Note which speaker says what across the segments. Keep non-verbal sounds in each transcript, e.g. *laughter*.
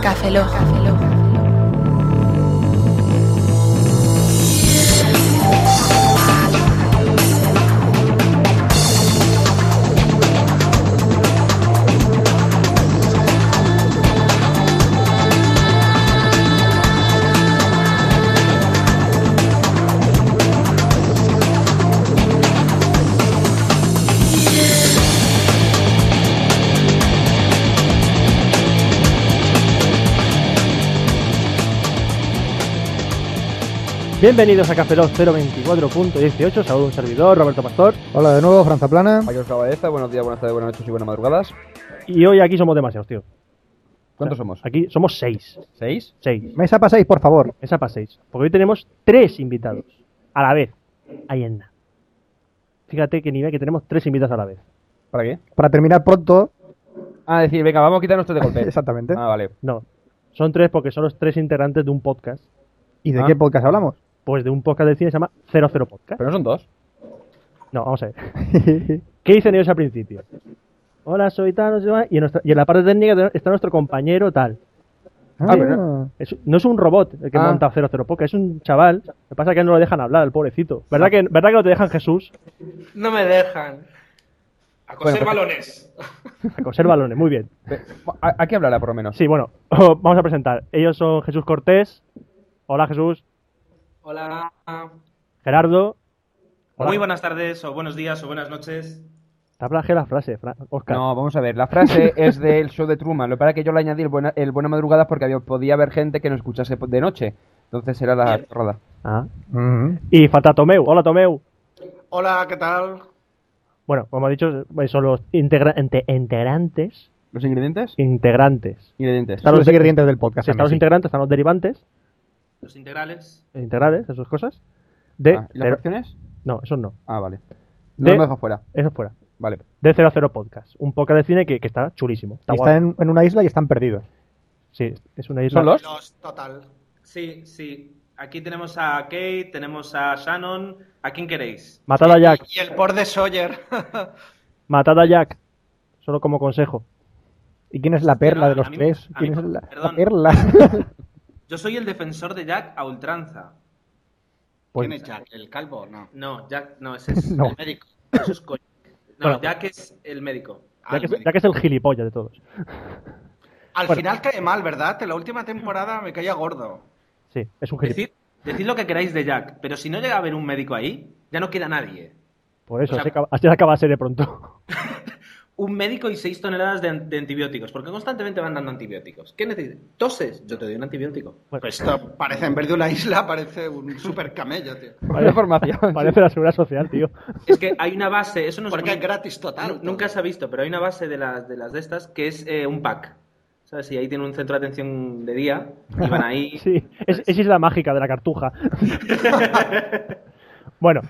Speaker 1: Café Lock.
Speaker 2: Bienvenidos a Café Lock 024.18, saludo un servidor, Roberto Pastor,
Speaker 3: Hola de nuevo, Franza Plana.
Speaker 4: Mayor Caballeza, buenos días, buenas tardes, buenas noches y buenas madrugadas.
Speaker 2: y hoy aquí somos demasiados, tío.
Speaker 4: ¿Cuántos
Speaker 2: O sea,
Speaker 4: somos?
Speaker 2: Aquí somos seis,
Speaker 4: ¿Seis?
Speaker 2: seis,
Speaker 3: Mesa pasáis, por favor.
Speaker 2: esa para seis, porque hoy tenemos tres invitados a la vez, Allenda. Fíjate qué nivel que tenemos tres invitados a la vez.
Speaker 4: ¿Para qué?
Speaker 3: Para terminar pronto.
Speaker 4: Ah, decir, venga, vamos a quitarnos tres de
Speaker 3: *laughs*
Speaker 4: golpe.
Speaker 3: Exactamente.
Speaker 4: Ah, vale.
Speaker 2: No, son tres porque son los tres integrantes de un podcast,
Speaker 3: ¿Y de
Speaker 4: Ah.
Speaker 3: qué podcast
Speaker 4: *laughs*
Speaker 3: hablamos?
Speaker 2: pues de un podcast de cine que se llama 00 Podcast.
Speaker 4: Pero no son dos.
Speaker 2: No, vamos a ver. *laughs*
Speaker 4: Ah,
Speaker 2: ¿Qué dicen ellos al principio? Hola, soy tal, no sé cuál, y en, nuestra- y en la parte técnica está nuestro compañero tal.
Speaker 3: Ah,
Speaker 4: pero-
Speaker 2: Es- no es un robot el que
Speaker 4: Ah.
Speaker 2: monta 00 Podcast, es un chaval. Lo que pasa es que no lo dejan hablar, el pobrecito. ¿Verdad que, ¿verdad que no te dejan Jesús? *laughs*
Speaker 5: No me dejan. A coser
Speaker 4: Bueno,
Speaker 5: balones.
Speaker 2: A coser balones, muy bien.
Speaker 4: Ve- ¿A, a qué hablará, por lo menos?
Speaker 2: Sí, bueno, *laughs* vamos a presentar. Ellos son Jesús Cortés. Hola Jesús.
Speaker 5: Hola.
Speaker 2: Gerardo. Hola.
Speaker 6: Muy buenas tardes, o buenos días, o buenas noches.
Speaker 2: Te ha plagiado la frase, Fra- Oscar.
Speaker 4: No, vamos a ver, la frase es del show de Truman. Lo que pasa es que yo le añadí el buena, el buena madrugada porque había, podía haber gente que no escuchase de noche. Entonces era la roda.
Speaker 2: Ah.
Speaker 3: Mm-hmm.
Speaker 2: Y falta Tomeu. Hola Tomeu.
Speaker 5: Hola, ¿qué tal?
Speaker 2: Bueno, como he dicho, eh, son los integra- inte- integrantes.
Speaker 4: ¿Los ingredientes?
Speaker 2: Integrantes.
Speaker 4: Ingredientes.
Speaker 3: Están los ingredientes del podcast.
Speaker 2: Sí, están los
Speaker 3: también,
Speaker 2: integrantes, están los derivantes,
Speaker 6: Los integrales.
Speaker 2: eh, integrales, esas cosas. De,
Speaker 4: Ah, ¿Y las
Speaker 2: cero-
Speaker 4: acciones?
Speaker 2: no, esos no,
Speaker 4: Ah, vale.
Speaker 2: De-
Speaker 4: No me dejo fuera.
Speaker 2: esos fuera.
Speaker 4: Vale.
Speaker 2: De 00 Podcast, un podcast de cine que, que está chulísimo. Está
Speaker 3: Y
Speaker 2: guapo.
Speaker 3: están en, en una isla y están perdidos.
Speaker 2: Sí, es una isla.
Speaker 4: ¿Son los?
Speaker 5: Los total.
Speaker 6: Sí, sí. Aquí tenemos a Kate, tenemos a Shannon. ¿A quién queréis?
Speaker 2: Matad a Jack,
Speaker 5: Y el por de Sawyer.
Speaker 2: matad a Jack. Solo como consejo.
Speaker 3: ¿Y quién es la perla de los
Speaker 6: a mí-
Speaker 3: tres?
Speaker 6: a
Speaker 3: ¿Quién
Speaker 6: mí-
Speaker 3: es la, la *laughs*
Speaker 6: perdón.
Speaker 3: perla?
Speaker 6: *laughs* Yo soy el defensor de Jack a ultranza.
Speaker 2: Pues,
Speaker 7: ¿Quién es Jack? ¿El calvo? No.
Speaker 6: No, Jack,
Speaker 7: *laughs*
Speaker 6: no, ese es
Speaker 3: No.
Speaker 6: el médico. Eso es coño. No,
Speaker 2: Bueno.
Speaker 6: Jack es el médico.
Speaker 7: Ah,
Speaker 2: Jack, es,
Speaker 7: el
Speaker 2: Jack es el gilipollas de todos.
Speaker 5: Al
Speaker 2: Bueno.
Speaker 5: final cae mal, ¿verdad? En la última temporada me caía gordo.
Speaker 2: Sí, es un gilipollas.
Speaker 6: Decid, decid lo que queráis de Jack, pero si no llega a haber un médico ahí, ya no queda nadie.
Speaker 2: Por eso,
Speaker 6: o sea-
Speaker 2: así, acaba, así acaba la serie
Speaker 6: *laughs*
Speaker 2: pronto.
Speaker 6: Un médico y seis toneladas de, an- de antibióticos, porque constantemente van dando antibióticos. ¿Qué necesitas? ¿Toses? Yo te doy un antibiótico.
Speaker 2: Bueno.
Speaker 5: Esto parece, en vez de una isla, parece un super camello, tío.
Speaker 4: Vale. Información.
Speaker 2: Parece la seguridad social, tío.
Speaker 6: Es que hay una base, eso no es
Speaker 5: Porque
Speaker 6: un-
Speaker 5: es gratis total.
Speaker 6: Nu- Nunca se ha visto, pero hay una base de las de, las de estas que es eh, un pack. ¿Sabes? Y ahí tiene un centro de atención de día y van ahí.
Speaker 2: *laughs* Sí, es, es isla mágica de la *laughs* cartuja. bueno,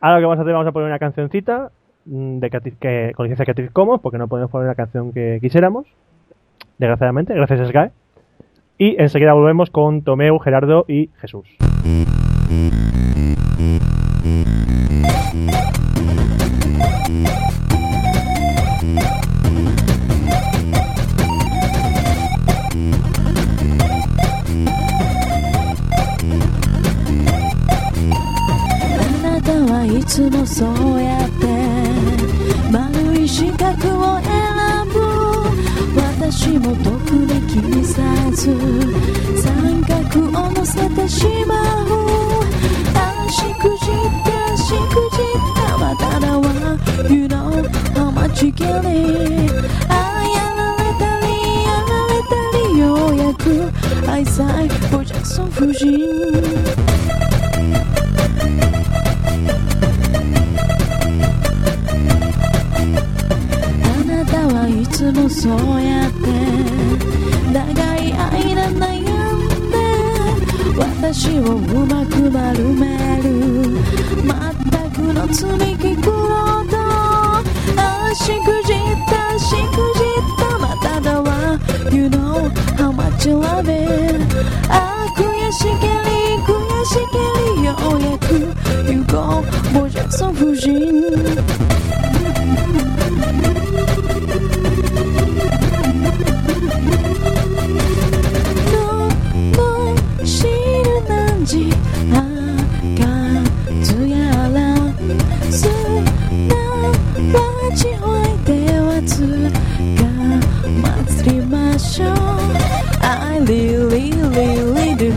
Speaker 2: ahora lo que vamos a hacer, vamos a poner una cancioncita mm, de Creative- que, con licencia Creative Commons, porque no podemos poner la canción que quisiéramos, desgraciadamente, gracias Sky. Y enseguida volvemos con Tomeu, Gerardo y Jesús.
Speaker 8: あなたはいつもそうやって丸い四角を選ぶ私も特に気にさず三角を乗せてしまうあしくじったしくじったまただわ You know how much you get it あやられたりやられたりようやく愛妻ポジャクソン夫人あなたはいつもそうやって長い間悩んで私をうまく丸める全くの積み木黒とあしくじったしくじったまただわ You know how much you love it ああ悔しげり悔しげりようやく You go ボジャクソン夫人あ really, really do.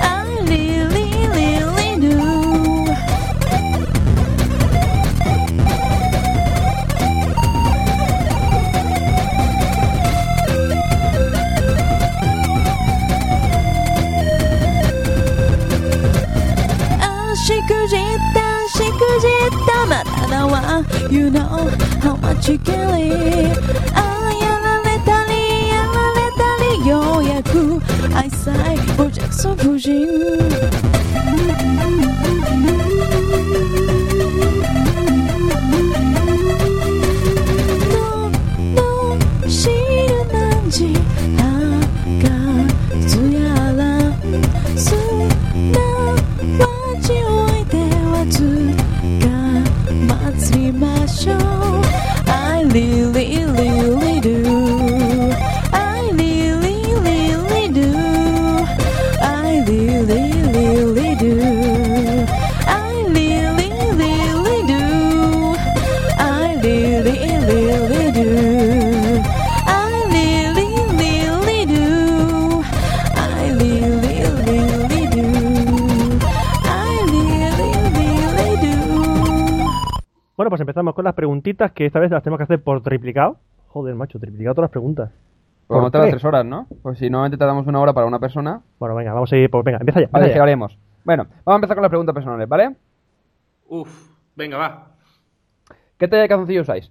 Speaker 8: I really, really do.あしくじったしくじったまただわ You know how much you can live あやられたりやられたりようやく愛妻プロジェクト夫人のの知る何時赤津やらそんな街を置いてはつか祭りましょう I really really do I really really do I really really do I really really do I really really do I really really do I really really do I really really do
Speaker 2: Bueno, pues empezamos con las preguntitas que esta vez las tenemos que hacer por triplicado. Joder, macho, triplicado todas las preguntas.
Speaker 9: Pues
Speaker 3: ¿Por
Speaker 9: no te va
Speaker 3: qué?
Speaker 9: tres horas, ¿no? Pues si normalmente te damos una hora para una persona,
Speaker 2: Bueno, venga, vamos a ir. Pues venga, empieza ya.
Speaker 9: vale,
Speaker 2: empieza ya.
Speaker 9: llegaremos. Bueno, vamos a empezar con las preguntas personales, ¿vale?
Speaker 5: Uf, venga, va.
Speaker 9: ¿Qué talla de calzoncillo usáis?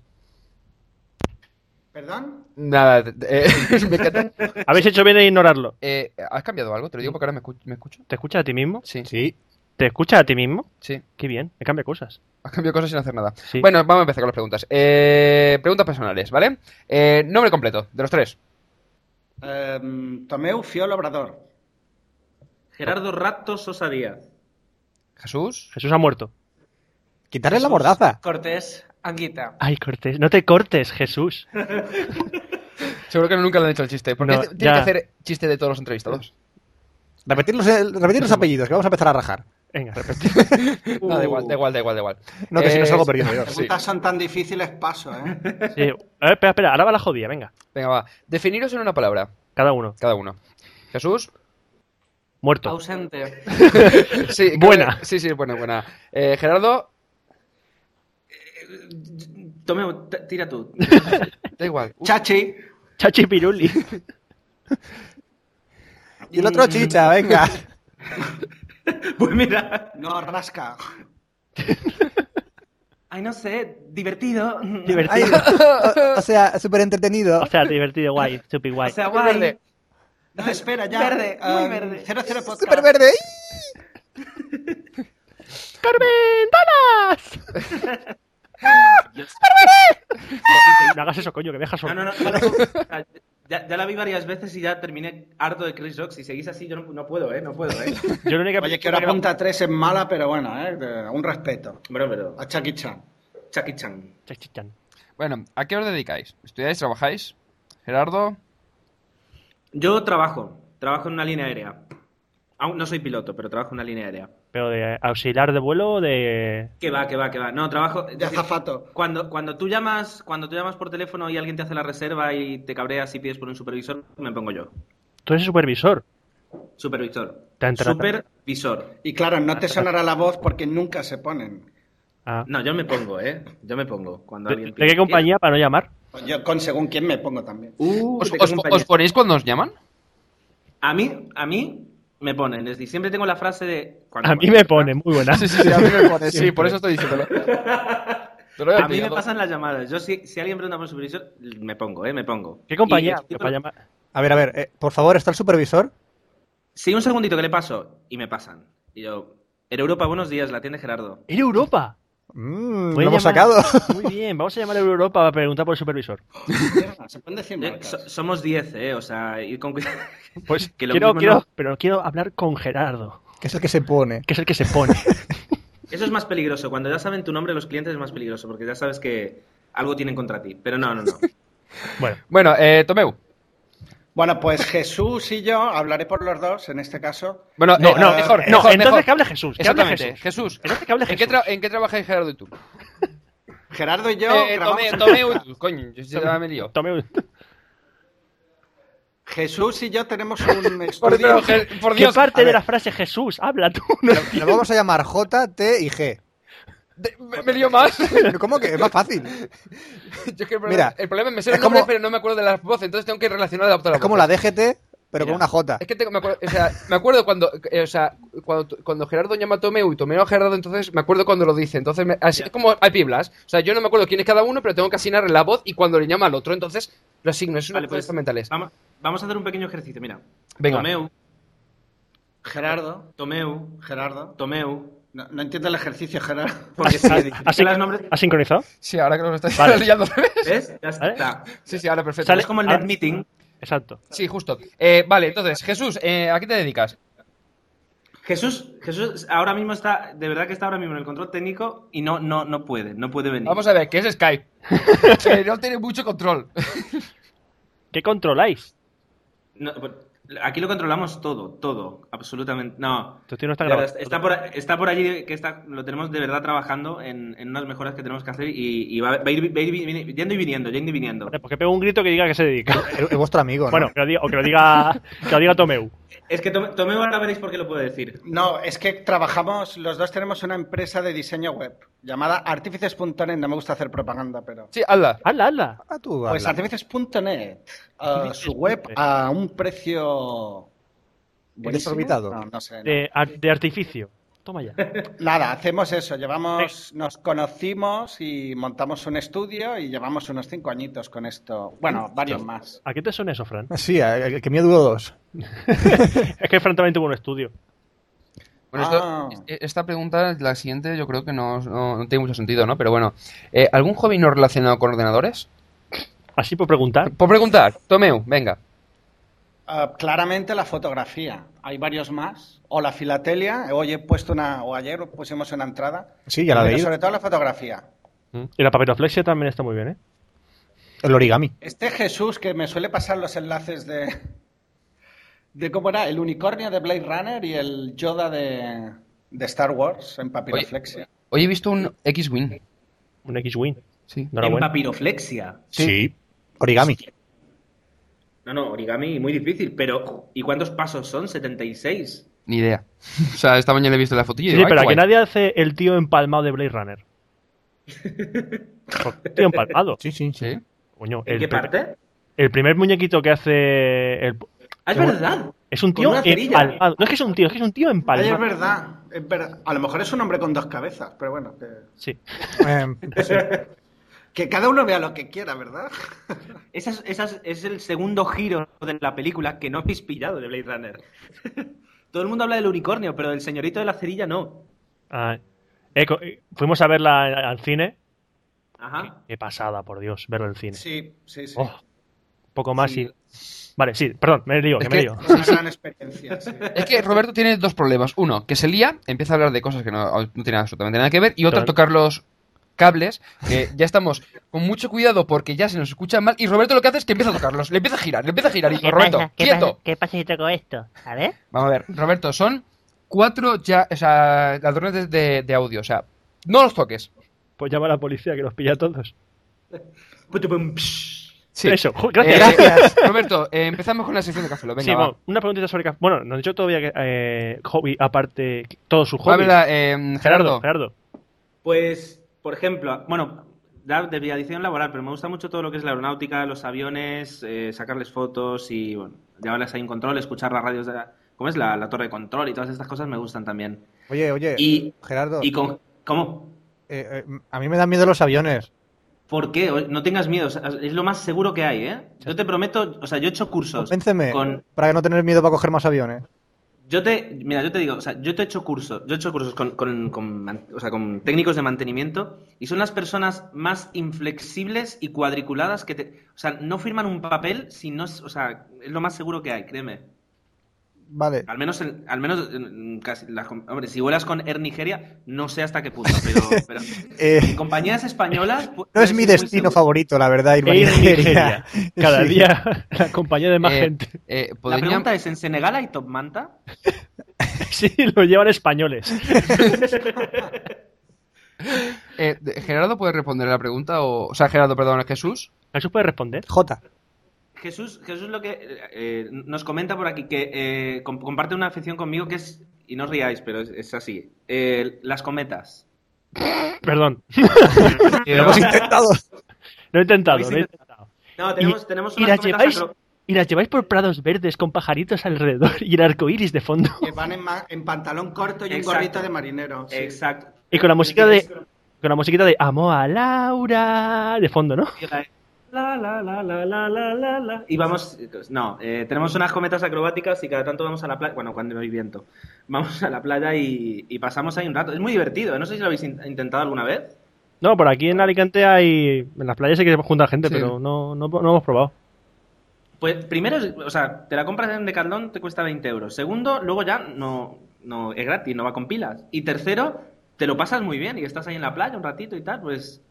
Speaker 6: ¿Perdón?
Speaker 4: Nada,
Speaker 9: *laughs*
Speaker 4: eh, me *laughs* encanta.
Speaker 2: Habéis hecho bien en ignorarlo.
Speaker 4: Eh, ¿Has cambiado algo? Te lo digo porque ahora me, escu- me escucho.
Speaker 2: ¿Te escuchas a ti mismo?
Speaker 4: Sí, sí.
Speaker 10: Sí.
Speaker 2: ¿Te escuchas a ti mismo? Qué bien, me cambia cosas.
Speaker 4: Has cambiado cosas sin hacer nada.
Speaker 2: Sí.
Speaker 4: Bueno, vamos a empezar con las preguntas. Eh, preguntas personales, ¿vale? Eh, nombre completo, de los tres.
Speaker 6: Em, Tomeu Fiol Obrador.
Speaker 5: Gerardo Raptos Osadía.
Speaker 4: Jesús.
Speaker 2: Jesús ha muerto.
Speaker 3: Quitarle la mordaza.
Speaker 11: Cortés, Anguita.
Speaker 2: Ay, Cortés, no te cortes, Jesús.
Speaker 4: Seguro que nunca le han hecho el chiste. Porque
Speaker 2: No,
Speaker 4: tiene
Speaker 2: ya.
Speaker 4: que hacer chiste de todos los entrevistados.
Speaker 3: Repetir los, eh, repetir los apellidos, que vamos a empezar a rajar.
Speaker 2: Venga,
Speaker 4: No, da igual, da igual, da igual, da igual.
Speaker 3: Uh. No, que si no
Speaker 4: Eh,
Speaker 3: salgo perdiendo yo.
Speaker 6: Las preguntas son tan difíciles, paso, ¿eh?
Speaker 2: *laughs* sí. A ver, espera, espera, ahora va la jodida, venga.
Speaker 4: Venga, va. Definiros en una palabra,
Speaker 2: Cada uno.
Speaker 4: cada uno. Jesús.
Speaker 2: Muerto.
Speaker 11: Ausente.
Speaker 4: Sí, creo
Speaker 2: Buena.
Speaker 4: que- sí, sí, buena, buena. Eh, Gerardo.
Speaker 5: Tomeo, t- tira tú.
Speaker 4: Da igual. Uf,
Speaker 6: Chachi.
Speaker 2: Chachi Piruli.
Speaker 3: Y el otro *laughs* chicha, venga.
Speaker 5: pues mira.
Speaker 6: No, rasca.
Speaker 5: Ay, no sé, divertido.
Speaker 3: Ay,
Speaker 2: divertido.
Speaker 3: o, o sea, súper entretenido.
Speaker 2: *laughs* O sea, divertido, guay, super
Speaker 5: o
Speaker 2: guay.
Speaker 5: sea, guay.
Speaker 4: verde.
Speaker 6: No, espera, ya.
Speaker 5: Verde, muy
Speaker 6: Em,
Speaker 5: verde.
Speaker 6: 00 podcast.
Speaker 3: Súper verde.
Speaker 2: No hagas eso, coño, que me dejas
Speaker 5: No,
Speaker 2: solo.
Speaker 5: Ah, no, no. no, no. O sea, Ya, ya la vi varias veces y ya terminé harto de Chris Rock. Si seguís así, yo no, no puedo, ¿eh? No puedo, ¿eh?
Speaker 2: Yo la única
Speaker 6: Oye, que ahora punta 3 es mala, pero bueno, ¿eh? De- Un respeto.
Speaker 5: Bueno, pero...
Speaker 6: A Chucky Chan.
Speaker 5: Chucky Chan.
Speaker 2: Chachi Chan.
Speaker 4: Bueno, ¿a qué os dedicáis? ¿Estudiáis, trabajáis? Gerardo.
Speaker 5: Yo trabajo. Trabajo en una línea aérea. Aún no soy piloto, pero trabajo en una línea aérea.
Speaker 2: Pero de auxiliar de vuelo o de.
Speaker 5: Que va, que va, que va. No, trabajo... es
Speaker 6: De
Speaker 5: decir,
Speaker 6: azafato.
Speaker 5: Cuando, cuando, tú llamas, cuando tú llamas por teléfono y alguien te hace la reserva y te cabreas y pides por un supervisor, me pongo yo.
Speaker 2: Tú eres supervisor.
Speaker 5: Supervisor.
Speaker 2: Te han tratado.
Speaker 5: Supervisor.
Speaker 6: Y claro, no
Speaker 4: Ah.
Speaker 6: te sonará la voz porque nunca se ponen.
Speaker 2: Ah.
Speaker 5: No, yo me pongo, ¿eh? Yo me pongo cuando
Speaker 2: ¿De,
Speaker 5: alguien
Speaker 2: de qué compañía para no llamar?
Speaker 6: Pues Yo con según quién me pongo también. Pues
Speaker 5: Uh,
Speaker 4: ¿Os,
Speaker 5: ¿de qué
Speaker 4: os-
Speaker 5: compañía?
Speaker 4: os ponéis cuando os *laughs* llaman?
Speaker 5: A mí, a mí me ponen. Es decir, siempre tengo la frase de... cuando-
Speaker 2: A mí me pone, muy buena.
Speaker 4: Ah, Sí, sí, sí, a mí me pone, sí, por eso estoy diciéndolo. *laughs* Te lo he
Speaker 5: A mí me
Speaker 4: pillado.
Speaker 5: pasan las llamadas. Yo si, si alguien pregunta por supervisor, me pongo, ¿eh? Me pongo.
Speaker 2: ¿Qué compañía?
Speaker 5: Y-
Speaker 2: Para llamar.
Speaker 3: A ver, a ver, eh, por favor, ¿está el supervisor?
Speaker 5: Sí, un segundito que le paso y me pasan. Y yo, en Europa, buenos días, la atiende Gerardo.
Speaker 2: ¡Era Europa!
Speaker 3: Mmm, lo
Speaker 2: Puedes
Speaker 3: hemos
Speaker 2: llamar-
Speaker 3: sacado.
Speaker 2: Muy bien, vamos a llamar a Europa para preguntar por el supervisor.
Speaker 6: Mierda, se pueden decir
Speaker 5: Eh,
Speaker 6: marcas.
Speaker 5: so- somos 10, ¿eh? O sea, ir con cuidado.
Speaker 2: *laughs* Pues
Speaker 5: Que lo
Speaker 2: quiero,
Speaker 5: mismo
Speaker 2: quiero,
Speaker 5: no.
Speaker 2: pero quiero hablar con Gerardo,
Speaker 3: *laughs* Que es el que se pone.
Speaker 2: que es el que se
Speaker 5: *laughs*
Speaker 2: pone.
Speaker 5: Eso es más peligroso. Cuando ya saben tu nombre, los clientes es más peligroso, porque ya sabes que algo tienen contra ti. Pero no,
Speaker 2: *laughs*
Speaker 5: no, no.
Speaker 2: bueno,
Speaker 4: Bueno, eh, Tomeu.
Speaker 6: Bueno, pues Jesús y yo, hablaré por los dos en este caso.
Speaker 4: Bueno,
Speaker 2: no,
Speaker 4: eh,
Speaker 2: no,
Speaker 4: mejor,
Speaker 2: no,
Speaker 4: mejor,
Speaker 2: entonces
Speaker 4: mejor.
Speaker 2: que hable Jesús. que hable
Speaker 4: Exactamente,
Speaker 2: Jesús.
Speaker 4: Jesús.
Speaker 2: Entonces que hable
Speaker 4: ¿En qué,
Speaker 2: Jesús.
Speaker 4: tra- ¿En qué trabajáis Gerardo y tú?
Speaker 6: Gerardo y yo
Speaker 4: Eh,
Speaker 6: grabamos
Speaker 4: Tomeu,
Speaker 6: en
Speaker 4: Tomeu y tú, coño, yo ya me lío.
Speaker 2: Tome un-
Speaker 6: Jesús y yo tenemos
Speaker 4: *laughs*
Speaker 6: un
Speaker 4: Por
Speaker 6: estudio.
Speaker 4: Dios, Je- por
Speaker 2: ¿Qué
Speaker 4: Dios.
Speaker 3: a
Speaker 2: parte de
Speaker 3: ver.
Speaker 2: la frase Jesús? Habla tú. *laughs* ¿no?
Speaker 3: Lo, lo vamos a llamar J, T y G.
Speaker 4: De- me, me lío más. *laughs*
Speaker 3: ¿Cómo que? Es más fácil.
Speaker 4: Yo es que el problema,
Speaker 3: Mira,
Speaker 4: el problema es me sé
Speaker 3: es
Speaker 4: el nombre,
Speaker 3: como-
Speaker 4: pero no me acuerdo de las voces, entonces tengo que relacionar la otra
Speaker 3: Es como la DGT, pero con
Speaker 2: Mira.
Speaker 3: una J.
Speaker 4: Es que tengo- me, acuerdo, o sea, me acuerdo cuando, eh, o sea, cuando, cuando Gerardo llama a Tomeu y Tomeo a Gerardo, entonces me acuerdo cuando lo dice. Entonces, me- así, es como a Piblas. O sea, yo no me acuerdo quién es cada uno, pero tengo que asignar la voz y cuando le llama al otro, entonces lo asigno. Es una
Speaker 5: Vale,
Speaker 4: cosa
Speaker 5: pues,
Speaker 4: mental es.
Speaker 5: Vamos, vamos a hacer un pequeño ejercicio, mira.
Speaker 4: Venga.
Speaker 5: Tomeu,
Speaker 6: Gerardo,
Speaker 5: Tomeu,
Speaker 6: Gerardo.
Speaker 5: Tomeu.
Speaker 6: No, no entiendo el ejercicio, Gerardo.
Speaker 5: Porque si
Speaker 4: *laughs*
Speaker 2: Así-
Speaker 5: así los nombres,
Speaker 2: ¿Has sincronizado?
Speaker 4: Sí, ahora que lo estás *laughs*
Speaker 2: Vale.
Speaker 4: leyendo al revés.
Speaker 5: ¿ves? Ya está.
Speaker 4: Sí, sí, ahora perfecto.
Speaker 2: Sale-
Speaker 5: Es como el
Speaker 2: Ah.
Speaker 5: net meeting.
Speaker 2: Exacto.
Speaker 4: Sí, justo. Eh, vale, entonces, Jesús, eh, ¿a qué te dedicas?
Speaker 5: Jesús, Jesús ahora mismo está, de verdad que está ahora mismo en el control técnico y no, no, no puede, no puede venir.
Speaker 4: Vamos a ver, que es Skype. *laughs* que no tiene mucho control.
Speaker 2: ¿Qué controláis?
Speaker 5: No, pero aquí lo controlamos todo, todo, absolutamente. No.
Speaker 2: Tu tío no está
Speaker 5: de
Speaker 2: grabado.
Speaker 5: verdad, está, por, está por allí que está, lo tenemos de verdad trabajando en, en unas mejoras que tenemos que hacer y, y va, va a ir, va a ir vini- yendo y viniendo, yendo y viniendo.
Speaker 2: Vale, Porque pego un grito Eh, pues que diga que se dedica.
Speaker 3: Es vuestro amigo, ¿no?
Speaker 2: Bueno, que lo diga, o que lo diga, que lo diga Tomeu.
Speaker 5: Es que Tome- Tomeo ahora veréis por qué lo puedo decir.
Speaker 6: No, es que trabajamos, los dos tenemos una empresa de diseño web llamada artífices.net. No me gusta hacer propaganda, pero.
Speaker 4: Sí, hazla.
Speaker 2: Hazla, hazla.
Speaker 3: Ah, tú,
Speaker 6: Pues
Speaker 3: habla.
Speaker 6: artífices.net, ah, su web a un precio. buenísimo.
Speaker 3: Desorbitado.
Speaker 6: No, no sé. no.
Speaker 2: De, ar- de artificio. Toma ya.
Speaker 6: Nada, hacemos eso. Llevamos, nos conocimos y montamos un estudio y llevamos unos cinco añitos con esto. Bueno, varios más.
Speaker 2: ¿A qué te suena eso, Fran?
Speaker 3: Sí, a- a- que mío duró dos.
Speaker 2: Es que Fran también tuvo un estudio.
Speaker 4: Bueno,
Speaker 6: Ah.
Speaker 4: esto, e- esta pregunta, la siguiente, yo creo que no, no- no tiene mucho sentido, ¿no? Pero bueno, eh, ¿algún hobby no relacionado con ordenadores?
Speaker 2: Así por preguntar.
Speaker 4: Por preguntar, Tomeu, venga.
Speaker 6: Ah, claramente la fotografía. Hay varios más. O la filatelia. Hoy he puesto una, o ayer pusimos una entrada.
Speaker 3: Sí, ya la
Speaker 6: Pero
Speaker 3: leí.
Speaker 6: sobre todo la fotografía.
Speaker 2: Y la papiroflexia también está muy bien, ¿eh?
Speaker 3: El origami.
Speaker 6: Este Jesús que me suele pasar los enlaces de. de cómo era, el unicornio de Blade Runner y el Yoda de, de Star Wars en papiroflexia.
Speaker 4: Hoy he visto un X-Wing.
Speaker 2: Un X-Wing.
Speaker 4: Sí.
Speaker 5: En
Speaker 2: Enhorabuena.
Speaker 5: papiroflexia.
Speaker 3: Sí. Origami.
Speaker 5: No, no, origami muy difícil, pero ¿y cuántos pasos son? 76.
Speaker 4: Ni idea. O sea, esta mañana he visto la fotillo. y
Speaker 2: Sí,
Speaker 4: digo, "Ay,
Speaker 2: pero
Speaker 4: qué
Speaker 2: aquí
Speaker 4: guay".
Speaker 2: nadie hace el tío empalmado de Blade
Speaker 5: *laughs*
Speaker 2: Runner. tío empalmado.
Speaker 3: Sí, sí, sí.
Speaker 4: Sí.
Speaker 2: Coño,
Speaker 5: ¿En
Speaker 2: el,
Speaker 5: qué
Speaker 2: pri-
Speaker 5: parte?
Speaker 2: el primer muñequito que hace. el-
Speaker 5: Ah, es verdad.
Speaker 2: es un
Speaker 5: Con
Speaker 2: tío
Speaker 5: una cerilla.
Speaker 2: empalmado. No es que es un tío, es que es un tío
Speaker 6: Ay, es
Speaker 2: empalmado.
Speaker 6: verdad, es verdad. A lo mejor es un hombre con dos cabezas, pero bueno, que,
Speaker 2: Sí.
Speaker 3: Eh, pues sí.
Speaker 6: que cada uno vea lo que quiera, ¿verdad?
Speaker 5: Esa es, esa es- es el segundo giro de la película que no habéis pillado de Blade Runner. *laughs* Todo el mundo habla del unicornio, pero del señorito de la cerilla no.
Speaker 2: Ah, eh, co- eh, fuimos a verla a- al cine.
Speaker 5: Ajá.
Speaker 2: Qué pasada, por Dios, verlo al cine.
Speaker 6: Sí, sí, sí.
Speaker 2: Oh, poco más y. Vale, sí, perdón, me lío,
Speaker 4: Es
Speaker 2: que me
Speaker 4: que-
Speaker 2: lío.
Speaker 6: Una gran experiencia, sí.
Speaker 4: Es que Roberto tiene dos problemas. Uno, que se lía, empieza a hablar de cosas que no, no tienen absolutamente nada que ver. Y otro,
Speaker 2: Total.
Speaker 4: tocar los cables, que ya estamos con mucho cuidado porque ya se nos escucha mal. Y Roberto lo que hace es que empieza a tocarlos, le empieza a girar, le empieza a girar. Y digo, Roberto,
Speaker 12: ¿Qué
Speaker 4: quieto.
Speaker 12: Pasa, ¿Qué pasa si toco esto? A ver.
Speaker 4: Vamos a ver, Roberto, son cuatro ya, o sea, ladrones de, de- de audio, o sea, no los toques.
Speaker 2: Pues llama a la policía que los pilla a todos.
Speaker 5: Putupum, psh.
Speaker 4: Sí.
Speaker 2: Eso, ju-
Speaker 4: Eh,
Speaker 2: gracias.
Speaker 4: Roberto, eh, empezamos con la sección de Café Lock,
Speaker 2: Sí,
Speaker 4: Venga,
Speaker 2: bueno, una preguntita sobre. ca- Bueno, no he dicho todavía que eh, hobby aparte. Todo su
Speaker 4: va. Va,
Speaker 2: hobby.
Speaker 4: verdad, eh, Gerardo.
Speaker 2: Gerardo.
Speaker 5: Pues, por ejemplo, bueno, da desviación laboral, pero me gusta mucho todo lo que es la aeronáutica, los aviones, eh, sacarles fotos y, bueno, llevarlas ahí en control, escuchar las radios de la... ¿Cómo es? La, la torre de control y todas estas cosas me gustan también.
Speaker 3: Oye, oye,
Speaker 5: Y,
Speaker 3: Gerardo,
Speaker 5: y con... ¿Cómo?
Speaker 3: eh, eh, a mí me dan miedo los aviones.
Speaker 5: ¿Por qué? O- No tengas miedo, o sea, es lo más seguro que hay, ¿eh? Yo te prometo, o sea, yo he hecho cursos.
Speaker 3: Convénceme
Speaker 5: Con,
Speaker 3: para no tener miedo para coger más aviones.
Speaker 5: yo te, mira, yo te digo, o sea, yo te he hecho cursos, yo he hecho cursos con, con- con man- o sea, con técnicos de mantenimiento y son las personas más inflexibles y cuadriculadas que te, o sea, no firman un papel si no, es- o sea, es lo más seguro que hay, créeme.
Speaker 3: Vale.
Speaker 5: Al menos, en- al menos, en casi las com- hombre, si vuelas con Air Nigeria, no sé hasta qué punto,
Speaker 3: *laughs*
Speaker 5: pero, pero
Speaker 3: Eh,
Speaker 5: en compañías españolas. pu-
Speaker 3: no es
Speaker 5: puedes
Speaker 3: mi
Speaker 5: ir muy
Speaker 3: destino
Speaker 5: seguro.
Speaker 3: favorito, la verdad, irme a
Speaker 2: Ir a *laughs*
Speaker 3: Nigeria.
Speaker 2: Nigeria. Cada
Speaker 3: Sí.
Speaker 2: *laughs* día la compañía de más
Speaker 4: Eh,
Speaker 2: gente. *laughs*
Speaker 4: eh,
Speaker 5: La
Speaker 4: podrían-
Speaker 5: pregunta es, ¿en Senegal hay top manta?
Speaker 2: Sí, lo llevan españoles.
Speaker 4: eh, de- Gerardo puede responder a la pregunta o, o sea, Gerardo, perdón, Jesús.
Speaker 2: Jesús puede responder.
Speaker 3: J.
Speaker 5: Jesús, Jesús lo que eh, nos comenta por aquí, que eh, com- comparte una afición conmigo que es, y no os riáis, pero es, es así, eh, las cometas.
Speaker 2: Perdón, Eh,
Speaker 3: Lo *laughs* hemos intentado.
Speaker 2: lo he intentado.
Speaker 5: Lo habéis
Speaker 2: lo he
Speaker 5: intentado.
Speaker 2: intentado.
Speaker 5: No, tenemos, tenemos
Speaker 2: y
Speaker 5: unas
Speaker 2: las
Speaker 5: cometas
Speaker 2: lleváis-
Speaker 5: acro-
Speaker 2: Y las lleváis por prados verdes con pajaritos alrededor y el arco iris de fondo.
Speaker 6: Que van en, ma- en pantalón corto y un
Speaker 5: Exacto.
Speaker 6: gorrito de marinero. sí.
Speaker 5: Exacto.
Speaker 2: Y con la música de. *laughs* Con la musiquita de Amo a Laura de fondo, ¿no?
Speaker 5: Y la- La, la, la, la, la, la, la, la. Y vamos, no, eh, tenemos unas cometas acrobáticas y cada tanto vamos a la playa, bueno, cuando no hay viento, vamos a la playa y, y pasamos ahí un rato. Es muy divertido, ¿eh? no sé si lo habéis in- intentado alguna vez.
Speaker 2: No, por aquí en Alicante hay. En las playas hay que juntar gente,
Speaker 6: Sí.
Speaker 2: pero no, no, no hemos probado.
Speaker 5: Pues primero, o sea, te la compras en Decathlon, te cuesta 20 euros. Segundo, luego ya no, no es gratis, no va con pilas. Y tercero, te lo pasas muy bien y estás ahí en la playa un ratito y tal, pues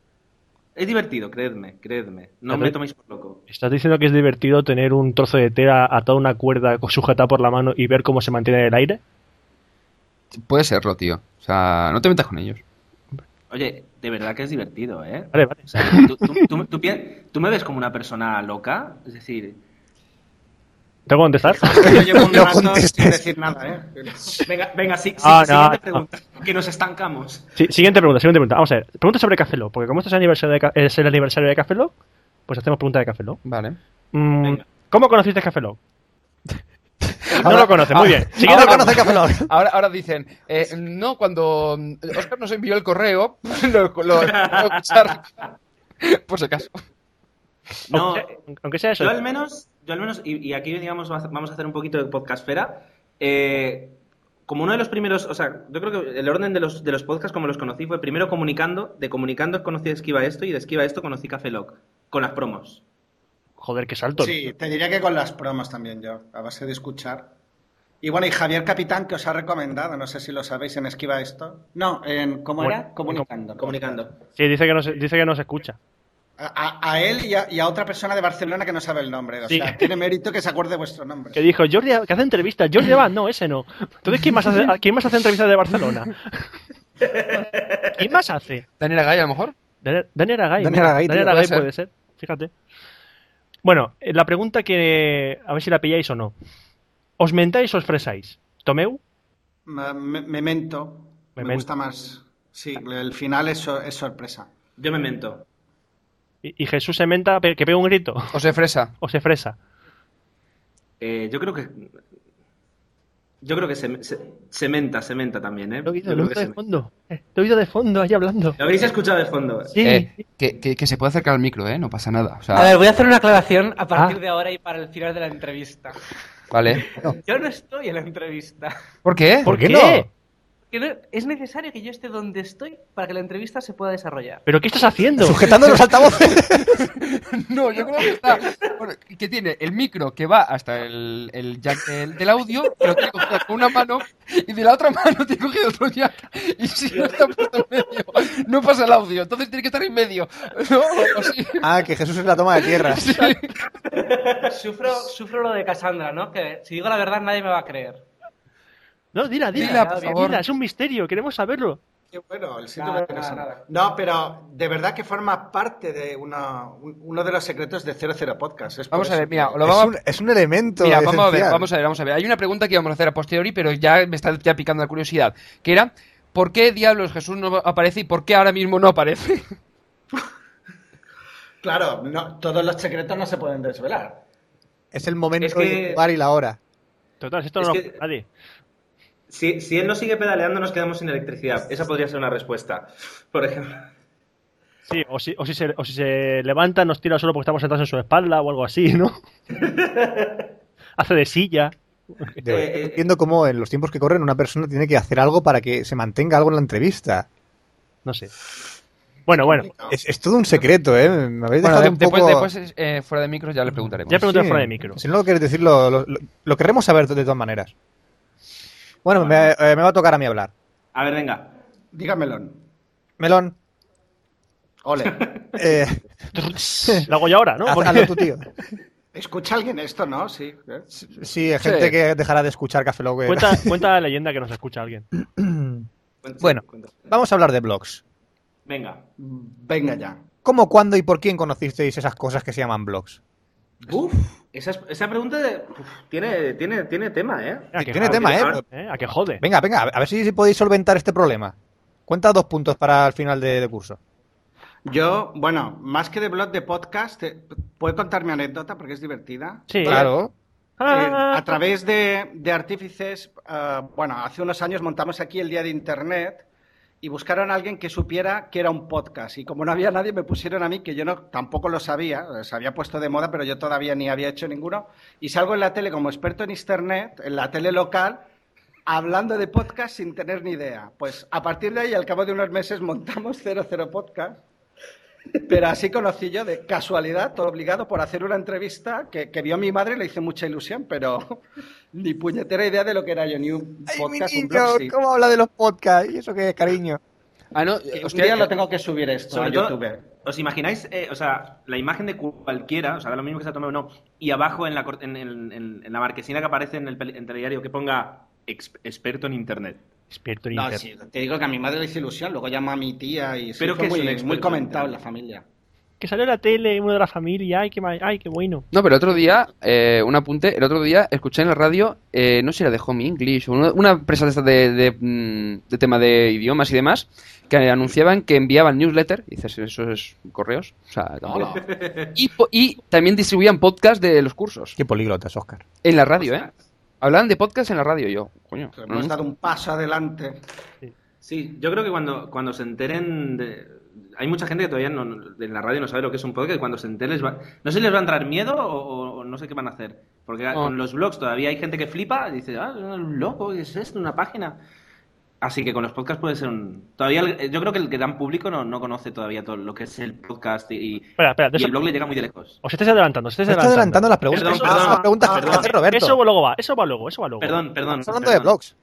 Speaker 5: es divertido, creedme, creedme. No
Speaker 2: Pero-
Speaker 5: me toméis por loco.
Speaker 2: Estás diciendo que es divertido tener un trozo de tela atado a una cuerda sujetada por la mano y ver cómo se mantiene en el aire.
Speaker 4: Puede serlo, tío. O sea, no te metas con ellos.
Speaker 5: Oye, de verdad que es divertido, ¿eh?
Speaker 2: Vale, vale.
Speaker 5: O sea, ¿tú, tú, tú- tú pi- tú me ves como una persona loca? Es decir,
Speaker 2: ¿Tengo que contestar? *laughs*
Speaker 6: Yo llevo un
Speaker 3: No
Speaker 6: rato
Speaker 3: contestes.
Speaker 6: sin decir nada, ¿eh?
Speaker 5: venga, venga, sí, sí,
Speaker 2: Ah, no,
Speaker 5: siguiente
Speaker 2: no.
Speaker 5: pregunta, que nos estancamos.
Speaker 2: Sí, siguiente pregunta, siguiente pregunta. Vamos a ver. Pregunta sobre Café Lock, porque como este es, aniversario de Ca- es el aniversario de Café Lock, pues hacemos pregunta de Café Lock.
Speaker 4: *laughs* Vale.
Speaker 2: Mm,
Speaker 5: Venga.
Speaker 2: ¿Cómo conociste
Speaker 3: *laughs*
Speaker 2: Café Lock? No lo conoce, muy bien.
Speaker 3: Ah,
Speaker 2: Siguiente
Speaker 3: Ahora
Speaker 2: pregunta.
Speaker 3: conoce Café Lock.
Speaker 1: Ahora, ahora dicen, eh, no, cuando
Speaker 4: eh,
Speaker 1: Oscar nos envió el
Speaker 4: *laughs*
Speaker 1: correo, lo, lo- lo escuchar. Por si acaso.
Speaker 5: No,
Speaker 2: Aunque- aunque sea eso.
Speaker 5: yo al menos, yo al menos, y, y aquí digamos va- vamos a hacer un poquito de podcastfera. eh, como uno de los primeros, o sea, yo creo que el orden de los, de los podcasts como los conocí fue primero comunicando, de comunicando conocí a Esquiva Esto y de Esquiva Esto conocí Café Lock, con las promos.
Speaker 2: Joder, qué salto.
Speaker 6: Sí, te diría que con las promos también yo, a base de escuchar. Y bueno, y Javier Capitán, que os ha recomendado, no sé si lo sabéis, en Esquiva Esto. No, en, ¿cómo era? Comunicando.
Speaker 5: Comunicando.
Speaker 2: Sí, dice que no se, dice que no se escucha.
Speaker 6: A, a- a él y a, y a otra persona de Barcelona que no sabe el nombre. O
Speaker 2: Sí.
Speaker 6: sea, tiene mérito que se acuerde vuestro nombre.
Speaker 2: Que dijo, Jordi, que hace entrevistas. Jordi va, no, ese no. Entonces, ¿quién más hace, a- quién más hace entrevistas de
Speaker 5: *laughs*
Speaker 2: Barcelona? ¿Quién más hace?
Speaker 1: Daniela Gaya, a lo mejor.
Speaker 2: Daniel Daniel Aragay.
Speaker 3: Daniel
Speaker 2: mira,
Speaker 3: Aragay, tío,
Speaker 2: Aragay
Speaker 1: puede
Speaker 2: puede ser. Fíjate. Bueno, eh, la pregunta que. A ver si la pilláis o no. ¿Os mentáis o os fresáis? ¿Tomeu?
Speaker 6: Ma- me- memento.
Speaker 2: Memento.
Speaker 6: Me gusta más. Sí, el final es, sor- es sorpresa.
Speaker 5: Yo me mento.
Speaker 2: ¿Y, y Jesús se menta pe- que pega un grito? *laughs*
Speaker 1: O se fresa.
Speaker 2: ¿O se fresa?
Speaker 5: Eh, yo creo que. Yo creo que se, se- sementa, sementa también, ¿eh?
Speaker 2: Lo he oído,
Speaker 5: Yo
Speaker 2: lo he
Speaker 5: creo que
Speaker 2: oído de
Speaker 5: semen-
Speaker 2: fondo. Eh, Lo he oído de fondo, ahí hablando.
Speaker 5: Lo habéis escuchado de fondo.
Speaker 2: Sí.
Speaker 4: Eh, que, que- que se puede acercar al micro, ¿eh? No pasa nada. O sea,
Speaker 13: A ver, voy a hacer una aclaración a partir
Speaker 2: Ah.
Speaker 13: de ahora y para el final de la entrevista.
Speaker 4: vale.
Speaker 13: Yo no estoy en la entrevista.
Speaker 4: ¿Por qué?
Speaker 2: ¿Por qué?
Speaker 13: Que no- es necesario que yo esté donde estoy para que la entrevista se pueda desarrollar.
Speaker 2: ¿Pero qué estás haciendo?
Speaker 3: Sujetando *laughs* los altavoces.
Speaker 1: No, yo creo que está. bueno, que tiene el micro que va hasta el, el jack del, del audio, que lo tiene cogido con una mano, y de la otra mano tiene cogido otro jack. Y si no está puesto en medio, no pasa el audio. Entonces tiene que estar en medio. ¿No? O sí.
Speaker 3: Ah, que Jesús es la toma de tierra.
Speaker 13: Sufro, sufro lo de Cassandra, ¿no? Que si digo la verdad nadie me va a creer.
Speaker 2: No, dila, dila.
Speaker 1: Dila, por favor.
Speaker 2: Dila, es un misterio, queremos saberlo.
Speaker 6: Qué bueno, el
Speaker 13: Nada,
Speaker 6: síndrome de Cassandra.
Speaker 13: nada, nada.
Speaker 6: No, pero de verdad que forma parte de una- un- uno de los secretos de 00 Podcast. es por
Speaker 1: Vamos a
Speaker 6: eso
Speaker 1: ver, mira,
Speaker 6: que-
Speaker 1: lo
Speaker 3: Es
Speaker 1: vamos
Speaker 3: un, es un elemento.
Speaker 1: Mira, vamos a ver,
Speaker 3: esencial.
Speaker 1: vamos a ver, vamos a ver. Hay una pregunta que íbamos a hacer a posteriori, pero ya me está ya picando la curiosidad, que era ¿por qué diablos Jesús no aparece y por qué ahora mismo no aparece?
Speaker 6: Claro, no, todos los secretos no se pueden desvelar.
Speaker 3: Es el momento,
Speaker 5: Es que-
Speaker 3: el lugar y la *laughs* hora.
Speaker 2: Total, esto
Speaker 5: Es
Speaker 2: no
Speaker 5: que-
Speaker 2: lo. Nadie.
Speaker 5: Si, si él no sigue pedaleando, nos quedamos sin electricidad. Esa podría ser una respuesta. Por ejemplo.
Speaker 2: Sí, o si, o si se, o si se levanta, nos tira solo porque estamos sentados en su espalda o algo así, ¿no? Hace de silla.
Speaker 3: De verdad,
Speaker 5: Eh, eh,
Speaker 3: no entiendo cómo en los tiempos que corren una persona tiene que hacer algo para que se mantenga algo en la entrevista.
Speaker 2: No sé. Bueno, bueno.
Speaker 3: Es, es todo un secreto, ¿eh? Me habéis
Speaker 1: Bueno,
Speaker 3: dejado
Speaker 1: de-
Speaker 3: un
Speaker 1: después,
Speaker 3: poco...
Speaker 1: después, eh, fuera de micro ya le preguntaremos.
Speaker 2: Ya pregunté
Speaker 3: Sí.
Speaker 2: fuera de micro.
Speaker 3: Si no lo quieres decir, lo, lo- lo querremos saber de todas maneras. Bueno, me, eh, me va a tocar a mí hablar.
Speaker 5: A ver, venga.
Speaker 6: Dígamelo.
Speaker 3: Melón,
Speaker 6: *laughs* Ole.
Speaker 1: *laughs*
Speaker 3: eh,
Speaker 2: Lo hago yo ahora, ¿no?
Speaker 3: haz-
Speaker 2: Porque-
Speaker 3: hazlo tú, tío.
Speaker 6: ¿Escucha alguien esto, no? Sí. ¿eh?
Speaker 3: Sí, hay gente
Speaker 1: Sí.
Speaker 3: que dejará de escuchar Café Lock. eh.
Speaker 2: Cuenta, cuenta la leyenda que nos escucha alguien.
Speaker 5: Cuéntame,
Speaker 3: Bueno.
Speaker 5: cuéntame.
Speaker 3: Vamos a hablar de blogs.
Speaker 5: Venga.
Speaker 6: Venga ya.
Speaker 3: ¿Cómo, cuándo y por quién conocisteis esas cosas que se llaman blogs?
Speaker 5: Uf, esa, es- esa pregunta de- uf, tiene, tiene, tiene tema, ¿eh?
Speaker 3: Tiene tema, ¿eh?
Speaker 2: ¿A Ah, que jode?
Speaker 3: Venga, venga, a ver si, si podéis solventar este problema. Cuenta dos puntos para el final de, de curso.
Speaker 6: Yo, bueno, más que de blog de podcast, eh, ¿puedo contar mi anécdota porque es divertida?
Speaker 3: Sí. Claro.
Speaker 2: Ah,
Speaker 6: Eh, a través de, de artífices, ah, bueno, hace unos años montamos aquí el día de Internet y buscaron a alguien que supiera que era un podcast. Y como no había nadie, me pusieron a mí, que yo no, tampoco lo sabía, eh, se había puesto de moda, pero yo todavía ni había hecho ninguno. Y salgo en la tele como experto en Internet, en la tele local, hablando de podcast sin tener ni idea. Pues a partir de ahí, al cabo de unos meses, montamos *laughs* 00 Podcast. Pero así conocí yo de casualidad, todo obligado por hacer una entrevista que, que vio mi madre y le hizo mucha ilusión, pero *laughs* ni puñetera idea de lo que era yo, ni un podcast, un blog, sí.
Speaker 3: ¿Cómo habla de los podcasts? ¿Y eso qué es, cariño?
Speaker 1: Ah, no,
Speaker 6: Que un día lo tengo que subir esto
Speaker 5: Sobre
Speaker 6: a
Speaker 5: todo,
Speaker 6: YouTube.
Speaker 5: ¿os imagináis, eh, o sea, la imagen de cualquiera, o sea, da lo mismo que se ha tomado o no, y abajo en la, cor- en, en- en- en la marquesina que aparece en el peli- en telediario que ponga ex- experto en Internet?
Speaker 2: Experto
Speaker 6: No, sí, te digo que a mi madre le hizo ilusión, luego llama a mi tía y sí,
Speaker 5: Pero
Speaker 6: fue
Speaker 5: que es un
Speaker 6: muy,
Speaker 5: experto
Speaker 6: muy
Speaker 5: en
Speaker 6: comentado en la familia.
Speaker 2: Que salió la tele, uno de la familia, ay, qué, ma- ay, qué bueno.
Speaker 1: No, pero el otro día, eh, un apunte, el otro día escuché en la radio, eh, no sé si era de Home English o una, una empresa de, estas de, de, mm, de tema de idiomas y demás, que anunciaban que enviaban newsletter, y dices, eso es correos, o sea, tampoco. Y, po- y también distribuían podcast de los cursos.
Speaker 3: Qué políglotas, Oscar.
Speaker 1: En la radio, ¿eh? Hablaban de podcast en la radio yo, coño.
Speaker 6: Hemos dado un paso adelante.
Speaker 5: Sí, yo creo que cuando, cuando se enteren de... Hay mucha gente que todavía no- no- en la radio no sabe lo que es un podcast y cuando se enteren les va- No sé si les va a entrar miedo o, o- o no sé qué van a hacer. Porque
Speaker 1: No.
Speaker 5: con los blogs todavía hay gente que flipa y dice, ah, un loco, ¿qué es esto? Una página. Así que con los podcasts puede ser un... Todavía el- yo creo que el gran público no, no conoce todavía todo lo que es el podcast y, y-
Speaker 2: Espera, espera, de
Speaker 5: y
Speaker 2: eso-
Speaker 5: el blog le llega muy de lejos.
Speaker 2: Os estáis adelantando, os estáis
Speaker 3: Se está adelantando las preguntas.
Speaker 5: Perdón,
Speaker 3: Eso-
Speaker 5: perdón,
Speaker 3: esas preguntas que
Speaker 5: perdón.
Speaker 3: hace Roberto.
Speaker 2: Eso luego va, eso va luego, eso va luego.
Speaker 5: Perdón, perdón.
Speaker 3: Estamos hablando de blogs.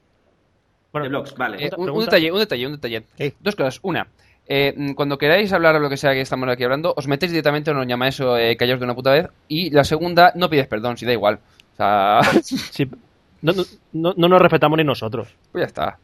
Speaker 5: De blogs, vale.
Speaker 1: Eh, un, un detalle, un detalle, un detalle. Dos cosas. Una, eh, mm, cuando queráis hablar o lo que sea que estamos aquí hablando, os metéis directamente, no os llamáis eso, eh, callaos de una puta vez. Y la segunda, no pides perdón, si da igual. O sea, *laughs* pues
Speaker 2: Sí, no, no- no- no nos respetamos ni nosotros.
Speaker 1: ya está.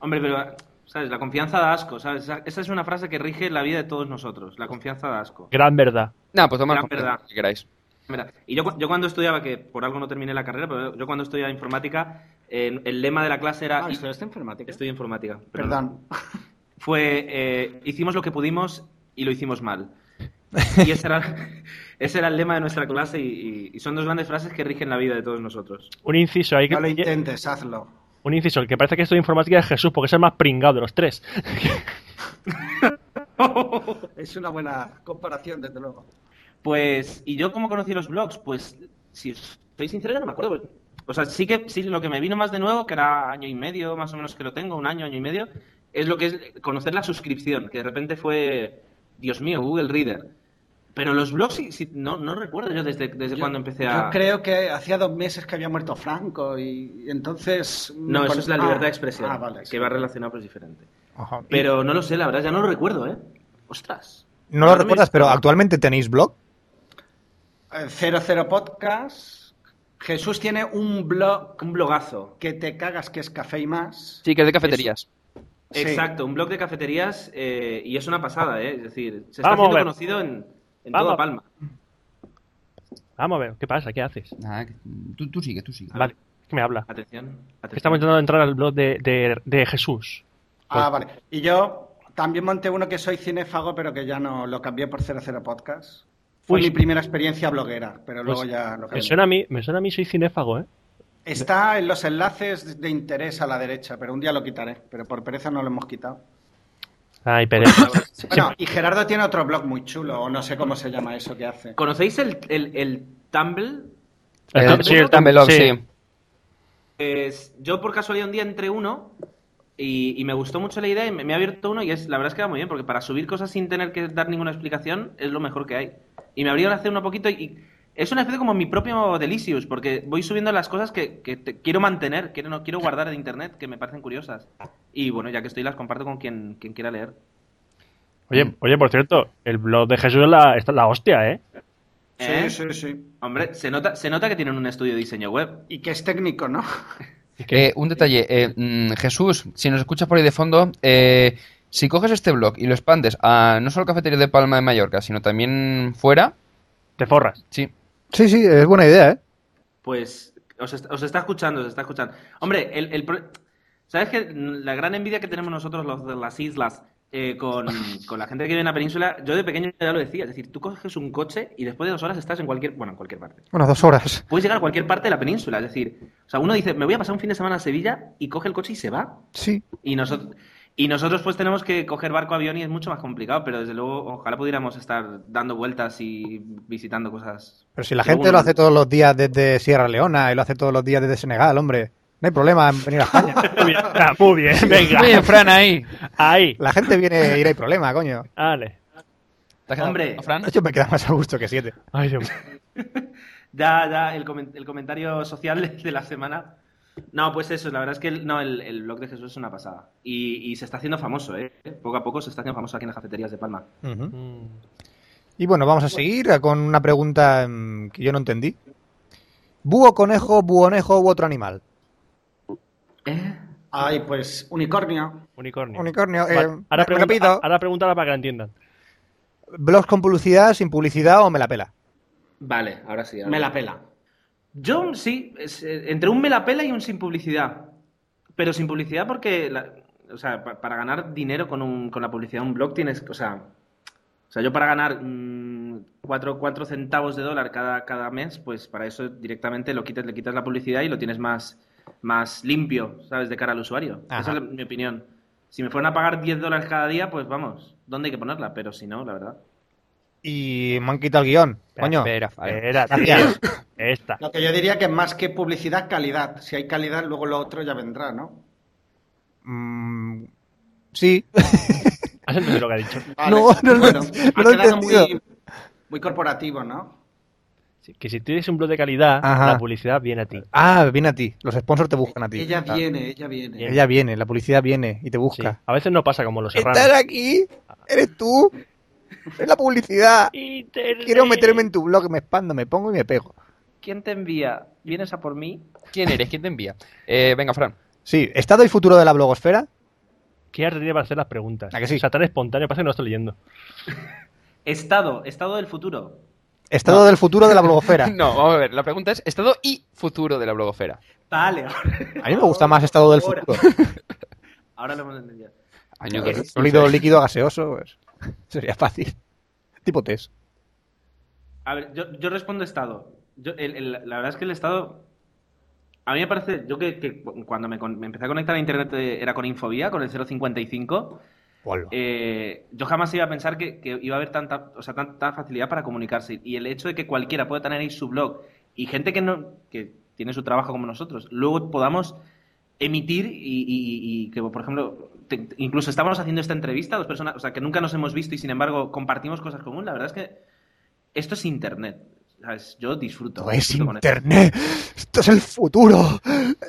Speaker 5: Hombre, pero, ¿sabes? La confianza da asco, ¿sabes? Esa, esa es una frase que rige la vida de todos nosotros. La confianza da asco.
Speaker 2: Gran verdad.
Speaker 1: Nada, pues tomad
Speaker 5: Gran
Speaker 1: lo
Speaker 5: verdad.
Speaker 1: que queráis.
Speaker 5: Mira, y yo, cu- yo cuando estudiaba, que por algo no terminé la carrera, pero yo cuando estudiaba informática, eh, el lema de la clase era...
Speaker 6: Ah, ¿estudiaste informática?
Speaker 5: Estudio informática. perdón.
Speaker 6: Perdón.
Speaker 5: Fue, eh, hicimos lo que pudimos y lo hicimos
Speaker 6: *laughs*
Speaker 5: mal. Y ese era, *laughs* ese era el lema de nuestra clase y, y- y son dos grandes frases que rigen la vida de todos nosotros.
Speaker 2: Un inciso ahí que.
Speaker 6: No lo intentes, hazlo.
Speaker 2: Un inciso, el que parece que esto de informática es Jesús, porque es el más pringado de los tres. *laughs*
Speaker 6: Es una buena comparación, desde luego.
Speaker 5: Pues, ¿y yo cómo conocí los blogs? Pues, si os soy sincero, no me acuerdo. O sea, sí que sí, lo que me vino más de nuevo, que era año y medio, más o menos que lo tengo, un año, año y medio, es lo que es conocer la suscripción, que de repente fue, Dios mío, Google Reader. Pero los blogs, sí, sí, no, no recuerdo yo desde, desde cuando empecé
Speaker 6: Yo
Speaker 5: a...
Speaker 6: creo que hacía dos meses que había muerto Franco y y entonces...
Speaker 5: No, eso
Speaker 6: con-
Speaker 5: es la libertad
Speaker 6: Ah,
Speaker 5: de expresión,
Speaker 6: Ah, vale.
Speaker 5: que va relacionado, pero es diferente. Pero no lo sé, la verdad, ya no lo recuerdo, ¿eh? Ostras.
Speaker 3: No lo
Speaker 5: me-
Speaker 3: recuerdas, pero actualmente tenéis blog.
Speaker 6: Eh, Cero Cero Podcast. Jesús tiene un blog
Speaker 5: Un blogazo.
Speaker 6: que te cagas que es café y más.
Speaker 1: Sí, que es de cafeterías.
Speaker 6: Sí.
Speaker 5: Exacto, un blog de cafeterías eh, y es una pasada, ¿eh? Es decir, se está
Speaker 2: Vamos a
Speaker 5: haciendo
Speaker 2: ver.
Speaker 5: conocido en, en
Speaker 2: Vamos.
Speaker 5: toda Palma.
Speaker 2: Vamos a ver, ¿qué pasa? ¿Qué haces?
Speaker 4: Nada, que- tú, tú sigue, tú sigue.
Speaker 2: Vale, ¿qué me habla?
Speaker 5: Atención.
Speaker 2: Que estamos intentando entrar al blog de, de- de Jesús.
Speaker 6: Ah, vale. Y yo también monté uno que soy cinéfago, pero que ya no lo cambié por Cero Cero Podcast. Fue
Speaker 2: Pues-
Speaker 6: mi primera experiencia bloguera, pero luego
Speaker 2: Pues,
Speaker 6: ya lo
Speaker 2: Me
Speaker 6: cambié.
Speaker 2: suena a mí, me suena a mí soy cinéfago, ¿eh?
Speaker 6: Está en los enlaces de interés a la derecha, pero un día lo quitaré. Pero por pereza no lo hemos quitado.
Speaker 2: Ay, pereza.
Speaker 6: Bueno, y Gerardo tiene otro blog muy chulo, o no sé cómo se llama eso que hace.
Speaker 5: ¿Conocéis el, el, el Tumblr?
Speaker 1: El-
Speaker 4: eh,
Speaker 2: sí, el
Speaker 1: Tumblr,
Speaker 2: sí.
Speaker 1: Eh, sí.
Speaker 5: Pues, yo por casualidad un día entré uno y, y me gustó mucho la idea y me, me he abierto uno y es la verdad es que va muy bien porque para subir cosas sin tener que dar ninguna explicación es lo mejor que hay. Y me abrieron hace un poquito y, y es una especie como mi propio Delicious porque voy subiendo las cosas que, que te- quiero mantener, quiero, no, quiero guardar de internet que me parecen curiosas. Y bueno, ya que estoy las comparto con quien, quien quiera leer.
Speaker 2: Oye, oye, por cierto, el blog de Jesús es la, es la hostia, ¿eh?
Speaker 5: ¿Eh?
Speaker 3: E,
Speaker 6: Sí, sí, sí.
Speaker 5: Hombre, se nota, se nota que tienen un estudio de diseño web.
Speaker 6: Y que es técnico, ¿no?
Speaker 1: Eh, un detalle, eh, mm, Jesús, si nos escuchas por ahí de fondo, eh, si coges este blog y lo expandes a no solo cafetería de Palma de Mallorca, sino también fuera,
Speaker 4: *laughs*
Speaker 2: Te forras.
Speaker 4: Sí.
Speaker 3: Sí, sí, es buena idea, ¿eh?
Speaker 5: Pues os est- os está, escuchando, os está escuchando. Hombre, el, el pro- ¿sabes que La gran envidia que tenemos nosotros los de las islas eh, con, con la gente que vive en la península, yo de pequeño ya lo decía, es decir, tú coges un coche y después de dos horas estás en cualquier, bueno, en cualquier parte.
Speaker 3: Unas dos horas.
Speaker 5: Puedes llegar a cualquier parte de la península, es decir, o sea, uno dice, me voy a pasar un fin de semana a Sevilla y coge el coche y se va.
Speaker 3: Sí.
Speaker 5: Y nosotros, y nosotros pues tenemos que coger barco, avión y es mucho más complicado, pero desde luego ojalá pudiéramos estar dando vueltas y visitando cosas.
Speaker 3: Pero si la
Speaker 5: Pero
Speaker 3: gente
Speaker 5: bueno.
Speaker 3: lo hace todos los días desde Sierra Leona y lo hace todos los días desde Senegal, hombre. No hay problema en venir a España.
Speaker 2: Muy bien, ah, muy bien, venga.
Speaker 4: Oye, Fran, ahí.
Speaker 2: Ahí.
Speaker 3: La gente viene y no hay problema, coño.
Speaker 2: Vale.
Speaker 5: Hombre,
Speaker 4: Fran?
Speaker 3: Yo me queda más a gusto que siete.
Speaker 2: Ay, Dios mío.
Speaker 5: Ya, ya, el, comen- el comentario social de la semana. No, pues eso, la verdad es que el, no, el, el blog de Jesús es una pasada. Y, y se está haciendo famoso, ¿eh? Poco a poco se está haciendo famoso aquí en las cafeterías de Palma.
Speaker 3: Ujú. Y bueno, vamos a seguir con una pregunta mm, que yo no entendí. ¿Búho, conejo, buonejo u otro animal?
Speaker 6: ¿Eh? Ay, pues unicornio.
Speaker 2: Unicornio.
Speaker 3: Unicornio, eh,
Speaker 2: Vale, ahora,
Speaker 3: me lo
Speaker 2: pregunta-
Speaker 3: pido.
Speaker 2: ahora preguntar para que la entiendan.
Speaker 3: ¿Blogs con publicidad, sin publicidad o me la pela?
Speaker 5: Vale, ahora sí. ahora
Speaker 6: Me
Speaker 5: sí.
Speaker 6: la pela.
Speaker 5: Yo sí, es, eh, entre un me la pela y un sin publicidad. Pero sin publicidad porque, la- o sea, pa- para ganar dinero con, un- con la publicidad de un blog tienes, o sea, o sea, yo para ganar mm, cuatro, cuatro centavos de dólar cada, cada mes, pues para eso directamente lo quitas, le quitas la publicidad y lo tienes más, más limpio, ¿sabes? De cara al usuario.
Speaker 3: Ajá.
Speaker 5: Esa es la- mi opinión. Si me fueran a pagar 10 dólares cada día, pues vamos, ¿dónde hay que ponerla? Pero si no, la verdad.
Speaker 3: Y me han quitado el guión, coño.
Speaker 4: Espera, Fran.
Speaker 2: Era,
Speaker 3: Gracias.
Speaker 2: Esta. *laughs*
Speaker 6: Lo que yo diría que más que publicidad, calidad. Si hay calidad, luego lo otro ya vendrá, ¿no?
Speaker 3: Mm, sí.
Speaker 2: ¿Has entendido lo que ha dicho?
Speaker 3: No, no lo-
Speaker 6: bueno,
Speaker 3: no lo he
Speaker 6: ha quedado
Speaker 3: entendido.
Speaker 6: muy, muy corporativo, ¿no?
Speaker 2: Sí, que si tienes un blog de calidad,
Speaker 3: Ajá.
Speaker 2: la publicidad viene a ti.
Speaker 3: Ah, viene a ti. Los sponsors te buscan a ti.
Speaker 6: Ella
Speaker 3: Ah.
Speaker 6: viene, ella viene.
Speaker 3: Ella viene, la publicidad viene y te
Speaker 2: Sí.
Speaker 3: busca.
Speaker 2: A veces no pasa como los
Speaker 3: ¿Estás
Speaker 2: serranos.
Speaker 3: aquí? ¿Eres tú? Es la
Speaker 2: *laughs*
Speaker 3: publicidad. Quiero meterme en tu blog, me expando, me pongo y me pego.
Speaker 5: ¿Quién te envía? ¿Vienes a por mí?
Speaker 4: ¿Quién eres? ¿Quién te envía? Eh, venga, Fran.
Speaker 3: Sí, ¿estado y futuro de la blogosfera?
Speaker 2: ¿Qué arte tiene para hacer las preguntas?
Speaker 3: ¿A que sí?
Speaker 2: O sea, tan espontáneo, parece que no lo estoy leyendo.
Speaker 5: Estado, estado del futuro.
Speaker 3: ¿Estado del futuro de la blogosfera?
Speaker 1: *laughs*
Speaker 5: *laughs*
Speaker 4: No, vamos a ver. La pregunta es estado y futuro de la blogosfera.
Speaker 5: Vale.
Speaker 3: A mí me gusta más estado del
Speaker 5: Ahora.
Speaker 3: futuro.
Speaker 5: Ahora lo hemos entendido.
Speaker 4: Año
Speaker 3: Eh,
Speaker 4: 2000.
Speaker 3: Sólido, líquido, gaseoso, pues, *laughs* sería fácil. Tipo test.
Speaker 5: A ver, yo, yo respondo Estado. Yo- el- el- la verdad es que el Estado. A mí me parece. Yo que, que cu- cuando me, con- me empecé a conectar a Internet eh, era con Infobía, con el 055.
Speaker 3: Hola.
Speaker 5: eh, yo jamás iba a pensar que, que iba a haber tanta, o sea, tanta facilidad para comunicarse. Y el hecho de que cualquiera pueda tener ahí su blog y gente que no que tiene su trabajo como nosotros, luego podamos emitir y, y- y que, por ejemplo, te- te- incluso estábamos haciendo esta entrevista, dos personas, o sea, que nunca nos hemos visto y sin embargo compartimos cosas comunes. La verdad es que esto es Internet. ¿sabes? Yo disfruto.
Speaker 3: Esto es
Speaker 5: disfruto con esto.
Speaker 3: internet. Esto es el futuro.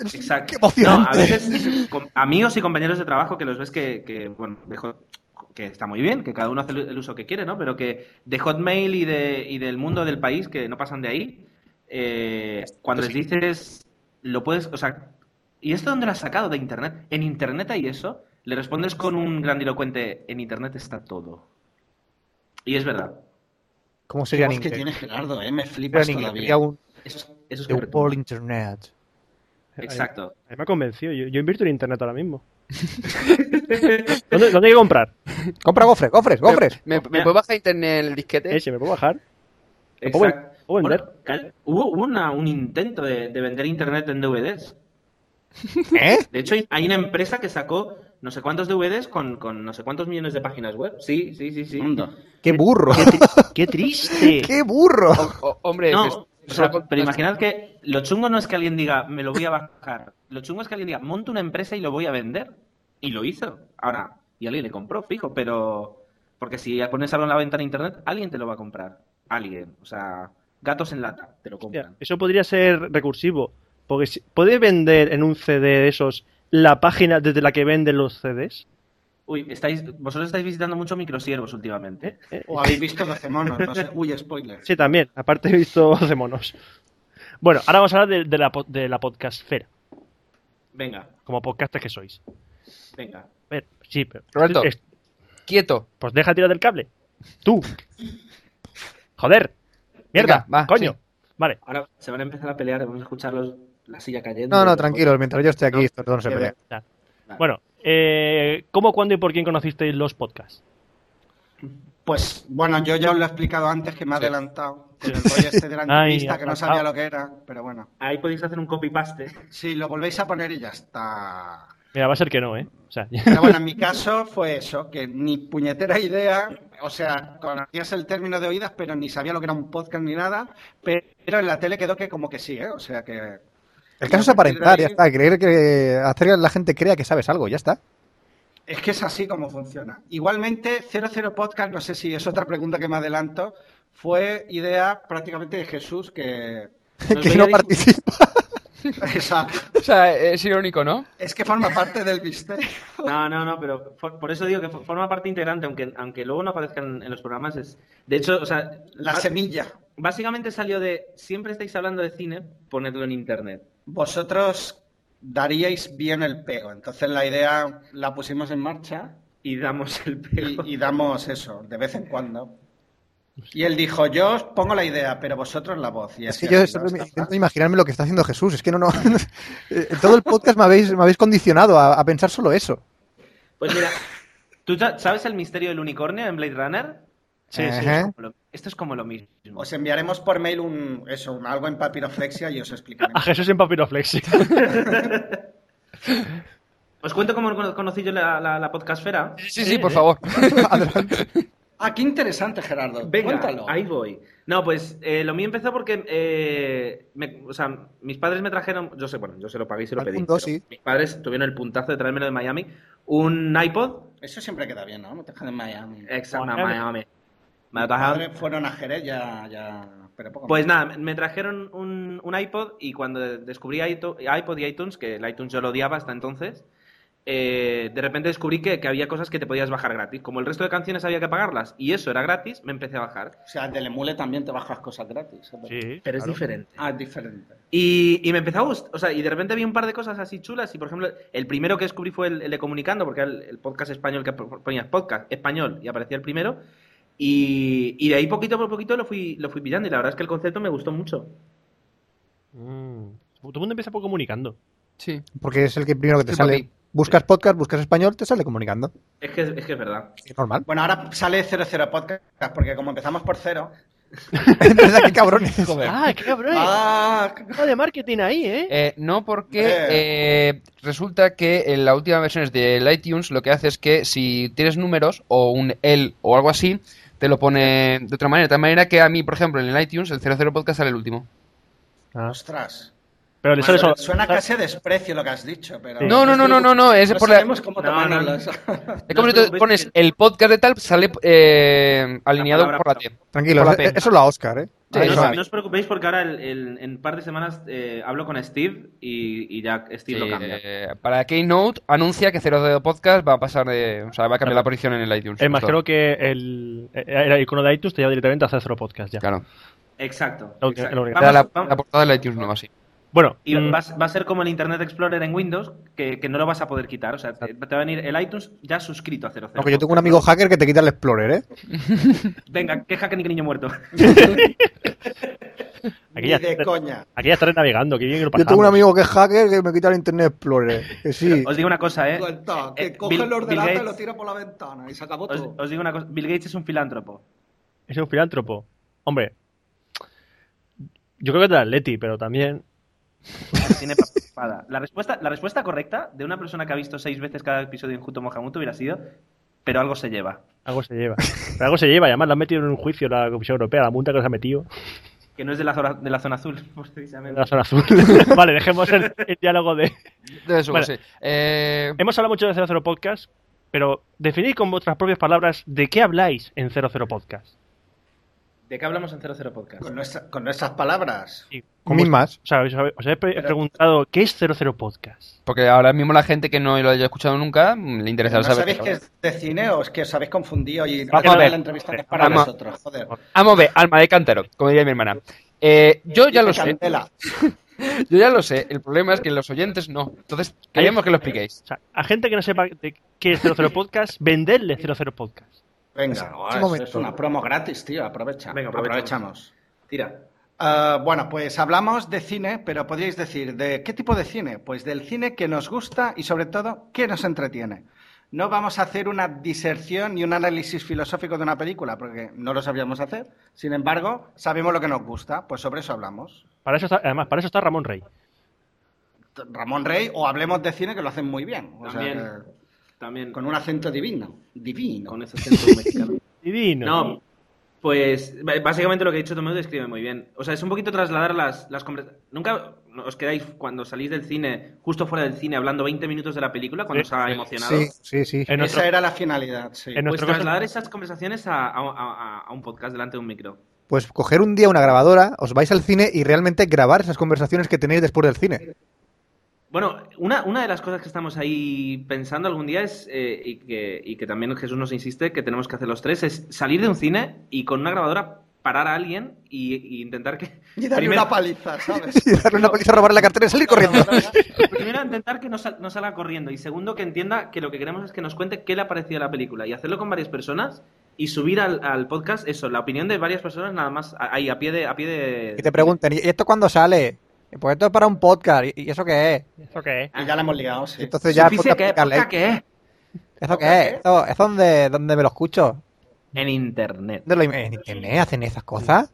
Speaker 3: Es-
Speaker 5: Exacto.
Speaker 3: Qué emocionante.
Speaker 5: No, a veces con amigos y compañeros de trabajo que los ves que, que, bueno, de Hot- que está muy bien, que cada uno hace el uso que quiere, ¿no? Pero que de Hotmail y, de, y del mundo del país, que no pasan de ahí, eh, cuando les dices, lo puedes, o sea, ¿y esto dónde lo has sacado? De Internet. ¿En Internet hay eso? Le respondes con un grandilocuente, en Internet está todo. Y es verdad.
Speaker 3: ¿Cómo
Speaker 6: Qué
Speaker 3: sería en
Speaker 6: voz que
Speaker 3: inglés?
Speaker 6: tiene Gerardo, ¿eh? Me
Speaker 3: Sería
Speaker 6: flipas
Speaker 3: en inglés,
Speaker 6: todavía.
Speaker 3: sería un,
Speaker 5: Eso, eso es
Speaker 3: de un
Speaker 5: correcto.
Speaker 3: por internet.
Speaker 5: Exacto.
Speaker 2: A mí me ha convencido. Yo, yo invierto en internet
Speaker 3: *laughs*
Speaker 2: ahora mismo. ¿Dónde, dónde hay que comprar?
Speaker 3: Compra gofres, gofres, gofres.
Speaker 1: ¿Me, me puedo bajar internet el disquete?
Speaker 2: Eh, si me puedo bajar. ¿Lo puedo,
Speaker 5: Exacto.
Speaker 2: puedo vender?
Speaker 5: Bueno, cal- hubo hubo una- un intento de, de vender internet en DVDs. *laughs*
Speaker 3: ¿Eh?
Speaker 5: De hecho, hay- hay una empresa que sacó no sé cuántos DVDs con, con no sé cuántos millones de páginas web. Sí, sí, sí, sí.
Speaker 6: Mundo.
Speaker 3: ¡Qué burro!
Speaker 2: ah, *laughs* ¡Qué triste!
Speaker 3: ¡Qué
Speaker 5: *laughs*
Speaker 3: burro!
Speaker 1: O- o- hombre,
Speaker 5: No,
Speaker 1: es-
Speaker 5: o sea, pero imaginad que lo chungo no es que alguien diga, me lo voy a bajar. Lo chungo es que alguien diga, monto una empresa y lo voy a vender. Y lo hizo. Ahora, y alguien le compró, fijo, pero... Porque si ya pones algo en la venta en internet, alguien te lo va a comprar. Alguien. O sea, gatos en lata, te lo
Speaker 2: Hostia,
Speaker 5: compran.
Speaker 2: Eso podría ser recursivo. Porque si- ¿Puedes vender en un CD de esos la página desde la que venden los CDs?
Speaker 5: Uy, estáis, vosotros estáis visitando mucho microsiervos últimamente.
Speaker 6: O habéis visto 12 monos, no sé. Uy, spoiler.
Speaker 2: Sí, también. Aparte he visto *laughs* de monos. Bueno, ahora vamos a hablar de, de la, po- de la podcastfera.
Speaker 5: Venga,
Speaker 2: Como podcasters que sois.
Speaker 5: venga.
Speaker 2: A ver, sí, pero...
Speaker 1: Roberto.
Speaker 2: Es-
Speaker 1: Quieto.
Speaker 2: pues deja tirar del cable. Tú. Joder. Mierda,
Speaker 3: Venga, va,
Speaker 2: coño.
Speaker 3: sí.
Speaker 2: Vale.
Speaker 5: Ahora se van a empezar a pelear, vamos a escuchar los- la silla cayendo.
Speaker 3: No, no, tranquilo, mientras yo esté aquí, estos dos no se
Speaker 5: que
Speaker 3: pelean.
Speaker 2: Ya. Bueno, eh, ¿cómo, cuándo y por quién conocisteis los podcasts?
Speaker 6: Pues bueno, yo ya os lo he explicado antes que me he adelantado con el rollo este de la
Speaker 2: Ay,
Speaker 6: entrevista que no
Speaker 2: adelantado.
Speaker 6: sabía lo que era, pero bueno.
Speaker 5: Ahí podéis hacer
Speaker 3: *laughs*
Speaker 5: un copy-paste.
Speaker 6: Sí, lo volvéis a poner y ya está.
Speaker 2: Mira, va a ser que no, ¿eh? O sea, *laughs*
Speaker 6: Pero bueno, en mi caso fue eso, que ni puñetera idea, o sea, conocías el término de oídas, pero ni sabía lo que era un podcast ni nada, pero en la tele quedó que como que sí, ¿eh? O sea que...
Speaker 3: El caso es aparentar, ya está. Creer que hacer que la gente crea que sabes algo, ya está.
Speaker 6: Es que es así como funciona. Igualmente, 00 Podcast, no sé si es otra pregunta que me adelanto, fue idea prácticamente de Jesús que... *laughs*
Speaker 3: que no participa.
Speaker 6: Exacto.
Speaker 1: O sea, es irónico, ¿no?
Speaker 6: Es que forma parte del bistec.
Speaker 5: No, no, no, pero for- por eso digo que fo- forma parte integrante, aunque, aunque luego no aparezcan en los programas. Es, de hecho, o sea.
Speaker 3: Ah.
Speaker 6: La
Speaker 5: ba-
Speaker 6: semilla.
Speaker 5: Básicamente salió de. Siempre estáis hablando de cine, ponedlo en internet.
Speaker 6: Vosotros daríais bien el pego, entonces la idea la pusimos en marcha
Speaker 5: Y damos el pego.
Speaker 6: y, y damos eso de vez en cuando. Y él dijo, yo os pongo la idea, pero vosotros la voz. Y
Speaker 3: Es
Speaker 6: así
Speaker 3: que yo
Speaker 6: ha sido
Speaker 3: siempre me-
Speaker 6: hasta-
Speaker 3: intento imaginarme lo que está haciendo Jesús. Es que no, no. *laughs* eh, Todo el podcast me habéis, me habéis condicionado a, a pensar solo eso.
Speaker 5: Pues
Speaker 3: *laughs*
Speaker 5: mira, ¿tú ya sabes el misterio del unicornio en Blade Runner?
Speaker 3: Sí,
Speaker 5: Esto es
Speaker 3: sí. *laughs*
Speaker 5: como lo- Esto es como lo mismo.
Speaker 6: Os enviaremos por mail un, eso, un algo en papiroflexia y os
Speaker 2: a
Speaker 6: explicaremos.
Speaker 2: Jesús en papiroflexia.
Speaker 5: Os cuento cómo cono- conocí yo la, la, la podcastfera.
Speaker 1: Sí, sí, por favor.
Speaker 6: Ah, qué interesante, Gerardo.
Speaker 5: Venga,
Speaker 6: Cuéntalo.
Speaker 5: ahí voy. No, pues eh, lo mío empezó porque, eh, me- o sea, mis padres me trajeron, yo sé, bueno, yo se lo pagué y se lo
Speaker 3: Al
Speaker 5: pedí.
Speaker 3: punto,
Speaker 5: pero
Speaker 3: sí.
Speaker 5: Mis padres tuvieron el puntazo de traérmelo de Miami, un iPod,
Speaker 6: Eso siempre queda bien, ¿no? No te dejan en Miami.
Speaker 3: Eh,
Speaker 5: exacto,
Speaker 2: Miami.
Speaker 5: Miami. Me lo
Speaker 6: Mis
Speaker 3: ah.
Speaker 5: trajeron-
Speaker 6: padres fueron a Jerez, ya, ya... Pero poco
Speaker 5: Pues
Speaker 6: más.
Speaker 5: nada, me trajeron un, un iPod y cuando de- descubrí iTu- iPod y iTunes, que el iTunes yo lo odiaba hasta entonces, eh, de repente descubrí que, que había cosas que te podías bajar gratis. Como el resto de canciones había que pagarlas y eso era gratis, me empecé a bajar.
Speaker 6: O sea, del emule también te bajas cosas gratis. ¿eh?
Speaker 2: *laughs* Sí,
Speaker 5: Pero es
Speaker 2: claro.
Speaker 5: diferente.
Speaker 6: Ah, es diferente.
Speaker 5: Y, y me empezó a gustar, o sea, y de repente vi un par de cosas así chulas y, por ejemplo, el primero que descubrí fue el, el de Comunicando, porque era el, el podcast español que po- ponías podcast español y aparecía el primero. Y, y de ahí poquito por poquito lo fui, lo fui pillando y la verdad es que el concepto me gustó mucho.
Speaker 2: Mm. Todo el mundo empieza por comunicando.
Speaker 1: Sí.
Speaker 3: Porque es el que primero que te
Speaker 1: Sí,
Speaker 3: sale.
Speaker 1: papi.
Speaker 3: Buscas podcast, buscas español, te sale comunicando.
Speaker 5: Es que es que es verdad.
Speaker 3: Es
Speaker 6: *laughs*
Speaker 3: normal.
Speaker 6: Bueno, ahora sale 00 podcast porque como empezamos por cero...
Speaker 3: Entonces, qué cabrones.
Speaker 2: Ah, qué cabrón.
Speaker 6: ¡Ah!
Speaker 2: Algo de marketing ahí, ¿eh?
Speaker 1: Eh, no, porque
Speaker 6: Eh.
Speaker 1: eh, resulta que en la última versión del iTunes lo que hace es que si tienes números o un L o algo así, te lo pone de otra manera. De tal manera que a mí, por ejemplo, en el iTunes, el 00 podcast sale el último.
Speaker 6: ¡Ostras!
Speaker 2: Pero le sale
Speaker 6: Bueno,
Speaker 2: solo.
Speaker 6: Suena casi a desprecio lo que has dicho, pero...
Speaker 2: Sí.
Speaker 1: No, no, no, no, no, no. Es
Speaker 6: No
Speaker 1: por la-
Speaker 6: sabemos cómo
Speaker 5: No,
Speaker 6: tomarnos
Speaker 5: no, no.
Speaker 6: las-
Speaker 1: es como
Speaker 5: no
Speaker 1: si te
Speaker 5: os preocupéis
Speaker 1: pones
Speaker 5: que-
Speaker 1: el podcast de tal, sale eh, alineado
Speaker 5: palabra
Speaker 1: por la T.
Speaker 3: Tranquilo,
Speaker 1: Por la
Speaker 3: eh,
Speaker 1: pena.
Speaker 3: eso lo a Oscar, ¿eh?
Speaker 1: Sí,
Speaker 5: No,
Speaker 1: eso
Speaker 5: no,
Speaker 1: vale.
Speaker 5: no os preocupéis porque ahora el- el- en un par de semanas eh, hablo con Steve y, y ya Steve lo
Speaker 1: Sí,
Speaker 5: cambia.
Speaker 1: eh, para Keynote anuncia que 00 podcast va a pasar de, o sea, va a cambiar la posición en el iTunes.
Speaker 2: Es Eh, más,
Speaker 1: Justo.
Speaker 2: creo que el, eh, el icono de iTunes te lleva directamente a hacer otro podcast ya.
Speaker 1: Claro.
Speaker 5: Exacto.
Speaker 2: La-
Speaker 5: exacto.
Speaker 2: la- la-
Speaker 1: Era la,
Speaker 5: Vamos-
Speaker 1: la portada del iTunes nueva, sí.
Speaker 2: Bueno,
Speaker 5: Y
Speaker 2: mm,
Speaker 5: va, va a ser como el Internet Explorer en Windows, que, que no lo vas a poder quitar. O sea, te, te va a venir el iTunes ya suscrito a 00.
Speaker 3: Porque yo tengo un amigo hacker que te quita el Explorer, ¿eh?
Speaker 5: Venga, queja que ni que niño muerto.
Speaker 6: Ni *laughs*
Speaker 2: aquella,
Speaker 6: de coña.
Speaker 12: Eh,
Speaker 2: aquella estaré navegando, que bien que lo
Speaker 3: Yo
Speaker 2: pasamos.
Speaker 3: tengo un amigo que es hacker que me quita el Internet Explorer. ¿eh? Que sí.
Speaker 5: Os digo una cosa, ¿eh?
Speaker 6: Suelta,
Speaker 5: Eh,
Speaker 6: que
Speaker 5: eh,
Speaker 6: coge
Speaker 5: Bill-
Speaker 6: el
Speaker 5: Bill
Speaker 6: ordenador y
Speaker 5: Gates- Pues,
Speaker 6: lo tira por la ventana y se acabó
Speaker 5: Os,
Speaker 3: Oh.
Speaker 6: todo.
Speaker 5: os digo una cosa. Bill Gates es un filántropo.
Speaker 2: Es un filántropo. Hombre, yo creo que es de Atleti, pero también.
Speaker 5: Tiene pa- *laughs* espada. La respuesta, la respuesta correcta de una persona que ha visto seis veces cada episodio de Injuto Mohamuto hubiera sido, pero algo se lleva.
Speaker 2: Algo se lleva. Pero algo se lleva, y además la han metido en un juicio la Comisión Europea, la multa que se ha metido
Speaker 5: Que no es de la zona, de la zona azul, *laughs*
Speaker 2: en
Speaker 5: precisamente.
Speaker 2: la zona azul. *laughs* vale, dejemos el, el diálogo de.
Speaker 1: De eso,
Speaker 2: Bueno.
Speaker 1: pues, sí. Eh,
Speaker 2: Hemos hablado mucho de 00 Podcast, pero definid con vuestras propias palabras de qué habláis en 00 Podcast.
Speaker 5: ¿De qué hablamos en 00 Podcast?
Speaker 6: Con, nuestra- con nuestras palabras.
Speaker 2: Sí, ¿cómo os-
Speaker 3: Mismas.
Speaker 2: O sea, os habéis os habéis pre- preguntado qué es 00 Podcast.
Speaker 1: Porque ahora mismo la gente que no lo haya escuchado nunca mm, le
Speaker 4: Pues
Speaker 1: interesa
Speaker 6: ¿No
Speaker 1: saber.
Speaker 6: sabéis que es de cine o es que os habéis confundido y
Speaker 1: Vamos a ver.
Speaker 6: la entrevista que es para
Speaker 1: Vamos a-
Speaker 6: vosotros? Joder.
Speaker 1: Vamos a ver, alma de cántaro, como diría mi hermana. Eh, yo ya lo sé,
Speaker 6: Candela.
Speaker 1: yo ya lo sé. El problema es que los oyentes no. Entonces, queríamos que lo expliquéis.
Speaker 2: O sea, a gente que no sepa de qué es 00 Podcast, venderle 00 Podcast.
Speaker 6: Venga,
Speaker 3: un
Speaker 6: es,
Speaker 3: momento.
Speaker 6: es una promo gratis, tío. Aprovecha.
Speaker 5: Venga, aprovechamos.
Speaker 6: aprovechamos. Tira. bueno, pues hablamos de cine, pero podríais decir, ¿de qué tipo de cine? Pues del cine que nos gusta y sobre todo que nos entretiene. No vamos a hacer una diserción ni un análisis filosófico de una película, porque no lo sabíamos hacer. Sin embargo, sabemos lo que nos gusta, pues sobre eso hablamos.
Speaker 2: Para eso está, además, para eso está Ramón Rey.
Speaker 6: Ramón Rey o hablemos de cine que lo hacen muy bien. O sea,
Speaker 5: También.
Speaker 6: que-
Speaker 5: También.
Speaker 6: con un acento divino. Divino.
Speaker 5: Con ese *laughs* acento mexicano.
Speaker 2: Divino.
Speaker 5: No, pues b- básicamente lo que ha dicho Tomeo describe muy bien. O sea, es un poquito trasladar las, las conver- Nunca os quedáis cuando salís del cine, justo fuera del cine, hablando 20 minutos de la película cuando os ha emocionado.
Speaker 3: Sí, sí, sí.
Speaker 2: En nuestro-
Speaker 6: Esa era la finalidad, sí.
Speaker 2: En
Speaker 5: Pues
Speaker 2: nuestro caso-
Speaker 5: trasladar esas conversaciones a, a- a- a un podcast delante de un micro.
Speaker 3: Pues coger un día una grabadora, os vais al cine y realmente grabar esas conversaciones que tenéis después del cine.
Speaker 5: Bueno, una, una de las cosas que estamos ahí pensando algún día es, eh, y, que, y que también Jesús nos insiste que tenemos que hacer los tres, es salir de un cine y con una grabadora parar a alguien y, y intentar que... *laughs*
Speaker 6: Y darle
Speaker 5: primero-
Speaker 6: una paliza, ¿sabes?
Speaker 3: *laughs*
Speaker 6: *laughs*
Speaker 3: Y darle una paliza, robar la cartera y salir corriendo.
Speaker 5: Primero, intentar que no, sal- no salga corriendo. Y segundo, que entienda que lo que queremos es que nos cuente qué le ha parecido la película. Y hacerlo con varias personas y subir al, al podcast eso, la opinión de varias personas nada más a- ahí, a pie de... A pie de...
Speaker 3: Y te preguntan, ¿y esto cuándo sale? Pues esto es para un podcast, ¿y- ¿y eso qué es?
Speaker 2: ¿Eso qué es?
Speaker 6: Y ya la hemos liado, sí.
Speaker 3: Entonces ya
Speaker 5: Suficie que-
Speaker 3: explicarle,
Speaker 5: poca que es
Speaker 3: ¿Eso qué es? ¿Eso, eso donde, donde me lo escucho?
Speaker 5: En internet.
Speaker 3: ¿Dónde lo- ¿En internet hacen esas cosas?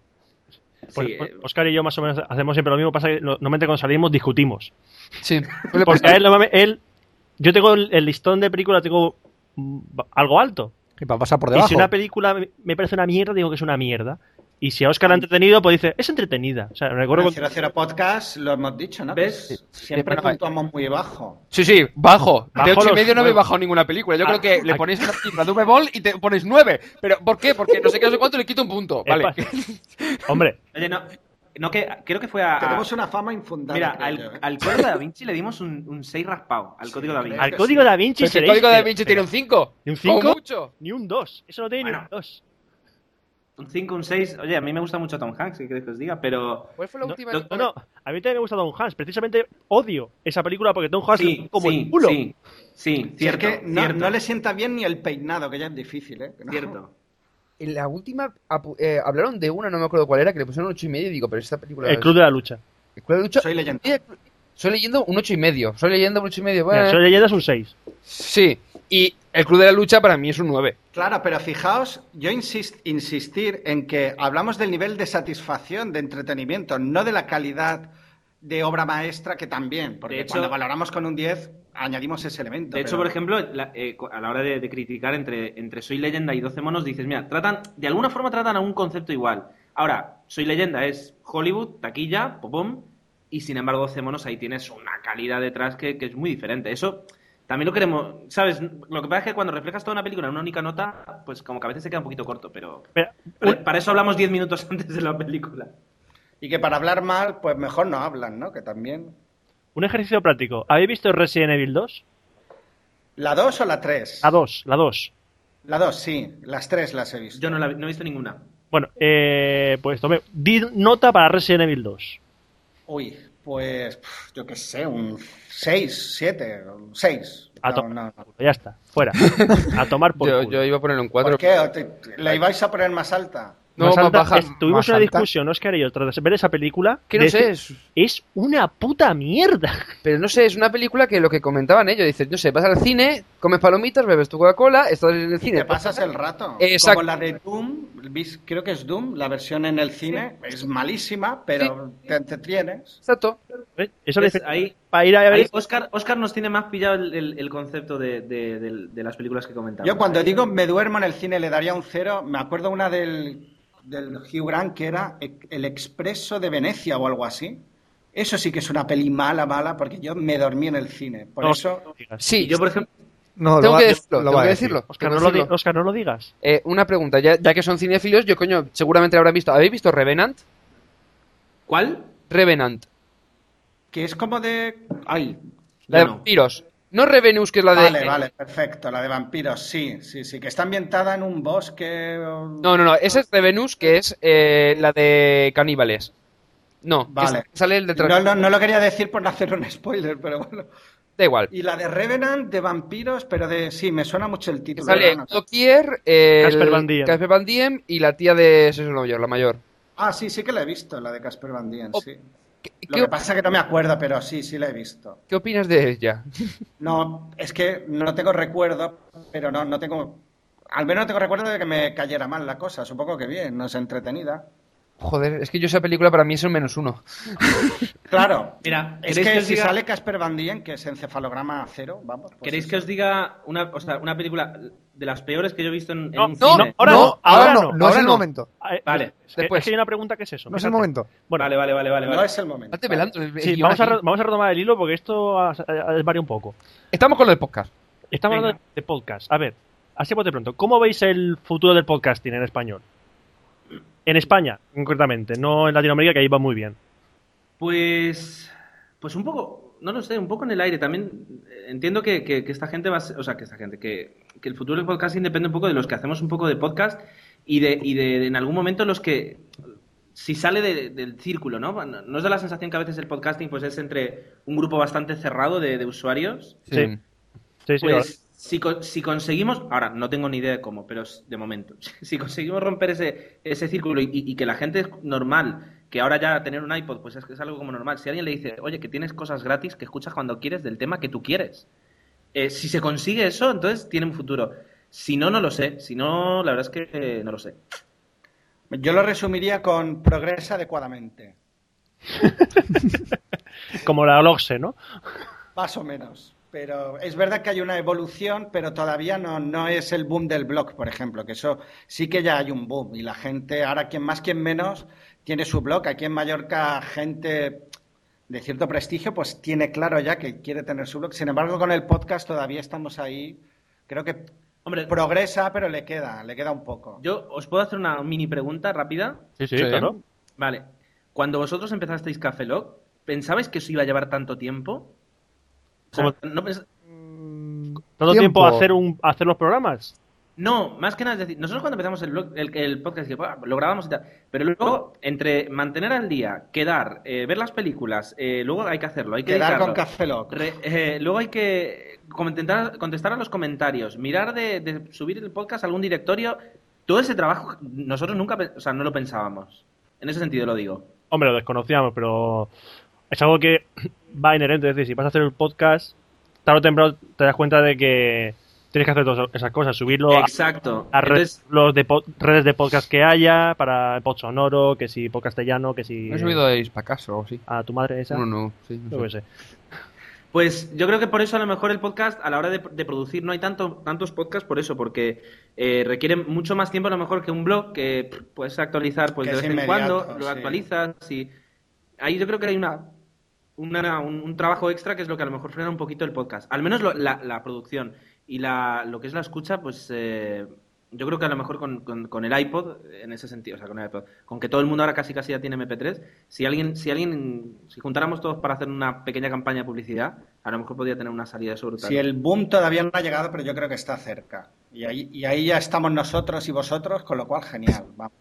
Speaker 2: Pues-
Speaker 5: Sí,
Speaker 2: pues
Speaker 5: eh,
Speaker 2: Oscar y yo más o menos hacemos siempre lo mismo, pasa que no- normalmente cuando salimos discutimos.
Speaker 14: Sí.
Speaker 5: *laughs*
Speaker 2: Porque a él, normalme- él- yo tengo el, el listón de película, tengo mm, ba- algo alto.
Speaker 3: Y para pasar por debajo.
Speaker 2: Y si una película me- me parece una mierda, digo que es una mierda. Y si a Oscar la ha entretenido, pues dice, es entretenida. O sea, recuerdo
Speaker 5: Ah,
Speaker 6: En
Speaker 2: cuando-
Speaker 6: Cero Cero Podcast lo hemos dicho, ¿no?
Speaker 5: ¿Ves?
Speaker 6: Que Siempre
Speaker 14: Sí, bueno,
Speaker 6: puntuamos muy bajo.
Speaker 4: Sí, sí, bajo.
Speaker 2: Bajo
Speaker 4: de 8 y
Speaker 2: los
Speaker 4: medio no me he
Speaker 2: nueve.
Speaker 4: bajado ninguna película. Yo
Speaker 2: Ah,
Speaker 4: creo que le
Speaker 2: aquí.
Speaker 4: ponéis una cifra de V-Ball y te ponéis 9. ¿Pero por qué? Porque no sé qué, no sé cuánto le quito un punto. *laughs*
Speaker 2: Es *laughs*
Speaker 4: Vale.
Speaker 2: pa- Hombre,
Speaker 5: Oye, no, no que, creo que fue a... a-
Speaker 6: Tenemos una fama
Speaker 5: Ah,
Speaker 6: infundada.
Speaker 5: Mira,
Speaker 6: creo yo,
Speaker 5: al,
Speaker 6: ¿eh?
Speaker 5: al código de Da Vinci le dimos un, un 6 raspado. Al código de Da Vinci.
Speaker 6: creo
Speaker 2: al
Speaker 6: que
Speaker 2: código
Speaker 6: sí.
Speaker 2: da Vinci
Speaker 4: Pero si el
Speaker 2: seréis-
Speaker 4: código de Da
Speaker 2: pero-
Speaker 4: Vinci
Speaker 2: pero-
Speaker 4: tiene un 5.
Speaker 2: ¿Y un cinco?
Speaker 4: Como mucho.
Speaker 2: Ni un 2, eso no tiene ni un
Speaker 5: Bueno.
Speaker 2: 2.
Speaker 5: Un 5, un 6. Oye, a mí me gusta mucho Tom Hanks, ¿qué queréis que os diga? Pero.
Speaker 4: ¿Cuál fue la
Speaker 2: No,
Speaker 4: última?
Speaker 2: no, no, a mí también me gusta Don Hans. Precisamente odio esa película porque Don Hans
Speaker 5: Sí,
Speaker 2: es como
Speaker 5: sí,
Speaker 2: el culo.
Speaker 5: sí. Sí,
Speaker 6: Si
Speaker 5: cierto.
Speaker 6: es que no,
Speaker 5: cierto,
Speaker 6: no le sienta bien ni el peinado, que ya es difícil, ¿eh? Que no-
Speaker 5: cierto.
Speaker 4: En la última apu- eh, hablaron de una, no me acuerdo cuál era, que le pusieron un 8 y medio y digo, pero esta película...
Speaker 2: El Club de la Lucha.
Speaker 4: El Club de Lucha-
Speaker 6: Soy leyenda.
Speaker 4: Eh, Soy leyendo un 8 y medio. Soy leyendo un 8 y medio.
Speaker 2: Mira,
Speaker 4: Bueno,
Speaker 2: Soy leyenda es un 6.
Speaker 4: Sí. Y el Club de la Lucha para mí es un 9.
Speaker 6: Claro, pero fijaos, yo insist- insistir en que hablamos del nivel de satisfacción, de entretenimiento, no de la calidad de obra maestra, que también, porque
Speaker 5: De hecho-
Speaker 6: cuando valoramos con un 10, añadimos ese elemento.
Speaker 5: De hecho,
Speaker 6: pero-
Speaker 5: por ejemplo, la- eh, cu- a la hora de, de criticar entre, entre Soy Leyenda y 12 monos, dices, mira, tratan, de alguna forma tratan a un concepto igual. Ahora, Soy Leyenda es Hollywood, taquilla, popom, y sin embargo, 12 monos ahí tienes una calidad detrás que, que es muy diferente. Eso también lo queremos, ¿sabes? Lo que pasa es que cuando reflejas toda una película en una única nota, pues como que a veces se queda un poquito corto, pero.
Speaker 2: Pero-
Speaker 5: Para, para eso hablamos 10 minutos *laughs* antes de la película.
Speaker 6: Y que para hablar mal, pues mejor no hablan, ¿no? Que también.
Speaker 2: Un ejercicio práctico. ¿Habéis visto Resident Evil 2?
Speaker 6: ¿La 2 o la 3?
Speaker 2: La 2, la 2.
Speaker 6: La 2, sí. Las 3 las he visto.
Speaker 5: Yo no, la, vi- no he visto ninguna.
Speaker 2: Bueno, eh, pues tomé. Di nota para Resident Evil 2.
Speaker 6: Uy, pues pf, yo qué sé, un 6, 7, 6.
Speaker 2: A
Speaker 6: No,
Speaker 2: tomar
Speaker 6: no, no.
Speaker 2: Pues Ya está, fuera. A tomar por
Speaker 4: Yo,
Speaker 2: culo.
Speaker 4: yo iba a poner un
Speaker 6: ¿Por
Speaker 4: 4.
Speaker 6: qué? ¿O te- ¿La ibais a poner más alta?
Speaker 4: No,
Speaker 2: Más
Speaker 4: más
Speaker 2: alta-
Speaker 4: baja.
Speaker 2: es- tuvimos
Speaker 3: más
Speaker 2: una
Speaker 3: alta.
Speaker 2: discusión, Oscar y yo, tras ver esa película.
Speaker 4: Que no
Speaker 2: de
Speaker 4: sé,
Speaker 2: decir,
Speaker 4: es-
Speaker 2: Es una puta mierda.
Speaker 4: pero no sé, es una película que lo que comentaban ellos, dices, no sé, vas al cine, comes palomitas, bebes tu Coca-Cola, estás en el cine. pues,
Speaker 6: Te pasas el rato.
Speaker 4: Exacto.
Speaker 6: Como la de Doom, ¿vis- creo que es Doom, la versión en el cine, es malísima, pero te entretienes.
Speaker 4: Exacto.
Speaker 2: ¿Ves? Eso le
Speaker 5: Es ahí-
Speaker 2: para ir a ver.
Speaker 5: Ahí, Oscar, Oscar nos tiene más pillado el, el- el concepto de, de- de- de las películas que comentamos.
Speaker 6: Yo cuando digo me duermo en el cine le daría un cero, me acuerdo una del, del Hugh Grant que era E-, El Expreso de Venecia o algo así. Eso sí que es una peli mala, mala, porque yo me dormí en el cine. Por
Speaker 2: No,
Speaker 6: eso
Speaker 4: Sí,
Speaker 5: Y yo, por ejemplo,
Speaker 3: No,
Speaker 4: tengo
Speaker 3: va-
Speaker 4: que
Speaker 3: lo
Speaker 4: decirlo, tengo
Speaker 3: va a
Speaker 4: que
Speaker 3: decir.
Speaker 4: decirlo.
Speaker 2: Oscar,
Speaker 4: tengo
Speaker 2: no
Speaker 4: que
Speaker 2: lo di-
Speaker 4: decirlo.
Speaker 2: Oscar, no lo digas.
Speaker 4: Eh, una pregunta, ya, ya que son cinéfilos, yo coño, seguramente lo habrán visto. ¿Habéis visto Revenant?
Speaker 5: ¿cuál?
Speaker 4: Revenant.
Speaker 6: que es como de... Ay,
Speaker 4: La de
Speaker 5: No.
Speaker 4: vampiros. No Revenus, que es la de...
Speaker 6: vale, vale, perfecto, la de vampiros, sí, sí, sí, que está ambientada en un bosque... o-
Speaker 4: No, no, no, esa es Revenus, que es eh, la de caníbales. No, que
Speaker 6: Vale.
Speaker 4: es- sale el detrás.
Speaker 6: No, no, no lo quería decir por no hacer un spoiler, pero bueno.
Speaker 4: Da igual.
Speaker 6: Y la de Revenant, de vampiros, pero de... Sí, me suena mucho el
Speaker 4: Que
Speaker 6: título.
Speaker 4: sale
Speaker 6: ¿no?
Speaker 4: Dokier, eh,
Speaker 2: Casper
Speaker 4: el-
Speaker 2: Van Diem.
Speaker 4: Casper Van Diem y la tía de Session Mayor, la mayor.
Speaker 6: Ah, sí, sí que la he visto, la de Casper Van Dien, sí. Lo que pasa es que no me acuerdo, pero sí, sí la he visto.
Speaker 1: ¿Qué opinas de ella?
Speaker 6: No, es que no tengo recuerdo, pero no, no tengo... Al menos no tengo recuerdo de que me cayera mal la cosa, supongo que bien, no es entretenida.
Speaker 1: Joder, es que yo esa película para mí es un menos uno.
Speaker 6: Claro,
Speaker 5: Mira,
Speaker 6: es
Speaker 5: ¿queréis
Speaker 6: que,
Speaker 5: que os
Speaker 6: si
Speaker 5: diga-
Speaker 6: sale Casper Van Dien, que es encefalograma cero, vamos. pues
Speaker 5: ¿Queréis
Speaker 6: eso.
Speaker 5: que os diga una, o sea, una película de las peores que yo he visto en, en
Speaker 2: No,
Speaker 5: un
Speaker 2: no,
Speaker 5: cine?
Speaker 2: ahora no, no, ahora no,
Speaker 3: no es el momento.
Speaker 2: Ah, eh,
Speaker 5: Vale,
Speaker 2: es que-
Speaker 5: después.
Speaker 2: es que hay una pregunta que es eso.
Speaker 3: No es el
Speaker 2: fíjate.
Speaker 3: momento.
Speaker 2: Bueno,
Speaker 5: Vale, vale, vale, vale.
Speaker 6: No
Speaker 5: vale.
Speaker 6: es el momento.
Speaker 1: Hazte velando el- el
Speaker 2: sí,
Speaker 1: guion
Speaker 2: vamos a,
Speaker 1: aquí.
Speaker 2: re- vamos a retomar el hilo porque esto ah, ah, varía un poco.
Speaker 1: Estamos con lo del podcast.
Speaker 2: Estamos hablando de podcast. A ver, así por de pronto, ¿cómo veis el futuro del podcasting en español? En España, concretamente, no en Latinoamérica, que ahí va muy bien.
Speaker 5: Pues, pues un poco, no lo sé, un poco en el aire. También eh, entiendo que, que- que esta gente va a ser, o sea, que esta gente, que, que el futuro del podcasting depende un poco de los que hacemos un poco de podcast y de, y de, de en algún momento los que, si sale de- del círculo, ¿no? Bueno, Nos da la sensación que a veces el podcasting pues es entre un grupo bastante cerrado de, de usuarios.
Speaker 2: Sí. Sí, sí,
Speaker 5: Pues si, co- si conseguimos, ahora no tengo ni idea de cómo, pero s- de momento, *laughs* si conseguimos romper ese, ese círculo y, y- y que la gente normal, que ahora ya tener un iPod, pues es que es algo como normal, si alguien le dice, oye, que tienes cosas gratis que escuchas cuando quieres del tema que tú quieres, eh, si se consigue eso, entonces tiene un futuro. Si no, no lo sé. Si no, la verdad es que eh, no lo sé.
Speaker 6: Yo lo resumiría con progresa adecuadamente,
Speaker 2: Como la Logse, ¿no?
Speaker 6: más o menos. Pero es verdad que hay una evolución, pero todavía no, no es el boom del blog, por ejemplo, que eso sí que ya hay un boom. Y la gente, ahora quien más, quien menos, tiene su blog. Aquí en Mallorca, gente de cierto prestigio, pues tiene claro ya que quiere tener su blog. Sin embargo, con el podcast todavía estamos ahí. Creo que
Speaker 5: Hombre,
Speaker 6: progresa, pero le queda, le queda un poco.
Speaker 5: yo os puedo hacer una mini pregunta rápida.
Speaker 2: Sí, sí,
Speaker 1: Sí.
Speaker 2: claro.
Speaker 5: Vale. Cuando vosotros empezasteis Café Lock, ¿pensabais que eso iba a llevar tanto tiempo? O sea, no, pens-
Speaker 3: Oh.
Speaker 2: ¿Tanto tiempo, a hacer, un, a hacer los programas?
Speaker 5: no, más que nada, es decir, nosotros cuando empezamos el, blog- el, el podcast que, "Buah, lo grabamos y tal, pero luego entre mantener al día, quedar, eh, ver las películas, eh, luego hay que hacerlo, hay que
Speaker 6: Quedar con
Speaker 5: editarlo.
Speaker 6: Café Lock.
Speaker 5: Re- eh, luego hay que comentar- contestar a los comentarios, mirar de, de subir el podcast a algún directorio. Todo ese trabajo nosotros nunca, pe- o sea, no lo pensábamos. En ese sentido lo digo.
Speaker 2: Hombre, lo desconocíamos, pero es algo que *clears throat* va inherente. Es decir, si vas a hacer un podcast, tarde o temprano te das cuenta de que tienes que hacer todas esas cosas, subirlo a,
Speaker 5: Exacto.
Speaker 2: a redes,
Speaker 5: Entonces,
Speaker 2: los de po- redes de podcast que haya, para el pod sonoro, que si pod castellano, que si...
Speaker 1: No he subido a Ispacaso, o sí.
Speaker 2: A tu madre esa.
Speaker 1: No, no, sí. no
Speaker 2: Yo
Speaker 1: sé.
Speaker 2: qué sé.
Speaker 5: Pues yo creo que por eso a lo mejor el podcast a la hora de, de producir no hay tanto, tantos podcasts por eso, porque eh, requieren mucho más tiempo a lo mejor que un blog que pff, puedes actualizar pues,
Speaker 6: Que
Speaker 5: de
Speaker 6: es
Speaker 5: vez en
Speaker 6: inmediato,
Speaker 5: cuando, lo
Speaker 6: sí.
Speaker 5: actualizas y ahí yo creo que hay una, una- un, un trabajo extra que es lo que a lo mejor frena un poquito el podcast, al menos lo- la, la producción y la, lo que es la escucha, pues eh, yo creo que a lo mejor con, con- con el iPod, en ese sentido, o sea, con el iPod, con que todo el mundo ahora casi casi ya tiene MP3, si alguien, si alguien, si juntáramos todos para hacer una pequeña campaña de publicidad, a lo mejor podría tener una salida de sobre
Speaker 6: Si el boom todavía no ha llegado, pero yo creo que está cerca. Y ahí, y ahí ya estamos nosotros y vosotros, con lo cual genial. Vamos.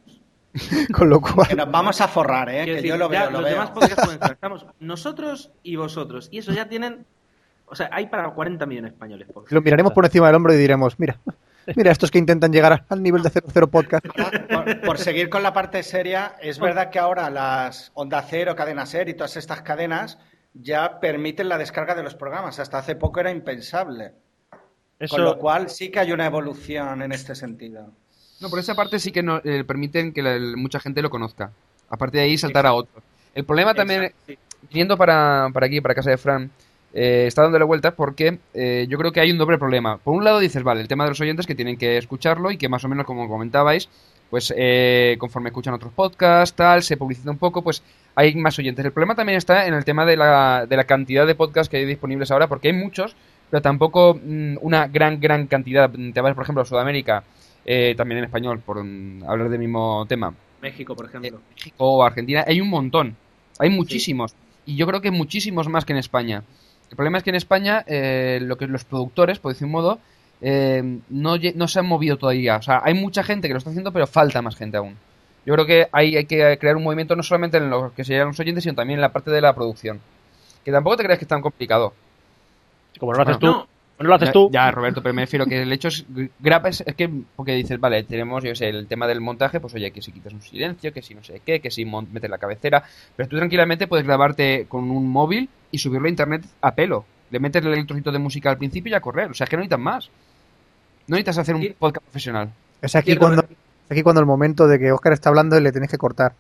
Speaker 3: *laughs* Con lo
Speaker 6: Que
Speaker 3: cual,
Speaker 6: nos vamos a forrar, ¿eh?
Speaker 5: Quiero
Speaker 6: Que
Speaker 5: decir,
Speaker 6: yo lo
Speaker 5: ya
Speaker 6: veo, lo
Speaker 5: los
Speaker 6: veo.
Speaker 5: demás podcasts pueden estar. Estamos nosotros y vosotros. Y eso ya tienen. O sea, hay para 40 millones de españoles. podcasts.
Speaker 3: lo miraremos por encima del hombro y diremos, mira, mira estos que intentan llegar al nivel de 00
Speaker 2: *laughs*
Speaker 3: podcast.
Speaker 6: Ahora, Por, por seguir con la parte seria, es verdad que ahora las Onda Cero, Cadena Ser y todas estas cadenas ya permiten la descarga de los programas. Hasta hace poco era impensable.
Speaker 2: Eso,
Speaker 6: Con lo cual sí que hay una evolución en este sentido.
Speaker 4: No, por esa parte sí que no, eh, permiten que la- el- mucha gente lo conozca. A partir de ahí saltar a otro. El problema también,
Speaker 5: Exacto, sí.
Speaker 4: viniendo para, para aquí, para casa de Fran, eh, está dándole vueltas porque eh, yo creo que hay un doble problema. Por un lado dices, vale, el tema de los oyentes que tienen que escucharlo y que más o menos, como comentabais, pues eh, conforme escuchan otros podcasts, tal, se publicita un poco, pues hay más oyentes. El problema también está en el tema de la, de la cantidad de podcasts que hay disponibles ahora, porque hay muchos, pero tampoco mm, una gran, gran cantidad. Te vas, por ejemplo, a Sudamérica, eh, también en español, por mm, hablar del mismo tema.
Speaker 5: México, por ejemplo.
Speaker 4: México o Argentina, hay un montón. Hay muchísimos. Y yo creo que muchísimos más que en España. El problema es que en España eh, lo que los productores, por decir un modo, eh, no, lle- no se han movido todavía. O sea, hay mucha gente que lo está haciendo, pero falta más gente aún. Yo creo que hay, hay que crear un movimiento no solamente en lo que serían los oyentes, sino también en la parte de la producción. Que tampoco te creas que es tan complicado.
Speaker 2: como no lo haces tú,
Speaker 5: No,
Speaker 2: No lo haces
Speaker 4: ya,
Speaker 2: tú.
Speaker 4: Ya, Roberto, pero me refiero que el hecho es. Grapa es, es que. Porque dices, vale, tenemos, yo sé, el tema del montaje, pues oye, que si quitas un silencio, que si no sé qué, que si mon- metes la cabecera. Pero tú tranquilamente puedes grabarte con un móvil y subirlo a internet a pelo. Le metes el trocito de música al principio y a correr. O sea, es que no necesitas más. No necesitas hacer un podcast profesional.
Speaker 3: Es aquí cuando, es aquí cuando el momento de que Oscar está hablando y le tenéis que cortar.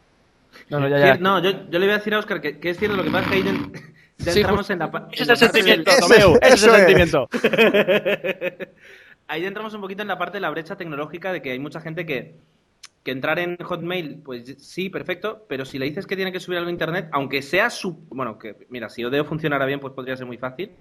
Speaker 4: No, no,
Speaker 5: Cier- no, yo, yo le voy a decir a Oscar que, que es cierto lo que pasa es que ahí ya, en- *laughs* ya
Speaker 2: Sí,
Speaker 5: entramos
Speaker 2: justo.
Speaker 5: en la pa-
Speaker 2: Ese
Speaker 5: en la
Speaker 2: es el
Speaker 5: parte
Speaker 2: sentimiento,
Speaker 5: del-
Speaker 2: Tomeu, ese es el Eso
Speaker 5: *laughs* ahí ya entramos un poquito en la parte de la brecha tecnológica de que hay mucha gente que, que entrar en Hotmail, pues sí, perfecto, pero si le dices que tiene que subir algo a internet, aunque sea su... Bueno, que mira, si Odeo funcionara bien, pues podría ser muy fácil.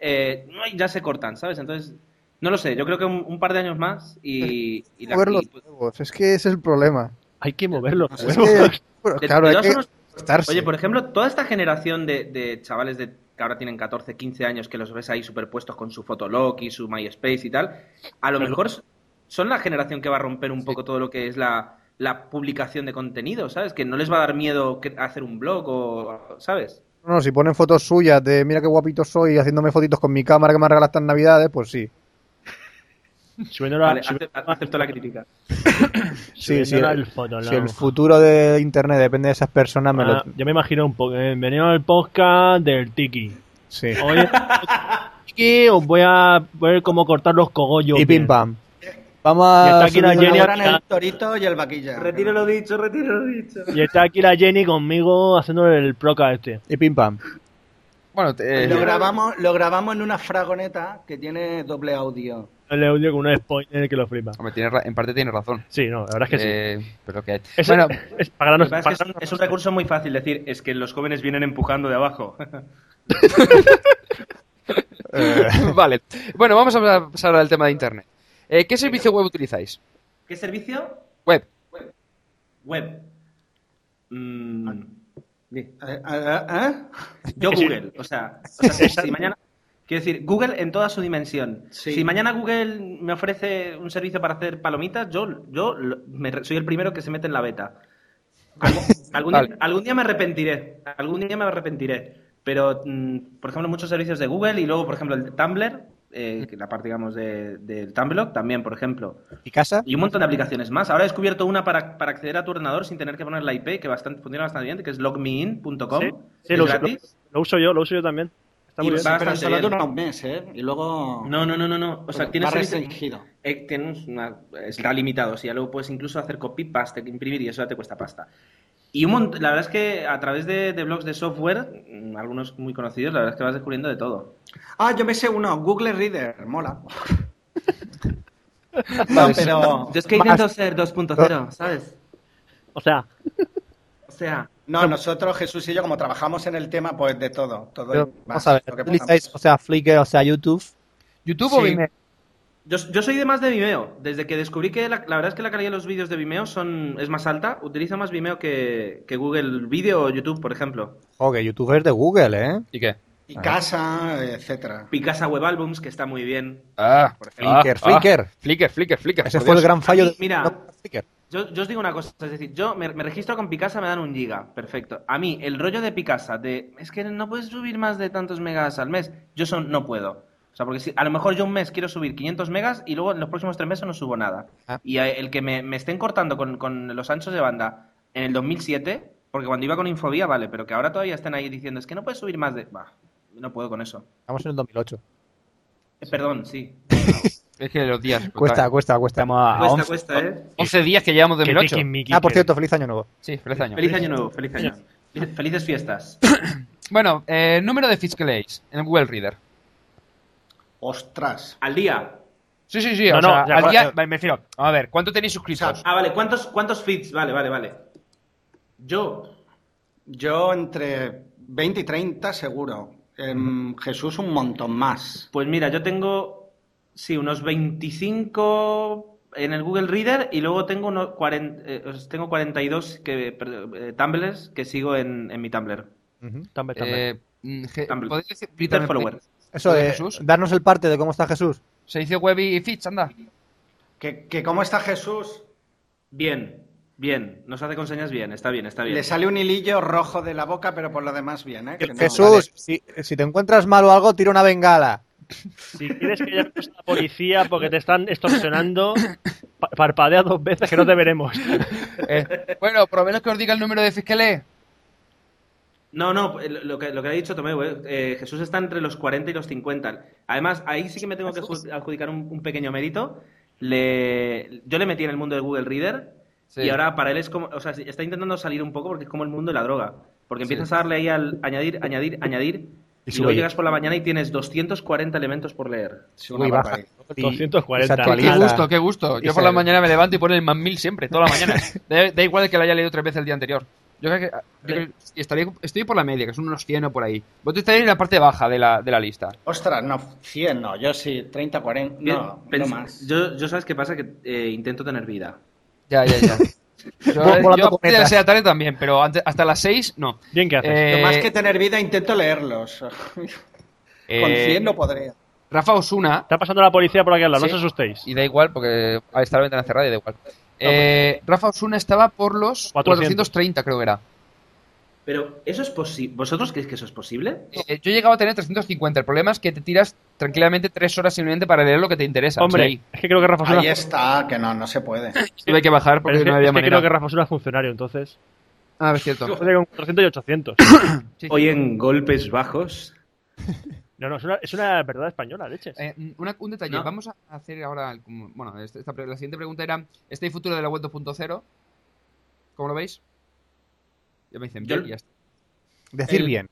Speaker 5: Eh, no, y ya se cortan, ¿sabes? Entonces, no lo sé, yo creo que un, un par de años más y... y pues, la-
Speaker 3: Mover los
Speaker 5: y-
Speaker 3: huevos, es que ese es el problema.
Speaker 2: Hay que moverlo.
Speaker 3: Es que, bueno,
Speaker 5: De-
Speaker 3: Pues claro,
Speaker 5: de
Speaker 3: hay
Speaker 5: todas
Speaker 3: que
Speaker 5: formas,
Speaker 3: *laughs* estarse.
Speaker 5: Oye, por ejemplo, toda esta generación de, de chavales de, que ahora tienen 14, 15 años que los ves ahí superpuestos con su Fotolog y su MySpace y tal, a lo mejor s- son la generación que va a romper un poco todo lo que es la, la publicación de contenido, ¿sabes? Que no les va a dar miedo que- hacer un blog o, ¿sabes?
Speaker 3: No, no, si ponen fotos suyas de mira qué guapito soy haciéndome fotitos con mi cámara que me ha regalado estas navidades, pues sí.
Speaker 2: Subiendo la,
Speaker 5: Vale,
Speaker 2: subiendo-
Speaker 5: ace- acepto la crítica.
Speaker 3: Sí, sí,
Speaker 2: subiendo
Speaker 3: el-
Speaker 2: el fotolog.
Speaker 3: si el futuro de internet depende de esas personas, me
Speaker 2: Ah,
Speaker 3: lo...
Speaker 2: yo me imagino un poco. eh, Venía al podcast del Tiki.
Speaker 3: Sí.
Speaker 2: Oye, Tiki, os voy a ver cómo cortar los cogollos.
Speaker 3: Y pim
Speaker 2: bien.
Speaker 3: pam. Vamos
Speaker 2: Y
Speaker 3: a...
Speaker 2: está aquí la
Speaker 3: subir una-
Speaker 2: Jenny,
Speaker 6: Ahora en el torito y el vaquilla.
Speaker 5: Retiro lo dicho, retiro lo dicho.
Speaker 2: y está aquí la Jenny conmigo haciendo el proca este.
Speaker 3: Y pim pam.
Speaker 4: Bueno, te- eh,
Speaker 6: Lo grabamos, lo grabamos en una fragoneta que tiene doble audio.
Speaker 2: El audio con un spoiler que lo flipa.
Speaker 4: hombre, tiene ra- en parte tienes razón.
Speaker 2: Sí, no, la verdad es que sí.
Speaker 4: Eh, pero que...
Speaker 2: Es- *laughs*
Speaker 4: Bueno,
Speaker 2: es- para
Speaker 5: Lo
Speaker 2: no-
Speaker 5: que pasa es, que es
Speaker 2: para
Speaker 5: un-
Speaker 2: no-
Speaker 5: es un recurso muy fácil decir, es que los jóvenes vienen empujando de abajo.
Speaker 4: eh, *laughs* vale. Bueno, vamos a pasar al tema de internet. Eh, ¿Qué servicio web utilizáis?
Speaker 5: ¿Qué servicio?
Speaker 4: Web.
Speaker 5: Web. Mm, di.
Speaker 6: Eh, eh, eh,
Speaker 5: Yo Google, o sea, o sea, si- si mañana... Quiero decir, Google en toda su dimensión.
Speaker 6: Sí.
Speaker 5: Si mañana Google me ofrece un servicio para hacer palomitas, yo, yo lo- me re- soy el primero que se mete en la beta.
Speaker 2: *laughs*
Speaker 5: Algún, algún
Speaker 4: Vale.
Speaker 5: día, algún día me arrepentiré, algún día me arrepentiré. Pero, mm, por ejemplo, muchos servicios de Google y luego, por ejemplo, el Tumblr, eh, que la parte, digamos, de- del Tumblr también, por ejemplo.
Speaker 3: ¿Y casa?
Speaker 5: Y un montón de aplicaciones más. Ahora he descubierto una para, para acceder a tu ordenador sin tener que poner la IP, que bastante, funciona bastante bien, que es logmein.com.
Speaker 2: Sí, sí,
Speaker 5: es
Speaker 2: lo, lo-
Speaker 5: gratis.
Speaker 2: lo uso yo, lo uso yo también. Está muy
Speaker 5: Y
Speaker 2: bien.
Speaker 5: va-
Speaker 6: pero
Speaker 5: bastante
Speaker 6: solo
Speaker 5: bien.
Speaker 6: dura un mes, ¿eh? Y luego
Speaker 5: No, no, no, no, no. O sea,
Speaker 6: va
Speaker 5: tienes servicio-
Speaker 6: restringido.
Speaker 5: eh, tienes una- está limitado. O sea, luego puedes incluso hacer copy paste, imprimir y eso ya te cuesta pasta. Y un mont- la verdad es que a través de, de blogs de software, mm, algunos muy conocidos, la verdad es que vas descubriendo de todo.
Speaker 6: Ah, yo me sé uno, Google Reader, mola.
Speaker 4: Vale,
Speaker 6: no, pero...
Speaker 5: Yo es que intento ser 2.0, ¿sabes?
Speaker 2: O sea,
Speaker 5: O sea,
Speaker 6: No, nosotros, Jesús y yo, como trabajamos en el tema, pues de todo. todo
Speaker 3: Pero,
Speaker 6: y más,
Speaker 3: vamos a ver,
Speaker 6: lo que
Speaker 3: utilizáis, o sea, Flickr, o sea, YouTube.
Speaker 4: ¿YouTube o
Speaker 3: Sí.
Speaker 4: Vimeo?
Speaker 5: yo, yo soy de más de Vimeo. Desde que descubrí que la, la verdad es que la calidad de los vídeos de Vimeo son es más alta, utilizo más Vimeo que, que Google Video o YouTube, por ejemplo.
Speaker 3: Ojo, Oh, que YouTube es de Google,
Speaker 2: Ah,
Speaker 3: ¿eh?
Speaker 4: ¿Y qué?
Speaker 6: Y casa, etcétera.
Speaker 5: Picasa Web Albums, que está muy bien.
Speaker 4: Ah,
Speaker 3: Flickr, Flickr.
Speaker 4: Flickr, Flickr, Flickr.
Speaker 3: Ese
Speaker 4: por
Speaker 3: fue el
Speaker 4: Dios.
Speaker 3: gran fallo de
Speaker 5: Mira.
Speaker 3: no, Flickr.
Speaker 5: Yo, yo os digo una cosa, es decir, yo me, me registro con Picasa, me dan un giga, perfecto. A mí, el rollo de Picasa, de es que no puedes subir más de tantos megas al mes, yo eso no puedo. O sea, porque si, a lo mejor yo un mes quiero subir 500 megas y luego en los próximos tres meses no subo nada.
Speaker 3: Ah.
Speaker 5: Y eh, el que me, me estén cortando con, con los anchos de banda en el 2007, porque cuando iba con Infobía, vale, pero que ahora todavía estén ahí diciendo es que no puedes subir más de... Bah, no puedo con eso.
Speaker 3: Estamos en el 2008.
Speaker 5: Eh, perdón, sí.
Speaker 4: Es que los días.
Speaker 3: Cuesta, cuesta, cuesta.
Speaker 5: Cuesta, cuesta, ¿eh?
Speaker 4: 11 días que llevamos de
Speaker 2: que
Speaker 4: 2008.
Speaker 2: tiquismiqui
Speaker 3: Ah, por
Speaker 2: que-
Speaker 3: cierto, feliz año nuevo.
Speaker 4: Sí, feliz año.
Speaker 5: Feliz año nuevo, feliz año. Fel- Felices fiestas.
Speaker 4: Bueno, eh, número de feeds que leéis en Google Reader.
Speaker 6: Ostras.
Speaker 5: Al día,
Speaker 4: Sí, sí, sí.
Speaker 2: No,
Speaker 4: o
Speaker 2: no,
Speaker 4: sea,
Speaker 2: ya,
Speaker 4: al
Speaker 2: va-
Speaker 4: día, vale, eh, me refiero. A ver, ¿cuánto tenéis suscritos?
Speaker 5: Ah, vale, ¿cuántos, cuántos feeds? Vale, vale, vale. Yo,
Speaker 6: Yo entre 20 y 30 seguro. Em, Jesús un montón más.
Speaker 5: pues mira, yo tengo, sí, unos 25 en el Google Reader y luego tengo unos 40, eh, os- tengo 42 que, per- eh, tumblers que sigo en, en mi Tumblr.
Speaker 3: Ujú.
Speaker 2: Tumblr, Tumblr.
Speaker 4: Eh, mm, je-
Speaker 5: Tumblr.
Speaker 4: ¿Podéis decir
Speaker 5: Twitter
Speaker 4: Twitter
Speaker 5: followers.
Speaker 3: Eso
Speaker 4: ¿De
Speaker 3: de
Speaker 4: Jesús?
Speaker 3: darnos el parte de cómo está Jesús.
Speaker 4: Se dice web y feeds, anda.
Speaker 6: ¿Que, que cómo está Jesús?
Speaker 5: Bien, bien. Nos hace con señas bien, está bien, está bien.
Speaker 6: Le sale un hilillo rojo de la boca, pero por lo demás bien, ¿eh? Que no-
Speaker 3: Jesús, si, si te encuentras mal o algo, tira una bengala.
Speaker 2: Si quieres que llames a la policía porque te están extorsionando, pa- parpadea dos veces que no te veremos.
Speaker 4: Eh, *laughs* bueno, por lo menos que os diga el número de veces que lee.
Speaker 5: No, no, eh, lo lo que, lo que ha dicho Tomeu, eh, eh, Jesús está entre los 40 y los 50. Además, ahí sí que me tengo que ju- adjudicar un, un pequeño mérito. Le, yo le metí en el mundo de Google Reader
Speaker 4: Sí.
Speaker 5: y ahora para él es como, o sea, está intentando salir un poco porque es como el mundo de la droga. Porque
Speaker 4: Sí.
Speaker 5: empiezas a darle ahí al añadir, añadir, añadir y,
Speaker 4: sube
Speaker 5: luego
Speaker 4: ahí.
Speaker 5: llegas por la mañana y tienes 240 elementos por leer.
Speaker 4: una Uy, baja. barbaridad. Y- 240.
Speaker 5: Qué
Speaker 4: Qué gusto, qué gusto.
Speaker 5: Y
Speaker 4: Yo por
Speaker 5: se-
Speaker 4: la mañana me levanto y pone el más mil siempre, toda la mañana. da, da igual que la haya leído tres veces el día anterior. Yo creo que, yo creo que estaría- estoy por la media, que son unos 100 o por ahí. Vos te estaréis en la parte baja de la, de la lista.
Speaker 6: Ostras, no, 100 no, yo sí, 30, 40,
Speaker 5: Bien,
Speaker 6: no, no
Speaker 5: pens-
Speaker 6: más.
Speaker 5: Yo, yo sabes qué pasa, que eh, intento tener vida.
Speaker 4: Ya, ya, ya. Yo,
Speaker 5: Vol- volando
Speaker 4: yo a partir de
Speaker 5: cometas.
Speaker 4: las 6 de la tarde también, pero antes- hasta las 6 no. Eh,
Speaker 2: Bien que
Speaker 6: Lo más que tener vida intento leerlos. Con 100 no podría.
Speaker 4: eh, Rafa Osuna.
Speaker 2: Está pasando la policía por aquí al lado, no os asustéis.
Speaker 4: Y da igual, porque al estar la ventana cerrada, y da igual. Eh, Rafa Osuna estaba por los
Speaker 5: 400.
Speaker 4: 430, creo que era.
Speaker 5: Pero, ¿eso es posible? ¿Vosotros creéis que eso es posible?
Speaker 4: Eh, yo llegaba a tener 350. El problema es que te tiras tranquilamente 3 horas simplemente para leer lo que te interesa.
Speaker 2: Hombre,
Speaker 4: O sea, ahí
Speaker 2: es que creo que Rafa Osuna-
Speaker 6: Ahí está, que no, no se puede.
Speaker 4: tuve que bajar
Speaker 2: Pero
Speaker 4: porque
Speaker 2: es que,
Speaker 4: no había
Speaker 2: es que
Speaker 4: manera.
Speaker 2: creo que Rafa Osuna es funcionario, entonces.
Speaker 4: Ah, es cierto.
Speaker 2: Entonces, con 400 y 800.
Speaker 5: Hoy en Golpes Bajos.
Speaker 2: No, no, es una, es una verdad española, leches.
Speaker 4: Eh. Una- un detalle,
Speaker 2: No.
Speaker 4: vamos a hacer ahora. el- como- Bueno, esta- esta pre- la siguiente pregunta era: ¿Este y futuro de la web 2.0? ¿Cómo lo veis? Ya me dicen,
Speaker 6: Yo-
Speaker 4: bien, y ya está.
Speaker 3: Decir
Speaker 4: El-
Speaker 3: bien.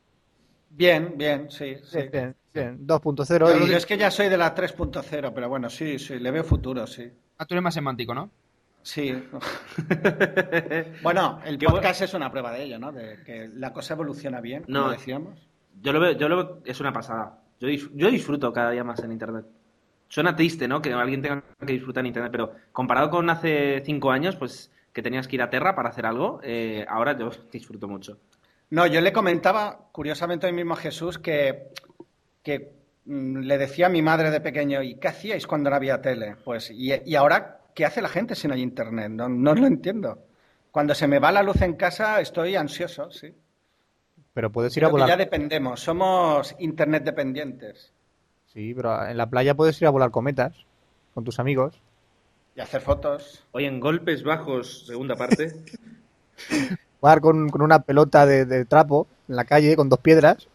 Speaker 6: Bien, bien, sí. sí.
Speaker 3: Bien, bien, bien.
Speaker 6: Yo,
Speaker 3: 2.0 y...
Speaker 6: yo es que ya soy de la 3.0, pero bueno, sí, sí, le veo futuro, sí.
Speaker 4: Ah, tú eres más semántico, ¿no?
Speaker 6: Sí. *laughs* bueno, el podcast es una prueba de ello, ¿no? De que la cosa evoluciona bien, como
Speaker 5: No.
Speaker 6: decíamos.
Speaker 5: Yo lo veo, yo lo veo- es una pasada. Yo, dis- yo disfruto cada día más en Internet. Suena triste, ¿no? Que alguien tenga que disfrutar en Internet, pero comparado con hace cinco años, pues que tenías que ir a Terra para hacer algo, eh, ahora yo disfruto mucho.
Speaker 6: No, yo le comentaba, curiosamente hoy mismo a Jesús, que, que mm, le decía a mi madre de pequeño, ¿y qué hacíais cuando no había tele? Pues, y, y ahora, ¿qué hace la gente si no hay internet? No, no lo entiendo. Cuando se me va la luz en casa, estoy ansioso, sí.
Speaker 3: Pero puedes ir a
Speaker 6: Creo que ya
Speaker 3: volar.
Speaker 6: dependemos, somos internet dependientes.
Speaker 3: Sí, pero en la playa puedes ir a volar cometas con tus amigos.
Speaker 6: Y hacer fotos.
Speaker 5: Hoy en Golpes Bajos, segunda parte.
Speaker 3: Jugar con, con una pelota de, de trapo en la calle con dos piedras.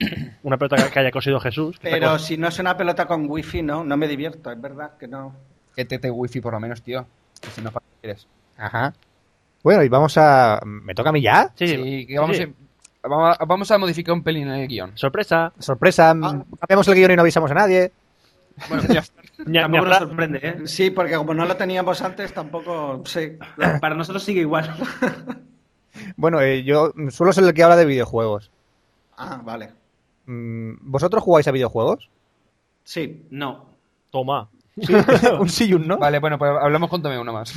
Speaker 2: Una pelota que haya cosido Jesús. que está
Speaker 6: Pero
Speaker 2: cos-
Speaker 6: si no es una pelota con wifi, no, no me divierto, es verdad que no.
Speaker 4: Que te, te wifi por lo menos, tío. Que Si no, ¿para qué quieres?
Speaker 3: Ajá. Bueno, y vamos a... ¿Me toca a mí ya?
Speaker 4: Sí, que vamos,
Speaker 3: sí.
Speaker 4: A, vamos, a, vamos a modificar un pelín el guión.
Speaker 2: Sorpresa.
Speaker 3: Sorpresa, cambiamos el guión y no avisamos a nadie.
Speaker 5: Tampoco nos sorprende, ¿eh?
Speaker 6: Sí, porque como no lo teníamos antes, tampoco. Sí.
Speaker 5: Para nosotros sigue igual. *laughs*
Speaker 3: Bueno, eh, yo suelo ser el que habla de videojuegos.
Speaker 6: Ah, vale.
Speaker 3: Mm, ¿Vosotros jugáis a videojuegos?
Speaker 6: Sí.
Speaker 5: No.
Speaker 2: Toma.
Speaker 3: Sí, *laughs* un sí y un no.
Speaker 4: Vale, bueno, pues hablamos con Tomeo uno más.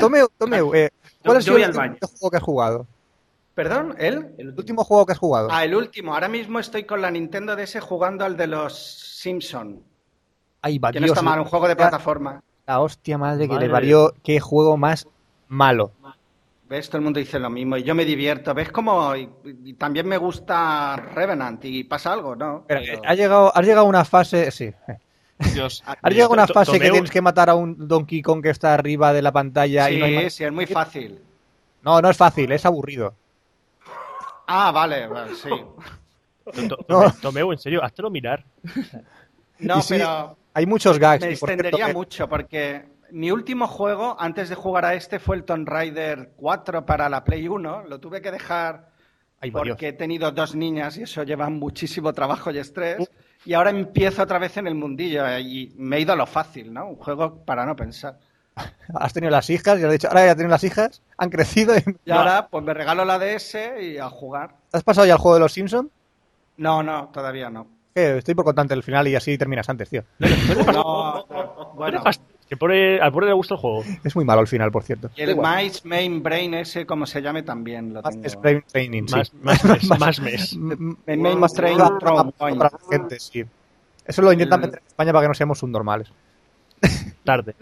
Speaker 3: Tomeu, Tomeu,
Speaker 5: *laughs*
Speaker 3: eh, ¿cuál
Speaker 5: Yo-
Speaker 3: es
Speaker 5: yo
Speaker 3: el
Speaker 5: voy al
Speaker 3: último
Speaker 5: baño.
Speaker 3: juego que has jugado?
Speaker 6: ¿Perdón? ¿Él?
Speaker 3: El último juego que has jugado.
Speaker 6: Ah, el último. Ahora mismo estoy con la Nintendo DS jugando al de los Simpson.
Speaker 3: Ay, va,
Speaker 6: Que no
Speaker 3: Dios,
Speaker 6: está mal, un juego de plataforma.
Speaker 3: La hostia madre que
Speaker 6: Madre.
Speaker 3: le varió. Qué juego más malo.
Speaker 6: ¿Ves? Todo el mundo dice lo mismo y yo me divierto. ¿Ves cómo? Y, y también me gusta Revenant y pasa algo, ¿no?
Speaker 3: Pero, eh, has llegado, has llegado a una fase. Sí.
Speaker 2: *laughs*
Speaker 4: Dios.
Speaker 3: Has llegado a una
Speaker 6: To-
Speaker 3: fase que
Speaker 6: Tomeu-
Speaker 3: tienes que matar a Eh, un Donkey Kong que está arriba de la pantalla y
Speaker 6: sí,
Speaker 3: no hay más-
Speaker 6: sí, es muy fácil.
Speaker 3: No, no es fácil, es aburrido.
Speaker 6: Ah, vale,
Speaker 3: *laughs*
Speaker 6: vale, sí.
Speaker 2: To- to- Tomeu, en serio, háztelo mirar.
Speaker 6: No,
Speaker 3: Y sí,
Speaker 6: pero
Speaker 3: Hay muchos gags.
Speaker 6: me
Speaker 3: y por cierto,
Speaker 6: extendería
Speaker 3: eh,
Speaker 6: mucho porque mi último juego, antes de jugar a este, fue el Tomb Raider 4 para la Play 1. Lo tuve que dejar
Speaker 3: Ay, va, Dios.
Speaker 6: porque he tenido dos niñas y eso lleva muchísimo trabajo y estrés.
Speaker 3: Uh.
Speaker 6: Y ahora empiezo otra vez en el mundillo eh, y me he ido a lo fácil, ¿no? Un juego para no pensar.
Speaker 3: Has tenido las hijas, ya lo he dicho. Ahora ya tenido las hijas, han crecido. *laughs* y-
Speaker 6: Y ahora pues me regalo la DS y a jugar.
Speaker 3: ¿Te ¿Has pasado ya al juego de los Simpsons?
Speaker 6: No, no, todavía no.
Speaker 3: Eh, estoy por contante el final y así terminas antes, tío.
Speaker 6: No, bueno,
Speaker 2: Que pobre- al pobre le gusta el juego.
Speaker 3: Es muy malo el final, por cierto.
Speaker 6: y el Mice Main Brain ese, como se llame, también lo Ah, tengo.
Speaker 3: Es brain training, sí.
Speaker 2: Más- más mes, más mes.
Speaker 3: M-
Speaker 6: El
Speaker 3: m-
Speaker 6: main
Speaker 3: más
Speaker 6: train
Speaker 3: para-
Speaker 6: from
Speaker 3: para-
Speaker 6: point.
Speaker 3: para la gente, sí. Eso lo intentan
Speaker 6: El-
Speaker 3: meter en España para que no seamos subnormales.
Speaker 2: Tarde.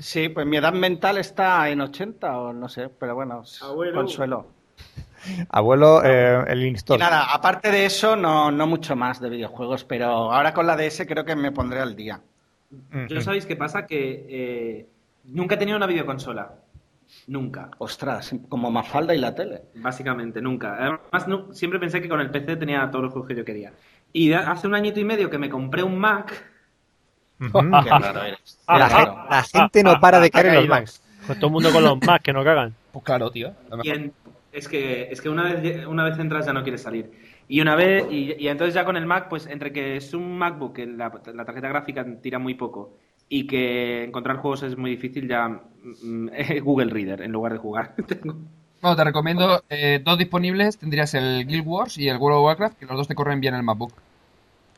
Speaker 6: Sí, pues mi edad mental está en 80 o no sé, pero bueno, es consuelo.
Speaker 3: Abuelo, eh, el Instore.
Speaker 6: Y nada, aparte de eso, no, no mucho más de videojuegos, pero ahora con la DS creo que me pondré al día.
Speaker 3: Mm,
Speaker 5: Yo sabéis qué pasa, que eh, nunca he tenido una videoconsola. Nunca.
Speaker 6: Ostras, como Mafalda y la tele.
Speaker 5: Básicamente, nunca. Además, nu- siempre pensé que con el PC tenía todos los juegos que yo quería. Y de- hace un añito y medio que me compré un Mac.
Speaker 3: mm. Ujú.
Speaker 5: Qué raro eres.
Speaker 3: La,
Speaker 5: Qué raro.
Speaker 3: gen- la gente
Speaker 5: Ah,
Speaker 3: no para de caer en los
Speaker 5: Caído.
Speaker 3: Macs.
Speaker 12: Con todo el mundo con los Macs que no cagan.
Speaker 4: Pues claro, tío.
Speaker 5: Y en- es que, es que una, vez, una vez entras ya no quieres salir. Y una vez y, y entonces ya con el Mac, pues entre que es un MacBook, que la, la tarjeta gráfica tira muy poco, y que encontrar juegos es muy difícil, ya mm, *laughs* Google Reader en lugar de jugar. Tengo-
Speaker 4: Bueno, te recomiendo eh, dos disponibles. Tendrías el Guild Wars y el World of Warcraft, que los dos te corren bien en el MacBook.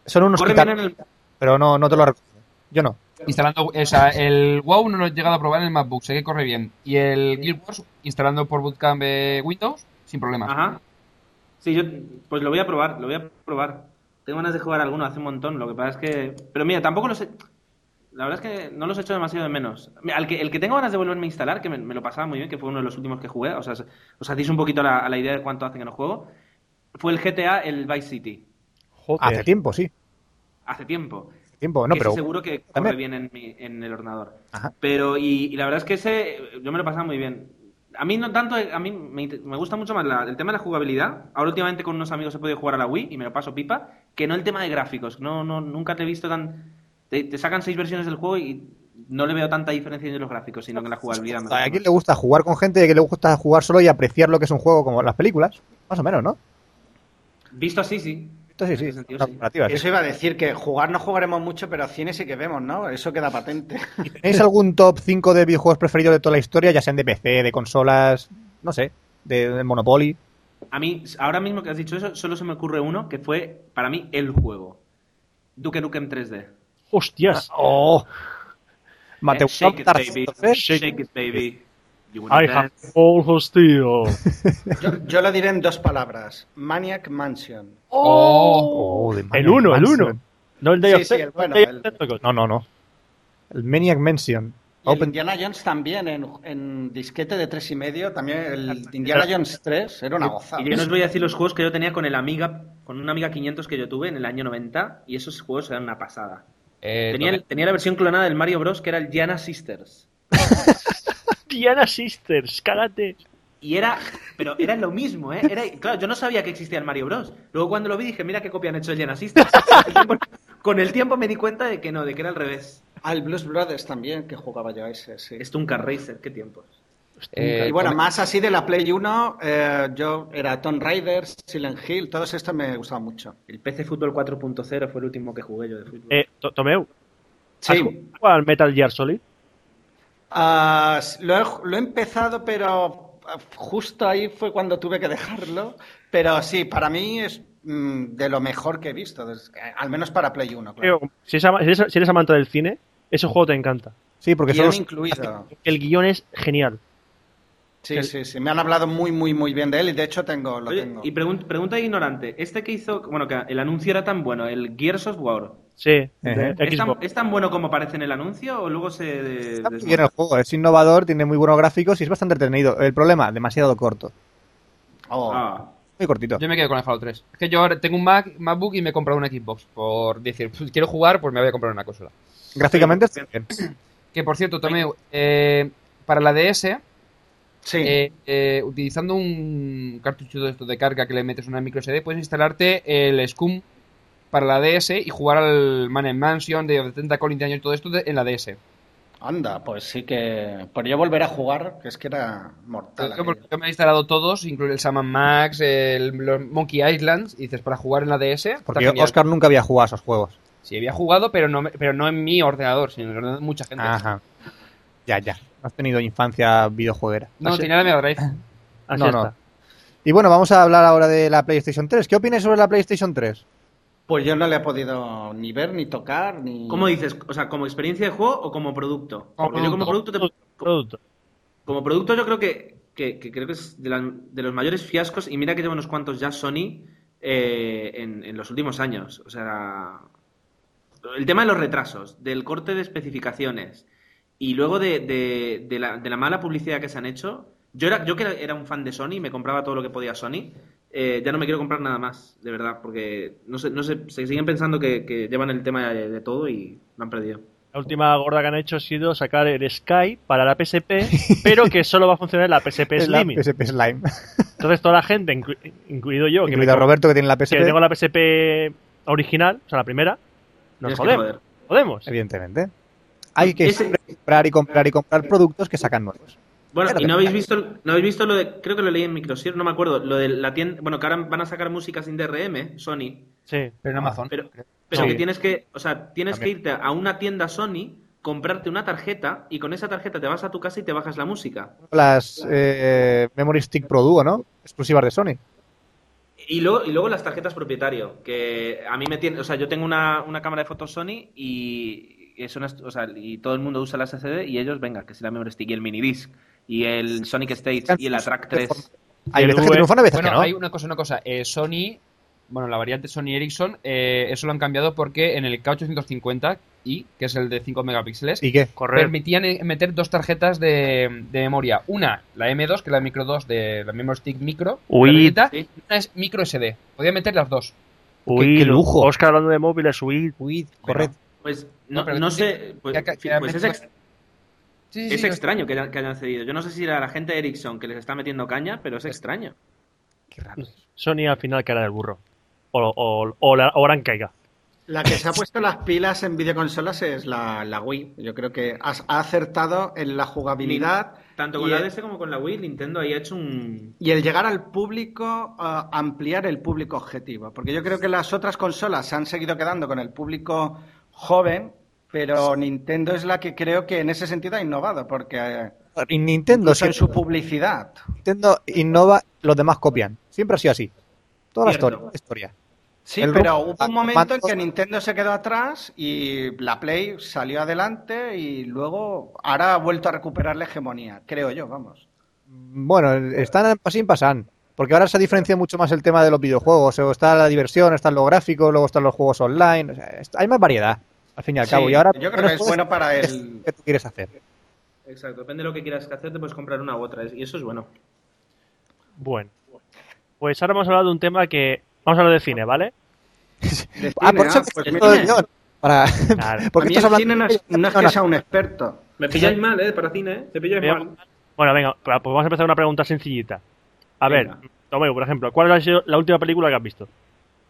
Speaker 3: Son unos
Speaker 4: Corre
Speaker 3: quitar-
Speaker 4: bien en el-
Speaker 3: Pero no, no te lo recomiendo. Yo no.
Speaker 4: Instalando, o sea, el WoW no lo he llegado a probar en el MacBook, sé que corre bien. Y el Guild Wars instalando por Bootcamp eh, Windows, sin problema.
Speaker 5: Ajá. Sí, yo pues lo voy a probar, lo voy a probar. Tengo ganas de jugar alguno hace un montón, lo que pasa es que... Pero mira, tampoco los he... La verdad es que no los he hecho demasiado de menos. Mira, al que- el que tengo ganas de volverme a instalar, que me, me lo pasaba muy bien, que fue uno de los últimos que jugué, o sea, se- os hacéis un poquito la, a la idea de cuánto hacen que no juego, fue el GTA, el Vice City,
Speaker 3: Hace tiempo, sí.
Speaker 5: hace tiempo.
Speaker 3: Hace tiempo, no,
Speaker 5: que
Speaker 3: pero.
Speaker 5: sí, seguro que corre
Speaker 3: también.
Speaker 5: bien en, mi- en el ordenador.
Speaker 3: Ajá.
Speaker 5: Pero, y, y la verdad es que ese, eh, yo me lo pasaba muy bien. A mí no tanto, eh, a mí me, inte- me gusta mucho más la- el tema de la jugabilidad. Ahora últimamente con unos amigos he podido jugar a la Wii y me lo paso pipa, que no el tema de gráficos. No, no, nunca te he visto tan... Te, te sacan seis versiones del juego y no le veo tanta diferencia entre los gráficos, sino que la jugabilidad. me gusta
Speaker 3: ¿A quién
Speaker 5: más.
Speaker 3: le gusta jugar con gente y a quién le gusta jugar solo y apreciar lo que es un juego como las películas? Más o menos, ¿no?
Speaker 5: Visto así, sí.
Speaker 3: Esto sí, sí.
Speaker 5: En ese sentido,
Speaker 3: Una
Speaker 5: sí.
Speaker 3: comparativa, sí.
Speaker 6: Eso iba a decir que jugar no jugaremos mucho, pero cine sí que vemos, ¿no? Eso queda *laughs* patente.
Speaker 3: ¿Tenéis algún top 5 de videojuegos preferidos de toda la historia? Ya sean de PC, de consolas, no sé, de, de Monopoly.
Speaker 5: A mí, ahora mismo que has dicho eso, solo se me ocurre uno que fue, para mí, el juego. Duke Nukem 3D.
Speaker 12: ¡Hostias!
Speaker 3: ¡Oh! Mateo,
Speaker 5: Eh, shake it, baby.
Speaker 3: ¿eh?
Speaker 5: Shake it, baby. You wanna
Speaker 12: ¡Ay,
Speaker 5: dance?
Speaker 12: all
Speaker 2: Oh,
Speaker 12: hostío!
Speaker 6: Yo, yo lo diré en dos palabras. Maniac Mansion.
Speaker 3: ¡Oh! de
Speaker 12: El
Speaker 3: Maniac
Speaker 12: 1, el
Speaker 3: Mansion.
Speaker 12: 1. No el Day
Speaker 6: Sí,
Speaker 12: of
Speaker 6: sí,
Speaker 12: Te-
Speaker 6: el bueno,
Speaker 12: Day of
Speaker 6: el-
Speaker 12: Tentacles.
Speaker 3: No, no, no. El Maniac Mansion.
Speaker 6: Y el
Speaker 3: Open-
Speaker 6: Indiana Jones también, en, en disquete de tres y medio, también el Indiana Jones 3 era una gozada.
Speaker 5: Y yo no os voy a decir los juegos que yo tenía con el Amiga, con un Amiga 500 que yo tuve en el año 90, y esos juegos eran una pasada.
Speaker 4: Eh,
Speaker 5: Tenía, el-
Speaker 4: entonces,
Speaker 5: tenía la versión clonada del Mario Bros, que era el Diana Sisters.
Speaker 12: Diana Sisters, cágate.
Speaker 5: Y era, pero era lo mismo, ¿eh? Era, claro, yo no sabía que existía el Mario Bros. Luego cuando lo vi dije, mira qué copia han hecho el Diana Sisters. *laughs* Con el tiempo- con el tiempo me di cuenta de que no, de que era al revés.
Speaker 6: Al Ah, Blues Brothers también, que jugaba yo a ese, sí.
Speaker 5: un Car Racer, qué tiempos.
Speaker 4: eh,
Speaker 6: Y bueno,
Speaker 4: come-
Speaker 6: más así de la Play 1, eh, yo era Tomb Raider, Silent Hill, todos estos me gustaban mucho.
Speaker 5: El PC Fútbol 4.0 fue el último que jugué yo de fútbol.
Speaker 12: Eh, to- Tomeu, ¿has
Speaker 6: Sí,
Speaker 12: jugado al Metal Gear Solid?
Speaker 6: Ah, lo, he, lo he empezado, pero ah, justo ahí fue cuando tuve que dejarlo. Pero sí, para mí es mm, de lo mejor que he visto, des- eh, al menos para Play 1, claro.
Speaker 12: Tío, Si, es ama- si eres, si eres amante del cine, ese juego te encanta.
Speaker 3: Sí, porque son
Speaker 6: Guión
Speaker 3: los-
Speaker 6: incluido.
Speaker 12: El guión es genial.
Speaker 6: Sí, sí, sí. Me han hablado muy, muy, muy bien de él y de hecho tengo, lo
Speaker 5: Oye,
Speaker 6: tengo.
Speaker 5: y pregun- pregunta ignorante, este que hizo, bueno, que el anuncio era tan bueno, el Gears of War,
Speaker 12: Sí, de
Speaker 3: Ejé.
Speaker 5: ¿es tan,
Speaker 12: Xbox.
Speaker 5: es tan bueno como aparece en el anuncio o luego se... de-
Speaker 3: Está muy
Speaker 5: desmonta?
Speaker 3: bien el juego, es innovador, tiene muy buenos gráficos y es bastante entretenido. El problema, demasiado corto.
Speaker 6: Oh.
Speaker 5: Ah,
Speaker 3: Muy cortito.
Speaker 4: yo me quedo con el Fallout 3. Es que yo ahora tengo un Mac, MacBook y me he comprado una Xbox. Por decir, *laughs* pues, quiero jugar, pues me voy a comprar una consola.
Speaker 3: Gráficamente está bien.
Speaker 4: Que por cierto, Tomeu, eh, para la DS,
Speaker 6: Sí.
Speaker 4: eh, eh, utilizando un cartucho de, estos de carga que le metes una micro SD, puedes instalarte el Scum para la DS y jugar al Man in Mansion de 70 Colin años y todo esto de- en la DS.
Speaker 6: Anda, pues sí que. Por yo volver a jugar, que es que era mortal.
Speaker 4: Yo, porque
Speaker 6: aquello.
Speaker 4: yo me he instalado todos, incluido el Saman Max, el los Monkey Islands, y dices, para jugar en la DS. está
Speaker 3: Porque
Speaker 4: genial.
Speaker 3: Oscar nunca había jugado a esos juegos.
Speaker 4: Sí, había jugado, pero no, me- pero no en mi ordenador, sino en el ordenador de mucha gente.
Speaker 3: Ajá. Ya, ya. No has tenido infancia videojueguera.
Speaker 4: No,
Speaker 3: Así-
Speaker 4: tenía la Mega Drive.
Speaker 12: Así
Speaker 3: no,
Speaker 12: está.
Speaker 3: no. Y bueno, vamos a hablar ahora de la PlayStation 3. ¿Qué opinas sobre la PlayStation 3?
Speaker 6: Pues yo no le he podido ni ver, ni tocar, ni.
Speaker 5: ¿Cómo dices? O sea, ¿como experiencia de juego o como producto?
Speaker 4: Como
Speaker 5: Porque yo como producto,
Speaker 4: producto.
Speaker 5: te-
Speaker 12: Producto.
Speaker 5: como producto yo creo que, que- que creo que es de, la- de los mayores fiascos y mira que lleva unos cuantos ya Sony eh, en, en los últimos años. O sea, el tema de los retrasos, del corte de especificaciones y luego de, de- de la, de la mala publicidad que se han hecho, Yo, era, yo que era un fan de Sony, me compraba todo lo que podía Sony, eh, ya no me quiero comprar nada más, de verdad, porque no sé, no sé, se siguen pensando que, que llevan el tema de, de todo y lo han perdido.
Speaker 2: La última gorda que han hecho ha sido sacar el Sky para la
Speaker 3: *laughs*
Speaker 2: PSP, pero que solo va a funcionar en la PSP
Speaker 3: Es la
Speaker 2: Slim.
Speaker 3: PSP Slime.
Speaker 2: Entonces toda la gente, inclu- incluido yo, que, me
Speaker 3: Incluido a
Speaker 2: compro-
Speaker 3: Roberto que tiene la PSP.
Speaker 2: que tengo la PSP original, o sea, la primera, nos
Speaker 3: Tienes que
Speaker 2: jodemos.
Speaker 3: joder.
Speaker 2: Jodemos.
Speaker 3: Evidentemente. Hay que siempre comprar y comprar y comprar productos que sacan nuevos.
Speaker 5: Bueno,
Speaker 3: Claro
Speaker 5: y
Speaker 3: que
Speaker 5: no
Speaker 3: sí.
Speaker 5: habéis visto, no habéis visto lo de, creo que lo leí en Microsir, no me acuerdo, lo de la tienda, bueno, que ahora van a sacar música sin DRM, Sony,
Speaker 2: Sí.
Speaker 3: Pero en Amazon.
Speaker 5: pero, pero
Speaker 3: Sí.
Speaker 5: que tienes que, o sea, tienes
Speaker 3: También.
Speaker 5: que irte a una tienda Sony, comprarte una tarjeta y con esa tarjeta te vas a tu casa y te bajas la música.
Speaker 3: Las eh, Memory Stick Pro Duo, ¿no? Exclusivas de Sony.
Speaker 5: Y luego, y luego las tarjetas propietario, que a mí me tiene, o sea, yo tengo una, una cámara de fotos Sony y es una, est- o sea, y todo el mundo usa la SCD y ellos, venga, que si la memory stick y el minidisc y el Sonic Stage y el Attract 3.
Speaker 3: Hay veces que triunfan, hay veces
Speaker 4: bueno,
Speaker 3: que no.
Speaker 4: hay una cosa, una cosa. Eh, Sony, bueno, la variante Sony Ericsson, eh, eso lo han cambiado porque en el K850i, que es el de 5 megapíxeles,
Speaker 3: ¿Y qué?
Speaker 2: Correr.
Speaker 4: permitían eh, meter dos tarjetas de, de memoria. Una, la M2, que es la micro 2 de la Memory Stick Micro.
Speaker 2: Uy.
Speaker 4: la pequeñita, y Una es micro SD. Podía meter las dos.
Speaker 2: Huid,
Speaker 3: qué lujo.
Speaker 2: Oscar hablando de móviles, huid.
Speaker 3: Uy, correcto.
Speaker 5: Pues no,
Speaker 4: No, pero
Speaker 5: no
Speaker 4: que-
Speaker 5: sé, pues,
Speaker 4: que- que-
Speaker 5: sí,
Speaker 4: que
Speaker 5: pues es,
Speaker 4: meten-
Speaker 5: ex- es extraño que, hayan- que hayan cedido. Yo no sé si era la gente de Ericsson que les está metiendo caña, pero es extraño.
Speaker 2: Sony al final caerá del burro. O, o, o la o Oran caiga.
Speaker 6: La que se ha puesto las pilas en videoconsolas es la, la Wii. Yo creo que has- ha acertado en la jugabilidad
Speaker 5: Tanto con
Speaker 6: Y
Speaker 5: la
Speaker 6: el-
Speaker 5: DS como con la Wii, Nintendo ahí ha hecho un...
Speaker 6: y el llegar al público, a ampliar el público objetivo. Porque yo creo que las otras consolas se han seguido quedando con el público joven, pero Nintendo es la que creo que en ese sentido ha innovado, porque eh,
Speaker 3: Y Nintendo,
Speaker 6: incluso en
Speaker 3: siempre-
Speaker 6: su publicidad.
Speaker 3: Nintendo innova, los demás copian. Siempre ha sido así. Toda la
Speaker 5: Cierto.
Speaker 3: historia. toda la historia.
Speaker 6: Sí,
Speaker 3: El
Speaker 6: pero
Speaker 3: rojo,
Speaker 6: hubo
Speaker 3: ah,
Speaker 6: un momento en
Speaker 3: mandos.
Speaker 6: que Nintendo se quedó atrás y la Play salió adelante y luego ahora ha vuelto a recuperar la hegemonía, creo yo, vamos.
Speaker 3: Bueno, están pasan pasan. Porque ahora se diferencia mucho más el tema de los videojuegos. O está la diversión, están los gráficos, luego están los juegos online. O sea, est- hay más variedad, al fin y al
Speaker 6: Sí,
Speaker 3: cabo. Y ahora
Speaker 6: yo creo que es bueno para el...
Speaker 3: ¿Qué tú quieres hacer?
Speaker 5: Exacto, depende de lo que quieras hacer, te puedes comprar una u otra, y eso es bueno.
Speaker 2: Bueno. Pues ahora vamos a hablar de un tema que. Vamos a hablar de cine,
Speaker 5: *laughs*
Speaker 2: ¿vale?
Speaker 6: de
Speaker 3: Ah,
Speaker 6: cine,
Speaker 3: por eso
Speaker 6: ah, pues
Speaker 3: que-
Speaker 6: mira,
Speaker 3: John, para-
Speaker 2: Claro.
Speaker 6: a
Speaker 3: *laughs* porque
Speaker 6: mí
Speaker 3: estás
Speaker 6: el
Speaker 3: hablando
Speaker 6: cine no es, no es que sea un experto.
Speaker 5: Me pilláis mal, ¿eh? Para cine, ¿eh? Te pilláis
Speaker 2: Veamos-
Speaker 5: mal.
Speaker 2: Bueno, venga, pues vamos a empezar una pregunta sencillita. A
Speaker 5: Venga.
Speaker 2: ver, Tomeo, por ejemplo, ¿cuál ha sido la última película que has visto?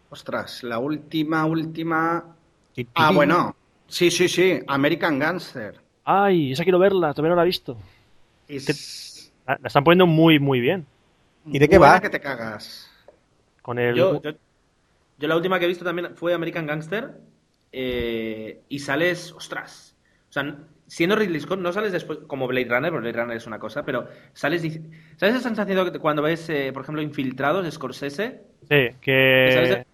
Speaker 6: Ostras, la última, última... Ah, bueno. Sí, sí, sí, American Gangster.
Speaker 2: Ay, esa quiero verla, todavía no la he visto.
Speaker 6: Es
Speaker 2: Ah, La la están poniendo muy, muy bien.
Speaker 3: ¿Y de qué
Speaker 6: buena
Speaker 3: va?
Speaker 6: que te cagas.
Speaker 2: Con el.
Speaker 5: Yo, yo- yo la última que he visto también fue American Gangster eh, y sales, ostras. O sea, siendo Ridley Scott, no sales después como Blade Runner, porque Blade Runner es una cosa, pero sales. dic- ¿Sabes esa sensación que te- cuando ves, eh, por ejemplo, Infiltrados, de Scorsese?
Speaker 2: Sí,
Speaker 5: ¿Sabes de-
Speaker 2: que.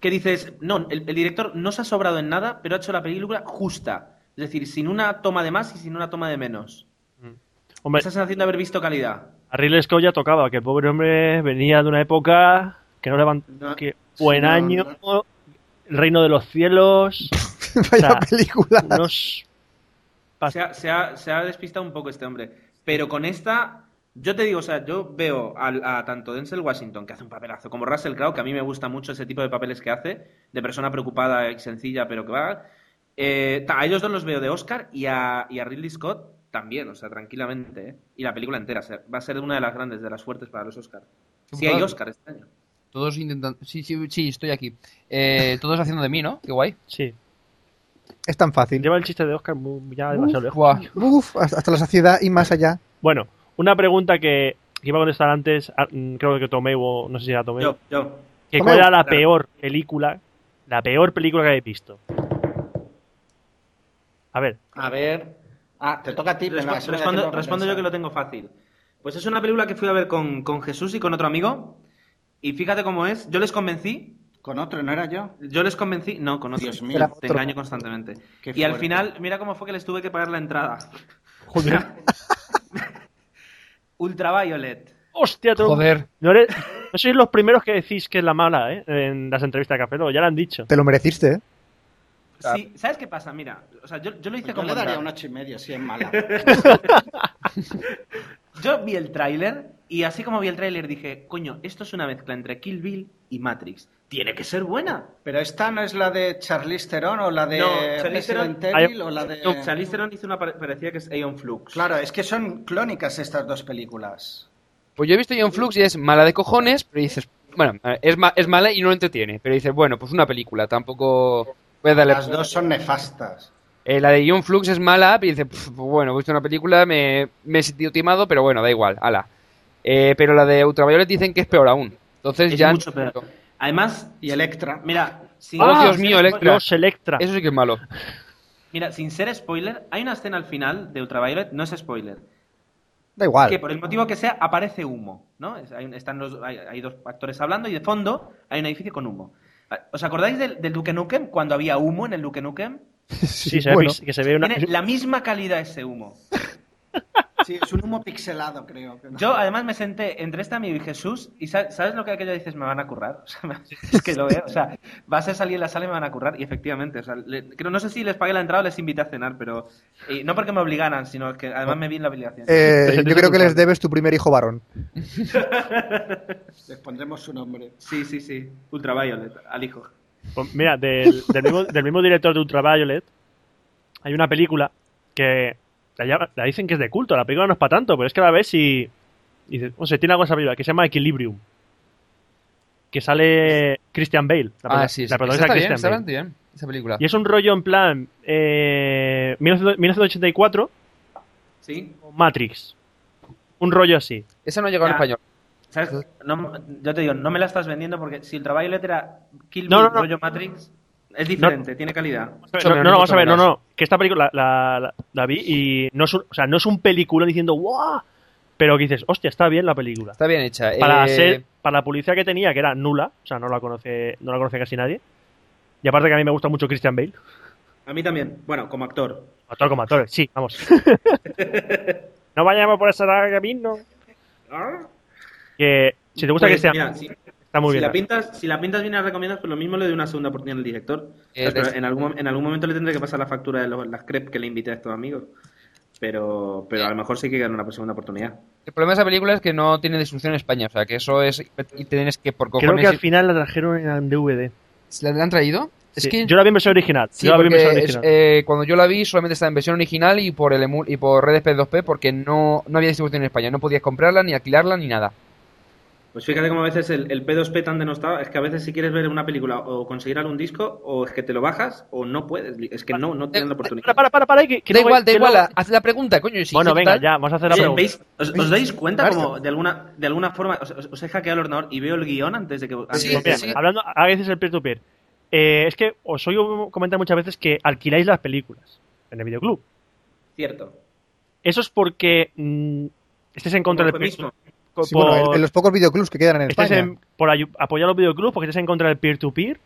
Speaker 5: Que dices, no, el, el director no se ha sobrado en nada, pero ha hecho la película justa. Es decir, sin una toma de más y sin una toma de menos.
Speaker 2: Hombre,
Speaker 5: Esa sensación de haber visto calidad.
Speaker 2: a Ridley Scott ya tocaba, que el pobre hombre venía de una época que no levantó.
Speaker 6: No,
Speaker 2: que
Speaker 6: sí,
Speaker 2: buen
Speaker 6: no,
Speaker 2: año, el reino de los cielos,
Speaker 3: *laughs* Vaya
Speaker 2: sea,
Speaker 3: película.
Speaker 2: unos.
Speaker 5: Se ha, se ha- se ha despistado un poco este hombre. Pero con esta, yo te digo, o sea, yo veo al- a, tanto Denzel Washington, que hace un papelazo, como Russell Crowe, que a mí me gusta mucho ese tipo de papeles que hace, de persona preocupada y sencilla, pero que va. Eh, ta- a ellos dos los veo de Oscar y a, y a Ridley Scott también, o sea, tranquilamente. ¿eh? Y la película entera o sea, va a ser una de las grandes, de las fuertes para los Oscars. Si hay Oscar este año.
Speaker 4: Todos intentando. Sí, sí, sí, estoy aquí. Eh, todos haciendo de mí, ¿no? Qué guay.
Speaker 2: Sí,
Speaker 3: Es tan fácil.
Speaker 2: lleva el chiste de Oscar muy- ya demasiado lejos.
Speaker 4: Buah.
Speaker 3: Uf, hasta hasta la saciedad y más allá.
Speaker 2: Bueno, una pregunta que que iba a contestar antes, a- mm, creo que Tomeu, o no sé si era Tomeu,
Speaker 5: Yo, yo.
Speaker 2: que
Speaker 3: Tomeu,
Speaker 2: cuál era la
Speaker 5: claro.
Speaker 2: peor película, la peor película que habéis visto. A ver,
Speaker 6: A ver... Ah, te toca a ti.
Speaker 5: Respo-
Speaker 6: venga, eso me la
Speaker 5: respondo,
Speaker 6: tengo que
Speaker 5: respondo yo
Speaker 6: pensar.
Speaker 5: que lo tengo fácil. Pues es una película que fui a ver con, con Jesús y con otro amigo. Y fíjate cómo es. Yo les convencí.
Speaker 6: Con otro, ¿no era yo?
Speaker 5: Yo les convencí. No, con otro.
Speaker 6: Dios mío.
Speaker 3: Era
Speaker 5: Te
Speaker 3: otro.
Speaker 5: engaño constantemente.
Speaker 6: Qué
Speaker 5: y al
Speaker 6: fuerte. Pues
Speaker 5: final, mira cómo fue que les tuve que pagar la entrada. *laughs* Ultraviolet.
Speaker 2: hostia, Tomeu,
Speaker 4: Joder.
Speaker 2: No, eres- no sois los primeros que decís que es la mala, ¿eh? En las entrevistas de Café, Lock, ya lo han dicho.
Speaker 3: Te lo mereciste, ¿eh?
Speaker 5: Sí, ¿sabes qué pasa? Mira, o sea, yo, yo lo hice
Speaker 6: Yo
Speaker 5: con
Speaker 6: le daría
Speaker 5: Montana.
Speaker 6: un ocho y medio, si es mala. *laughs*
Speaker 5: Yo vi el tráiler y así como vi el tráiler dije, coño, esto es una mezcla entre Kill Bill y Matrix. Tiene que ser buena.
Speaker 6: Pero esta no es la de Charlize Theron o la de
Speaker 5: No, Charlize Theron-
Speaker 6: Resident Evil o la de...
Speaker 5: No, Charlize Theron hizo una pare- parecida que es Aeon Flux.
Speaker 6: Claro, es que son clónicas estas dos películas.
Speaker 15: Pues yo he visto John Flux y es mala de cojones, pero dices, bueno, es, ma- es mala y no entretiene. Pero dices, bueno, pues una película, tampoco voy a darle-
Speaker 6: Las dos son nefastas.
Speaker 15: Eh, la de John Flux es mala, y dices, "Pf, bueno, he visto una película, me, me he sentido timado, pero bueno, da igual, ala. Eh, pero la de Ultraviolet dicen que es peor aún. Entonces
Speaker 5: Es
Speaker 15: ya.
Speaker 5: mucho peor. Además...
Speaker 6: Y Electra.
Speaker 5: Mira, sin,
Speaker 15: Oh, Dios mío, Electra.
Speaker 5: Dios,
Speaker 2: Electra.
Speaker 15: Eso sí que es malo.
Speaker 5: mira, sin ser spoiler, hay una escena al final de Ultraviolet, no es spoiler,
Speaker 3: Da igual. Eh,
Speaker 6: *laughs*
Speaker 5: que por el motivo que sea aparece humo, ¿no? Es- hay, están los, hay, hay dos actores hablando y de fondo hay un edificio con humo. Ah, ¿Os acordáis del, del Duke Nukem? Cuando había humo en el Duke Nukem.
Speaker 2: Sí,
Speaker 3: Sí,
Speaker 2: se ve
Speaker 3: bueno.
Speaker 2: pis- que se ve una.
Speaker 5: Tiene la misma calidad ese humo.
Speaker 6: Sí, es un humo pixelado, creo. que no.
Speaker 5: Yo además me senté entre esta amigo y Jesús y sa- ¿sabes lo que aquello dices? Me van a currar. *laughs* O sea, me- es que lo veo. O sea, vas a salir en la sala y me van a currar. Y efectivamente, o sea, le- creo, no sé si les pagué la entrada o les invité a cenar, pero eh, no porque me obligaran, sino que además me vi en la
Speaker 3: Eh,
Speaker 5: obligación.
Speaker 2: Te
Speaker 3: yo
Speaker 2: sientes
Speaker 3: creo que les
Speaker 2: culpable.
Speaker 3: debes tu primer hijo varón.
Speaker 6: Les pondremos su nombre.
Speaker 5: Sí, sí, sí. Ultraviolet, al hijo.
Speaker 2: Pues mira, del, del mismo, del mismo director de Ultraviolet, hay una película que la, llama- la dicen que es de culto. La película no es para tanto, pero es que la ves y. y dices, o sea, tiene algo esa película que se llama Equilibrium. Que sale Christian Bale.
Speaker 4: Ah,
Speaker 2: La, prota-
Speaker 4: sí, sí.
Speaker 2: la
Speaker 4: Esa
Speaker 2: protagoniza
Speaker 4: está bien,
Speaker 2: Christian
Speaker 4: está
Speaker 2: Bale.
Speaker 4: bastante bien, esa película.
Speaker 2: Y es un rollo en plan. Eh, 1900 1984
Speaker 5: ¿Sí?
Speaker 2: con Matrix. Un rollo así.
Speaker 4: Esa no ha llegado en
Speaker 5: Ya.
Speaker 4: español.
Speaker 5: ¿Sabes? No, yo te digo, no me la estás vendiendo porque si Ultraviolet era Kill
Speaker 2: No,
Speaker 5: Bill,
Speaker 2: no, no.
Speaker 5: rollo Matrix, es diferente, tiene calidad.
Speaker 2: Vamos a
Speaker 4: Mucho
Speaker 2: ver, No,
Speaker 4: menos,
Speaker 2: no,
Speaker 4: ni
Speaker 2: vamos
Speaker 4: mucho
Speaker 2: a ver, no,
Speaker 4: menos.
Speaker 2: no. Que esta película la, la- la- la vi y no es un, o sea, no es un película diciendo ¡guau! Pero que dices, hostia, está bien la película.
Speaker 4: Está bien hecha.
Speaker 2: Para
Speaker 4: eh,
Speaker 2: ser, para la publicidad que tenía, que era nula, o sea, no la conoce, no la conoce casi nadie. Y aparte que a mí me gusta mucho Christian Bale,
Speaker 5: A mí también, bueno, como actor.
Speaker 2: actor como actor, sí, vamos. no vayamos por ese camino. Que si te gusta
Speaker 5: Pues,
Speaker 2: Christian
Speaker 5: mira,
Speaker 2: Bale,
Speaker 5: sí.
Speaker 2: está muy
Speaker 5: si
Speaker 2: bien.
Speaker 5: La pintas, si la pintas bien y la recomiendas, pues lo mismo le doy una segunda oportunidad al director.
Speaker 4: Eh,
Speaker 5: Pero
Speaker 4: de-
Speaker 5: en, algún, mom- en algún momento le tendré que pasar la factura de los- las crepes que le invité a estos amigos. Pero, pero a lo mejor sí que ganar una pues, segunda oportunidad.
Speaker 4: El problema de esa película es que no tiene distribución en España. O sea, que eso es. Y tienes que por
Speaker 2: Creo
Speaker 4: cojones.
Speaker 2: que al final la trajeron en DVD.
Speaker 4: ¿Se ¿La han traído? Es
Speaker 2: Sí,
Speaker 4: que.
Speaker 2: Yo la vi en versión original.
Speaker 4: Sí,
Speaker 2: yo la vi en
Speaker 4: porque
Speaker 2: versión
Speaker 4: es-
Speaker 2: original.
Speaker 4: eh, cuando yo la vi solamente estaba en versión original y por el emu- y por redes P2P porque no, no había distribución en España, no podías comprarla ni alquilarla ni nada.
Speaker 5: Pues fíjate cómo a veces el, el P2P tan denostado es que a veces si quieres ver una película o conseguir algún disco, o es que te lo bajas o no puedes. Es que no, no tienes la oportunidad.
Speaker 2: Para, para, para, para. Que, que
Speaker 4: da
Speaker 2: no-
Speaker 4: igual, da
Speaker 2: que no-
Speaker 4: igual, la- haz la pregunta, coño. Si
Speaker 2: Bueno,
Speaker 4: total-
Speaker 2: venga, ya, vamos a hacer la
Speaker 5: Oye,
Speaker 2: pregunta.
Speaker 5: ¿veis- os, os dais cuenta como de alguna, de alguna forma os, os- os he hackeado el ordenador y veo el guión antes de que... antes
Speaker 4: Sí,
Speaker 5: de que-
Speaker 2: Mira, hablando, ahora que dices el peer-to-peer, eh, es que os oigo comentar muchas veces que alquiláis las películas en el videoclub.
Speaker 5: Cierto.
Speaker 2: Eso es porque mm, estés en contra
Speaker 5: Como
Speaker 2: del
Speaker 5: fue
Speaker 2: peer-to-peer.
Speaker 3: Sí, bueno, en-
Speaker 2: por-
Speaker 3: en los pocos videoclubs que quedan en
Speaker 6: este
Speaker 2: estés
Speaker 3: España.
Speaker 2: en- por ayu- apoyar los videoclubs, porque estés en contra del peer-to-peer.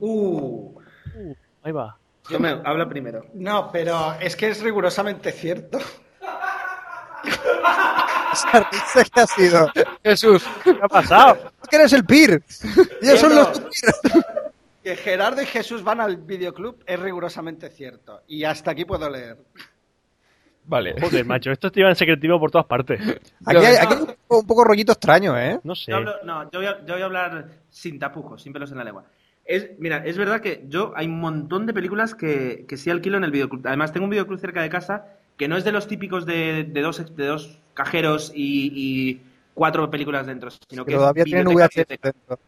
Speaker 5: Uh,
Speaker 2: Ahí va.
Speaker 5: yo me habla primero.
Speaker 6: No, pero es que es rigurosamente cierto.
Speaker 3: *laughs* Esa risa que ha sido.
Speaker 4: Jesús.
Speaker 2: ¿Qué ha pasado?
Speaker 3: *laughs* Es que eres el PIR. Ellos son los PIR.
Speaker 6: Que Gerardo y Jesús van al videoclub es rigurosamente cierto. Y hasta aquí puedo leer.
Speaker 4: Vale.
Speaker 2: Joder, macho, esto te iba en secretivo por todas partes.
Speaker 3: Aquí hay, aquí hay un, poco, un poco rollito extraño, ¿eh?
Speaker 2: No sé.
Speaker 5: Yo hablo- no, yo voy, a, yo voy a hablar sin tapujos, sin pelos en la lengua. Es, mira, es verdad que yo hay un montón de películas que, que sí alquilo en el videoclub. Además, tengo un videoclub cerca de casa que no es de los típicos de, de dos, de dos cajeros y, y cuatro películas dentro, sino que
Speaker 3: Pero todavía
Speaker 5: es
Speaker 3: tienen
Speaker 5: videoteca,
Speaker 3: VHS
Speaker 5: videoteca.
Speaker 3: dentro.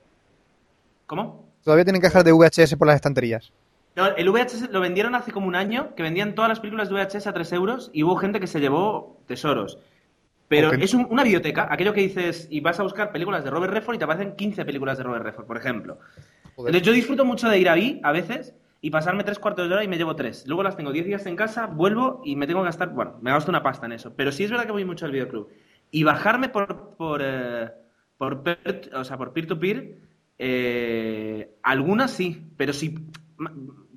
Speaker 5: ¿Cómo?
Speaker 3: Todavía tienen cajas de VHS por las estanterías.
Speaker 5: No, el VHS lo vendieron hace como un año, que vendían todas las películas de VHS a 3 euros y hubo gente que se llevó tesoros. Pero
Speaker 3: Ok.
Speaker 5: es un- una biblioteca, aquello que dices y vas a buscar películas de Robert Redford y te aparecen 15 películas de Robert Redford, por ejemplo. Entonces yo disfruto mucho de ir a Vi a veces y pasarme tres cuartos de hora y me llevo tres. Luego las tengo 10 días en casa, vuelvo y me tengo que gastar, bueno, me gasto una pasta en eso. Pero sí es verdad que voy mucho al videoclub. Y bajarme por por, eh, por, per- o sea, por peer-to-peer, eh, algunas sí, pero sí,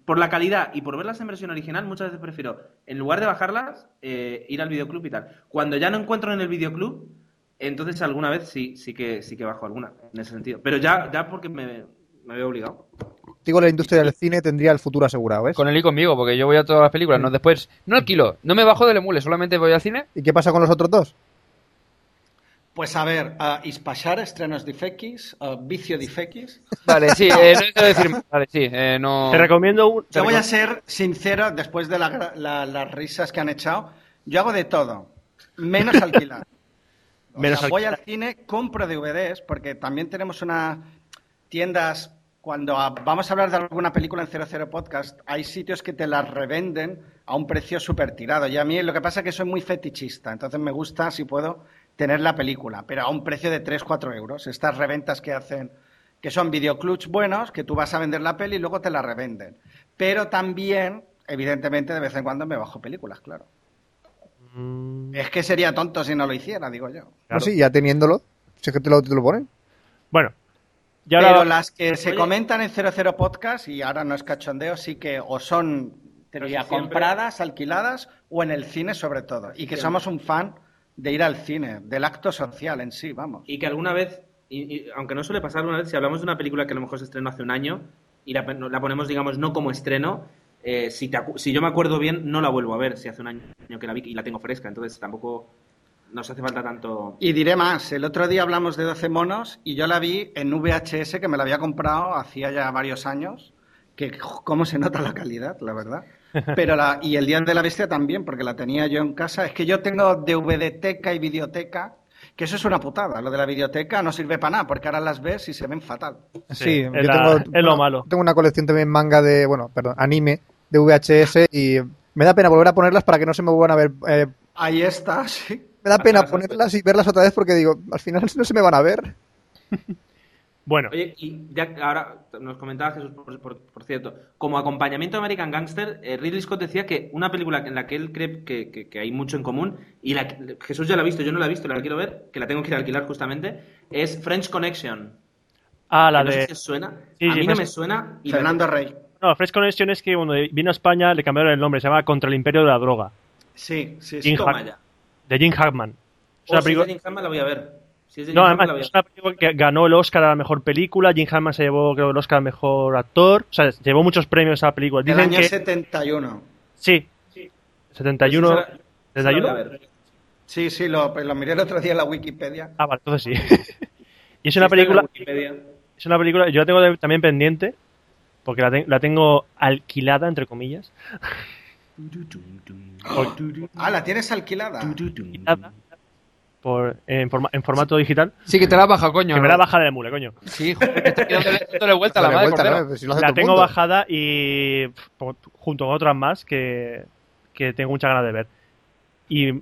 Speaker 5: por la calidad y por verlas en versión original, muchas veces prefiero, en lugar de bajarlas, eh, ir al videoclub y tal. Cuando ya no encuentro en el videoclub, entonces alguna vez sí, sí que sí que bajo alguna, en ese sentido. Pero ya, ya porque me, me veo obligado.
Speaker 3: Contigo la industria del cine tendría el futuro asegurado, ¿ves?
Speaker 4: Con él y conmigo, porque yo voy a todas las películas. No, después, no alquilo, no me bajo del emule, solamente voy al cine.
Speaker 3: ¿Y qué pasa con los otros dos?
Speaker 6: Pues a ver, a Ispachar, estrenos de FX, Vicio de FX.
Speaker 4: Vale, sí, eh, no quiero decir más. Vale, sí, eh, no.
Speaker 12: Te recomiendo un.
Speaker 6: Yo voy a ser sincero, después de la- la- las risas que han echado, yo hago de todo, menos alquilar. O
Speaker 2: Menos
Speaker 6: sea, voy al cine, compro DVDs, porque también tenemos unas tiendas, cuando a- vamos a hablar de alguna película en 00 Podcast, hay sitios que te las revenden a un precio súper tirado. Y a mí lo que pasa es que soy muy fetichista, entonces me gusta, si puedo, tener la película, pero a un precio de 3-4 euros. Estas reventas que hacen, que son videoclubs buenos, que tú vas a vender la peli y luego te la revenden. Pero también, evidentemente, de vez en cuando me bajo películas, claro. Es que sería tonto si no lo hiciera, digo yo.
Speaker 3: No, sí, ya teniéndolo. Si es que te lo, te lo ponen.
Speaker 12: Bueno.
Speaker 6: Pero las que se comentan en 00 Podcast, y ahora no es cachondeo, sí que o son te diría,
Speaker 13: siempre-
Speaker 6: compradas, alquiladas o en el cine sobre todo. Y que somos un fan de ir al cine, del acto social en sí, vamos.
Speaker 5: Y que alguna vez, y- y aunque no suele pasar una vez, si hablamos de una película que a lo mejor se estrenó hace un año y la, la ponemos, digamos, no como estreno, eh, si, te acu- si yo me acuerdo bien, no la vuelvo a ver si hace un año que la vi y la tengo fresca. Entonces tampoco nos hace falta tanto.
Speaker 6: Y diré más, el otro día hablamos de 12 monos y yo la vi en VHS que me la había comprado hacía ya varios años, que jo, cómo se nota la calidad, la
Speaker 12: *laughs*
Speaker 6: verdad. Pero la, y el Día de la Bestia también, porque la tenía yo en casa. Es que yo tengo DVDteca y videoteca, que eso es una putada. Lo de la videoteca no sirve para nada, porque ahora las ves y se ven fatal.
Speaker 3: Sí,
Speaker 12: es
Speaker 3: yo
Speaker 12: la-
Speaker 3: tengo,
Speaker 12: es lo malo.
Speaker 3: tengo una colección también manga de, bueno, perdón, anime de VHS y me da pena volver a ponerlas para que no se me vuelvan a ver. eh,
Speaker 6: Ahí está, *laughs* sí.
Speaker 3: me da pena ponerlas y verlas otra vez porque digo, al final *laughs* no se me van a ver.
Speaker 12: Bueno,
Speaker 5: Oye, y ya que ahora nos comentabas, Jesús, por, por- por cierto, como acompañamiento a American Gangster, eh, Ridley Scott decía que una película en la que él cree que, que- que hay mucho en común, y la que- Jesús ya la ha visto, yo no la he visto, la quiero ver, que la tengo que ir a alquilar justamente, es French Connection.
Speaker 12: ah, la
Speaker 5: no sé
Speaker 12: de.
Speaker 5: si os suena.
Speaker 12: Sí,
Speaker 5: a
Speaker 12: sí,
Speaker 5: mí no
Speaker 12: French-
Speaker 5: me suena. Y la-
Speaker 6: Fernando Rey.
Speaker 12: No, Fresh Connection es que cuando vino a España le cambiaron el nombre, se llama Contra el Imperio de la Droga,
Speaker 6: Sí, sí, sí.
Speaker 12: Jim
Speaker 5: Toma
Speaker 12: Hack-
Speaker 5: ya.
Speaker 12: de Jim Hackman. Es
Speaker 5: O
Speaker 12: una
Speaker 5: oh, si es
Speaker 12: película-
Speaker 5: de Jim Hammond, la voy a ver. Si es de
Speaker 12: No,
Speaker 5: Jim Hammond,
Speaker 12: además
Speaker 5: la voy a
Speaker 12: es una película que ganó el Oscar a la mejor película, Jim Hackman se llevó creo el Oscar a mejor actor, o sea, se llevó muchos premios a la película.
Speaker 6: Del
Speaker 12: Dicen
Speaker 6: año
Speaker 12: que
Speaker 6: 71.
Speaker 12: sí. 71
Speaker 5: Pues esa la- ver. La voy a
Speaker 12: 71.
Speaker 5: ver.
Speaker 6: Sí, sí, lo, lo miré el otro día en la Wikipedia.
Speaker 12: Ah, vale, entonces sí. *laughs* y es
Speaker 5: Si está
Speaker 12: una
Speaker 5: en
Speaker 12: película
Speaker 5: la Wikipedia.
Speaker 12: es una película, yo la tengo de- también pendiente, porque la, te- la tengo alquilada, entre comillas.
Speaker 6: Ah, la tienes alquilada.
Speaker 12: alquilada por, en, forma- en formato digital.
Speaker 4: Sí, que te la has bajado, coño.
Speaker 12: que me la baja de mule, coño.
Speaker 4: Sí, joder, que estoy dándole, dándole vuelta a la
Speaker 3: Dale
Speaker 4: madre
Speaker 3: vuelta,
Speaker 4: cordero.
Speaker 3: ¿no? Si lo hace
Speaker 12: La
Speaker 3: todo el
Speaker 12: tengo
Speaker 3: mundo.
Speaker 12: bajada y pf, po- junto con otras más que, que tengo muchas ganas de ver. Y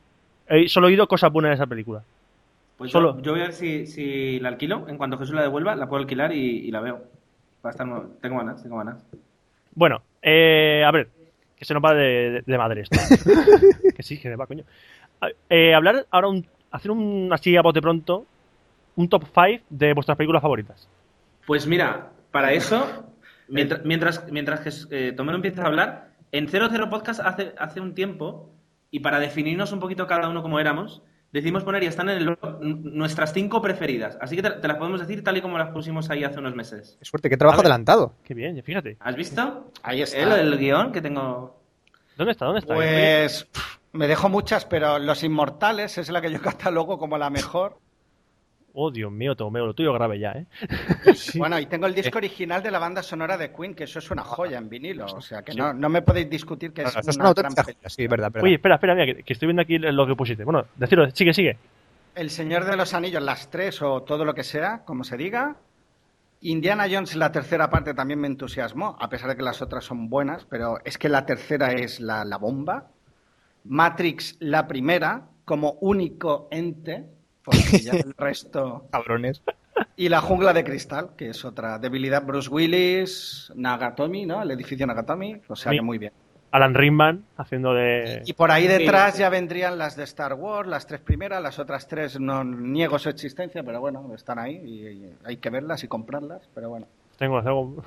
Speaker 12: he solo oído cosas buenas de esa película.
Speaker 5: Pues
Speaker 12: Solo-
Speaker 5: yo, yo voy a ver si, si la alquilo. En cuanto Jesús la devuelva, la puedo alquilar y, y la veo. Va a estar, mo- tengo ganas, tengo ganas.
Speaker 12: Bueno, eh, a ver, que se nos va de, de- de madre esto. que sí, que se va, coño. A- eh, hablar ahora, un, hacer un así a bote pronto, un top 5 de vuestras películas favoritas.
Speaker 5: Pues mira, para eso, mientras, mientras, mientras que eh, Tomero empieza a hablar, en 00 Podcast hace, hace un tiempo, y para definirnos un poquito cada uno como éramos, decidimos poner y están en el blog n- nuestras cinco preferidas. Así que te, te las podemos decir tal y como las pusimos ahí hace unos meses.
Speaker 3: Qué suerte, qué trabajo
Speaker 5: A ver.
Speaker 3: adelantado.
Speaker 12: Qué bien, fíjate.
Speaker 5: ¿Has visto?
Speaker 6: Ahí está.
Speaker 5: El, el guión que tengo.
Speaker 12: ¿Dónde está? ¿Dónde está?
Speaker 6: Pues pf, me dejo muchas, pero Los Inmortales es la que yo *laughs* catalogo como la mejor.
Speaker 12: Oh, Dios mío, Tomeo, lo tuyo grave ya, ¿eh?
Speaker 6: Bueno, y tengo el
Speaker 3: Eh.
Speaker 6: disco original de la banda sonora de Queen, que eso es una joya en vinilo. O sea, que no, no me podéis discutir que
Speaker 3: No,
Speaker 6: es
Speaker 3: no, eso es una
Speaker 6: una gran
Speaker 3: auténtica
Speaker 6: película.
Speaker 3: joya, Sí, verdad, verdad.
Speaker 12: Oye, espera, espera, mira, que, que estoy viendo aquí lo que pusiste. Bueno, decirlo, sigue, sigue.
Speaker 6: El Señor de los Anillos, las tres o todo lo que sea, como se diga. Indiana Jones, la tercera parte también me entusiasmó, a pesar de que las otras son buenas, pero es que la tercera es la, la bomba. Matrix, la primera, como único ente, porque
Speaker 3: *laughs*
Speaker 6: ya el resto...
Speaker 3: cabrones.
Speaker 6: Y la jungla de cristal, que es otra debilidad. Bruce Willis, Nagatomi, ¿no? El edificio Nagatomi. O sea
Speaker 12: Sí.
Speaker 6: que muy bien.
Speaker 12: Alan Rickman haciendo de...
Speaker 6: Y por ahí detrás ya vendrían las de Star Wars, las tres primeras, las otras tres no niego su existencia, pero bueno, están ahí y, y hay que verlas y comprarlas, pero bueno.
Speaker 12: Tengo, tengo-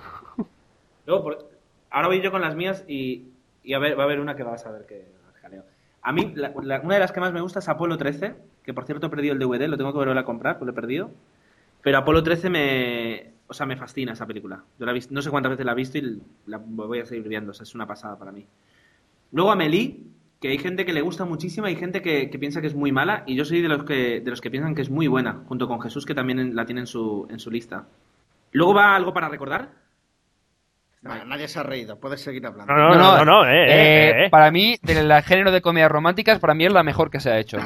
Speaker 5: Luego, por- ahora voy yo con las mías y, y a ver, va a haber una que vas a ver que jaleo. A mí, la- la- una de las que más me gusta es Apolo 13, que por cierto he perdido el DVD, lo tengo que volver a comprar, pues lo he perdido. Pero Apolo 13 me, o sea, me fascina esa película. Yo la he visto- no sé cuántas veces la he visto y la voy a seguir viendo. O sea, es una pasada para mí. Luego Amelie, que hay gente que le gusta muchísimo, hay gente que, que piensa que es muy mala y yo soy de los que de los que piensan que es muy buena, junto con Jesús que también en- la tiene en su en su lista. Luego va algo para recordar.
Speaker 6: Bueno, nadie se ha reído, puedes seguir hablando.
Speaker 4: eh, Para mí, del género de comedias románticas, para mí es la mejor que se ha hecho.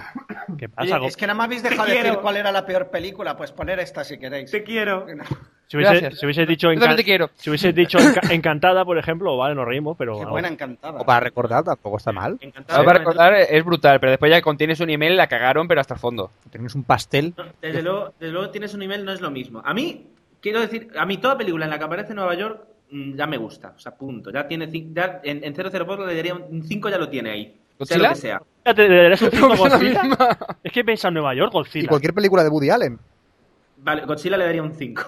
Speaker 2: ¿Qué
Speaker 6: Oye, es que nada más habéis dejado
Speaker 13: Te
Speaker 6: de decir
Speaker 13: quiero.
Speaker 6: cuál era la peor película, pues poner esta si queréis. Te
Speaker 5: quiero.
Speaker 2: Si hubiese,
Speaker 3: Gracias.
Speaker 2: si hubiese dicho,
Speaker 3: Yo también
Speaker 2: encan-
Speaker 3: te quiero.
Speaker 2: si hubiese dicho enca- encantada, por ejemplo, vale, nos reímos, pero.
Speaker 6: Qué
Speaker 2: vamos.
Speaker 6: buena encantada.
Speaker 3: O para recordar tampoco está mal.
Speaker 4: No, para recordar eh, es brutal, pero después ya contienes un email, la cagaron, pero hasta el fondo.
Speaker 3: Tienes un pastel.
Speaker 5: Desde luego, desde luego tienes un nivel, no es lo mismo. A mí, quiero decir, a mí toda película en la que aparece Nueva York mm, ya me gusta. O sea, punto. Ya tiene cin- ya en, en 004 le daría un 5 ya lo tiene ahí. Sea lo que sea.
Speaker 2: Ya te- te darías un cinco Godzilla. Es que piensa en Nueva York, Godzilla.
Speaker 3: Y cualquier película de Woody Allen.
Speaker 5: Vale, Godzilla le daría un
Speaker 6: *laughs*
Speaker 5: 5.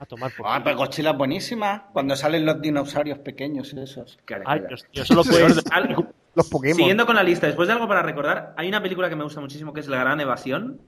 Speaker 2: A tomar por
Speaker 6: Ah, pero Godzilla es buenísima. Cuando salen los dinosaurios pequeños esos.
Speaker 5: Ay, Dios,
Speaker 3: *laughs*
Speaker 2: yo
Speaker 5: solo puedo-
Speaker 3: Los Pokémon.
Speaker 5: Pues, Siguiendo con la lista, después de algo para recordar, hay una película que me gusta muchísimo que es La Gran Evasión.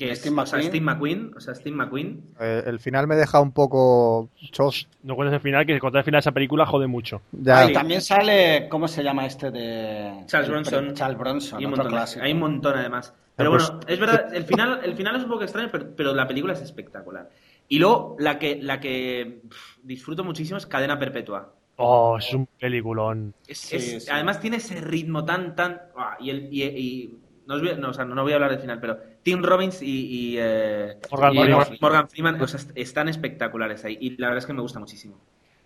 Speaker 5: Que es
Speaker 6: Steve
Speaker 5: o sea,
Speaker 6: McQueen.
Speaker 5: Steve McQueen. O sea, Steve McQueen.
Speaker 3: Eh, el final me deja un poco chos.
Speaker 2: No cuentes el final, que contar el final de esa película jode mucho.
Speaker 3: Ya.
Speaker 6: Y también sale, ¿cómo se llama este de.
Speaker 5: Charles Bronson.
Speaker 6: Charles Bronson,
Speaker 5: Hay un
Speaker 6: otro
Speaker 5: montón,
Speaker 6: clásico.
Speaker 5: hay un montón además.
Speaker 2: Ah,
Speaker 5: Pero
Speaker 6: pues-
Speaker 5: bueno, es verdad, el final, el final es un poco extraño, pero, pero la película es espectacular. Y luego, la que, la que pff, disfruto muchísimo es Cadena Perpetua.
Speaker 2: Oh, es un peliculón.
Speaker 5: Es-
Speaker 2: Sí,
Speaker 5: es-
Speaker 2: sí.
Speaker 5: Además tiene ese ritmo tan, tan... ¡buah! Y, el, y, y- no, os voy, no, o sea, no voy a hablar del final, pero Tim Robbins y, y, eh,
Speaker 2: Morgan
Speaker 5: y
Speaker 2: Freeman.
Speaker 5: Morgan Freeman, o sea, est- están espectaculares ahí. Y la verdad es que me gusta muchísimo.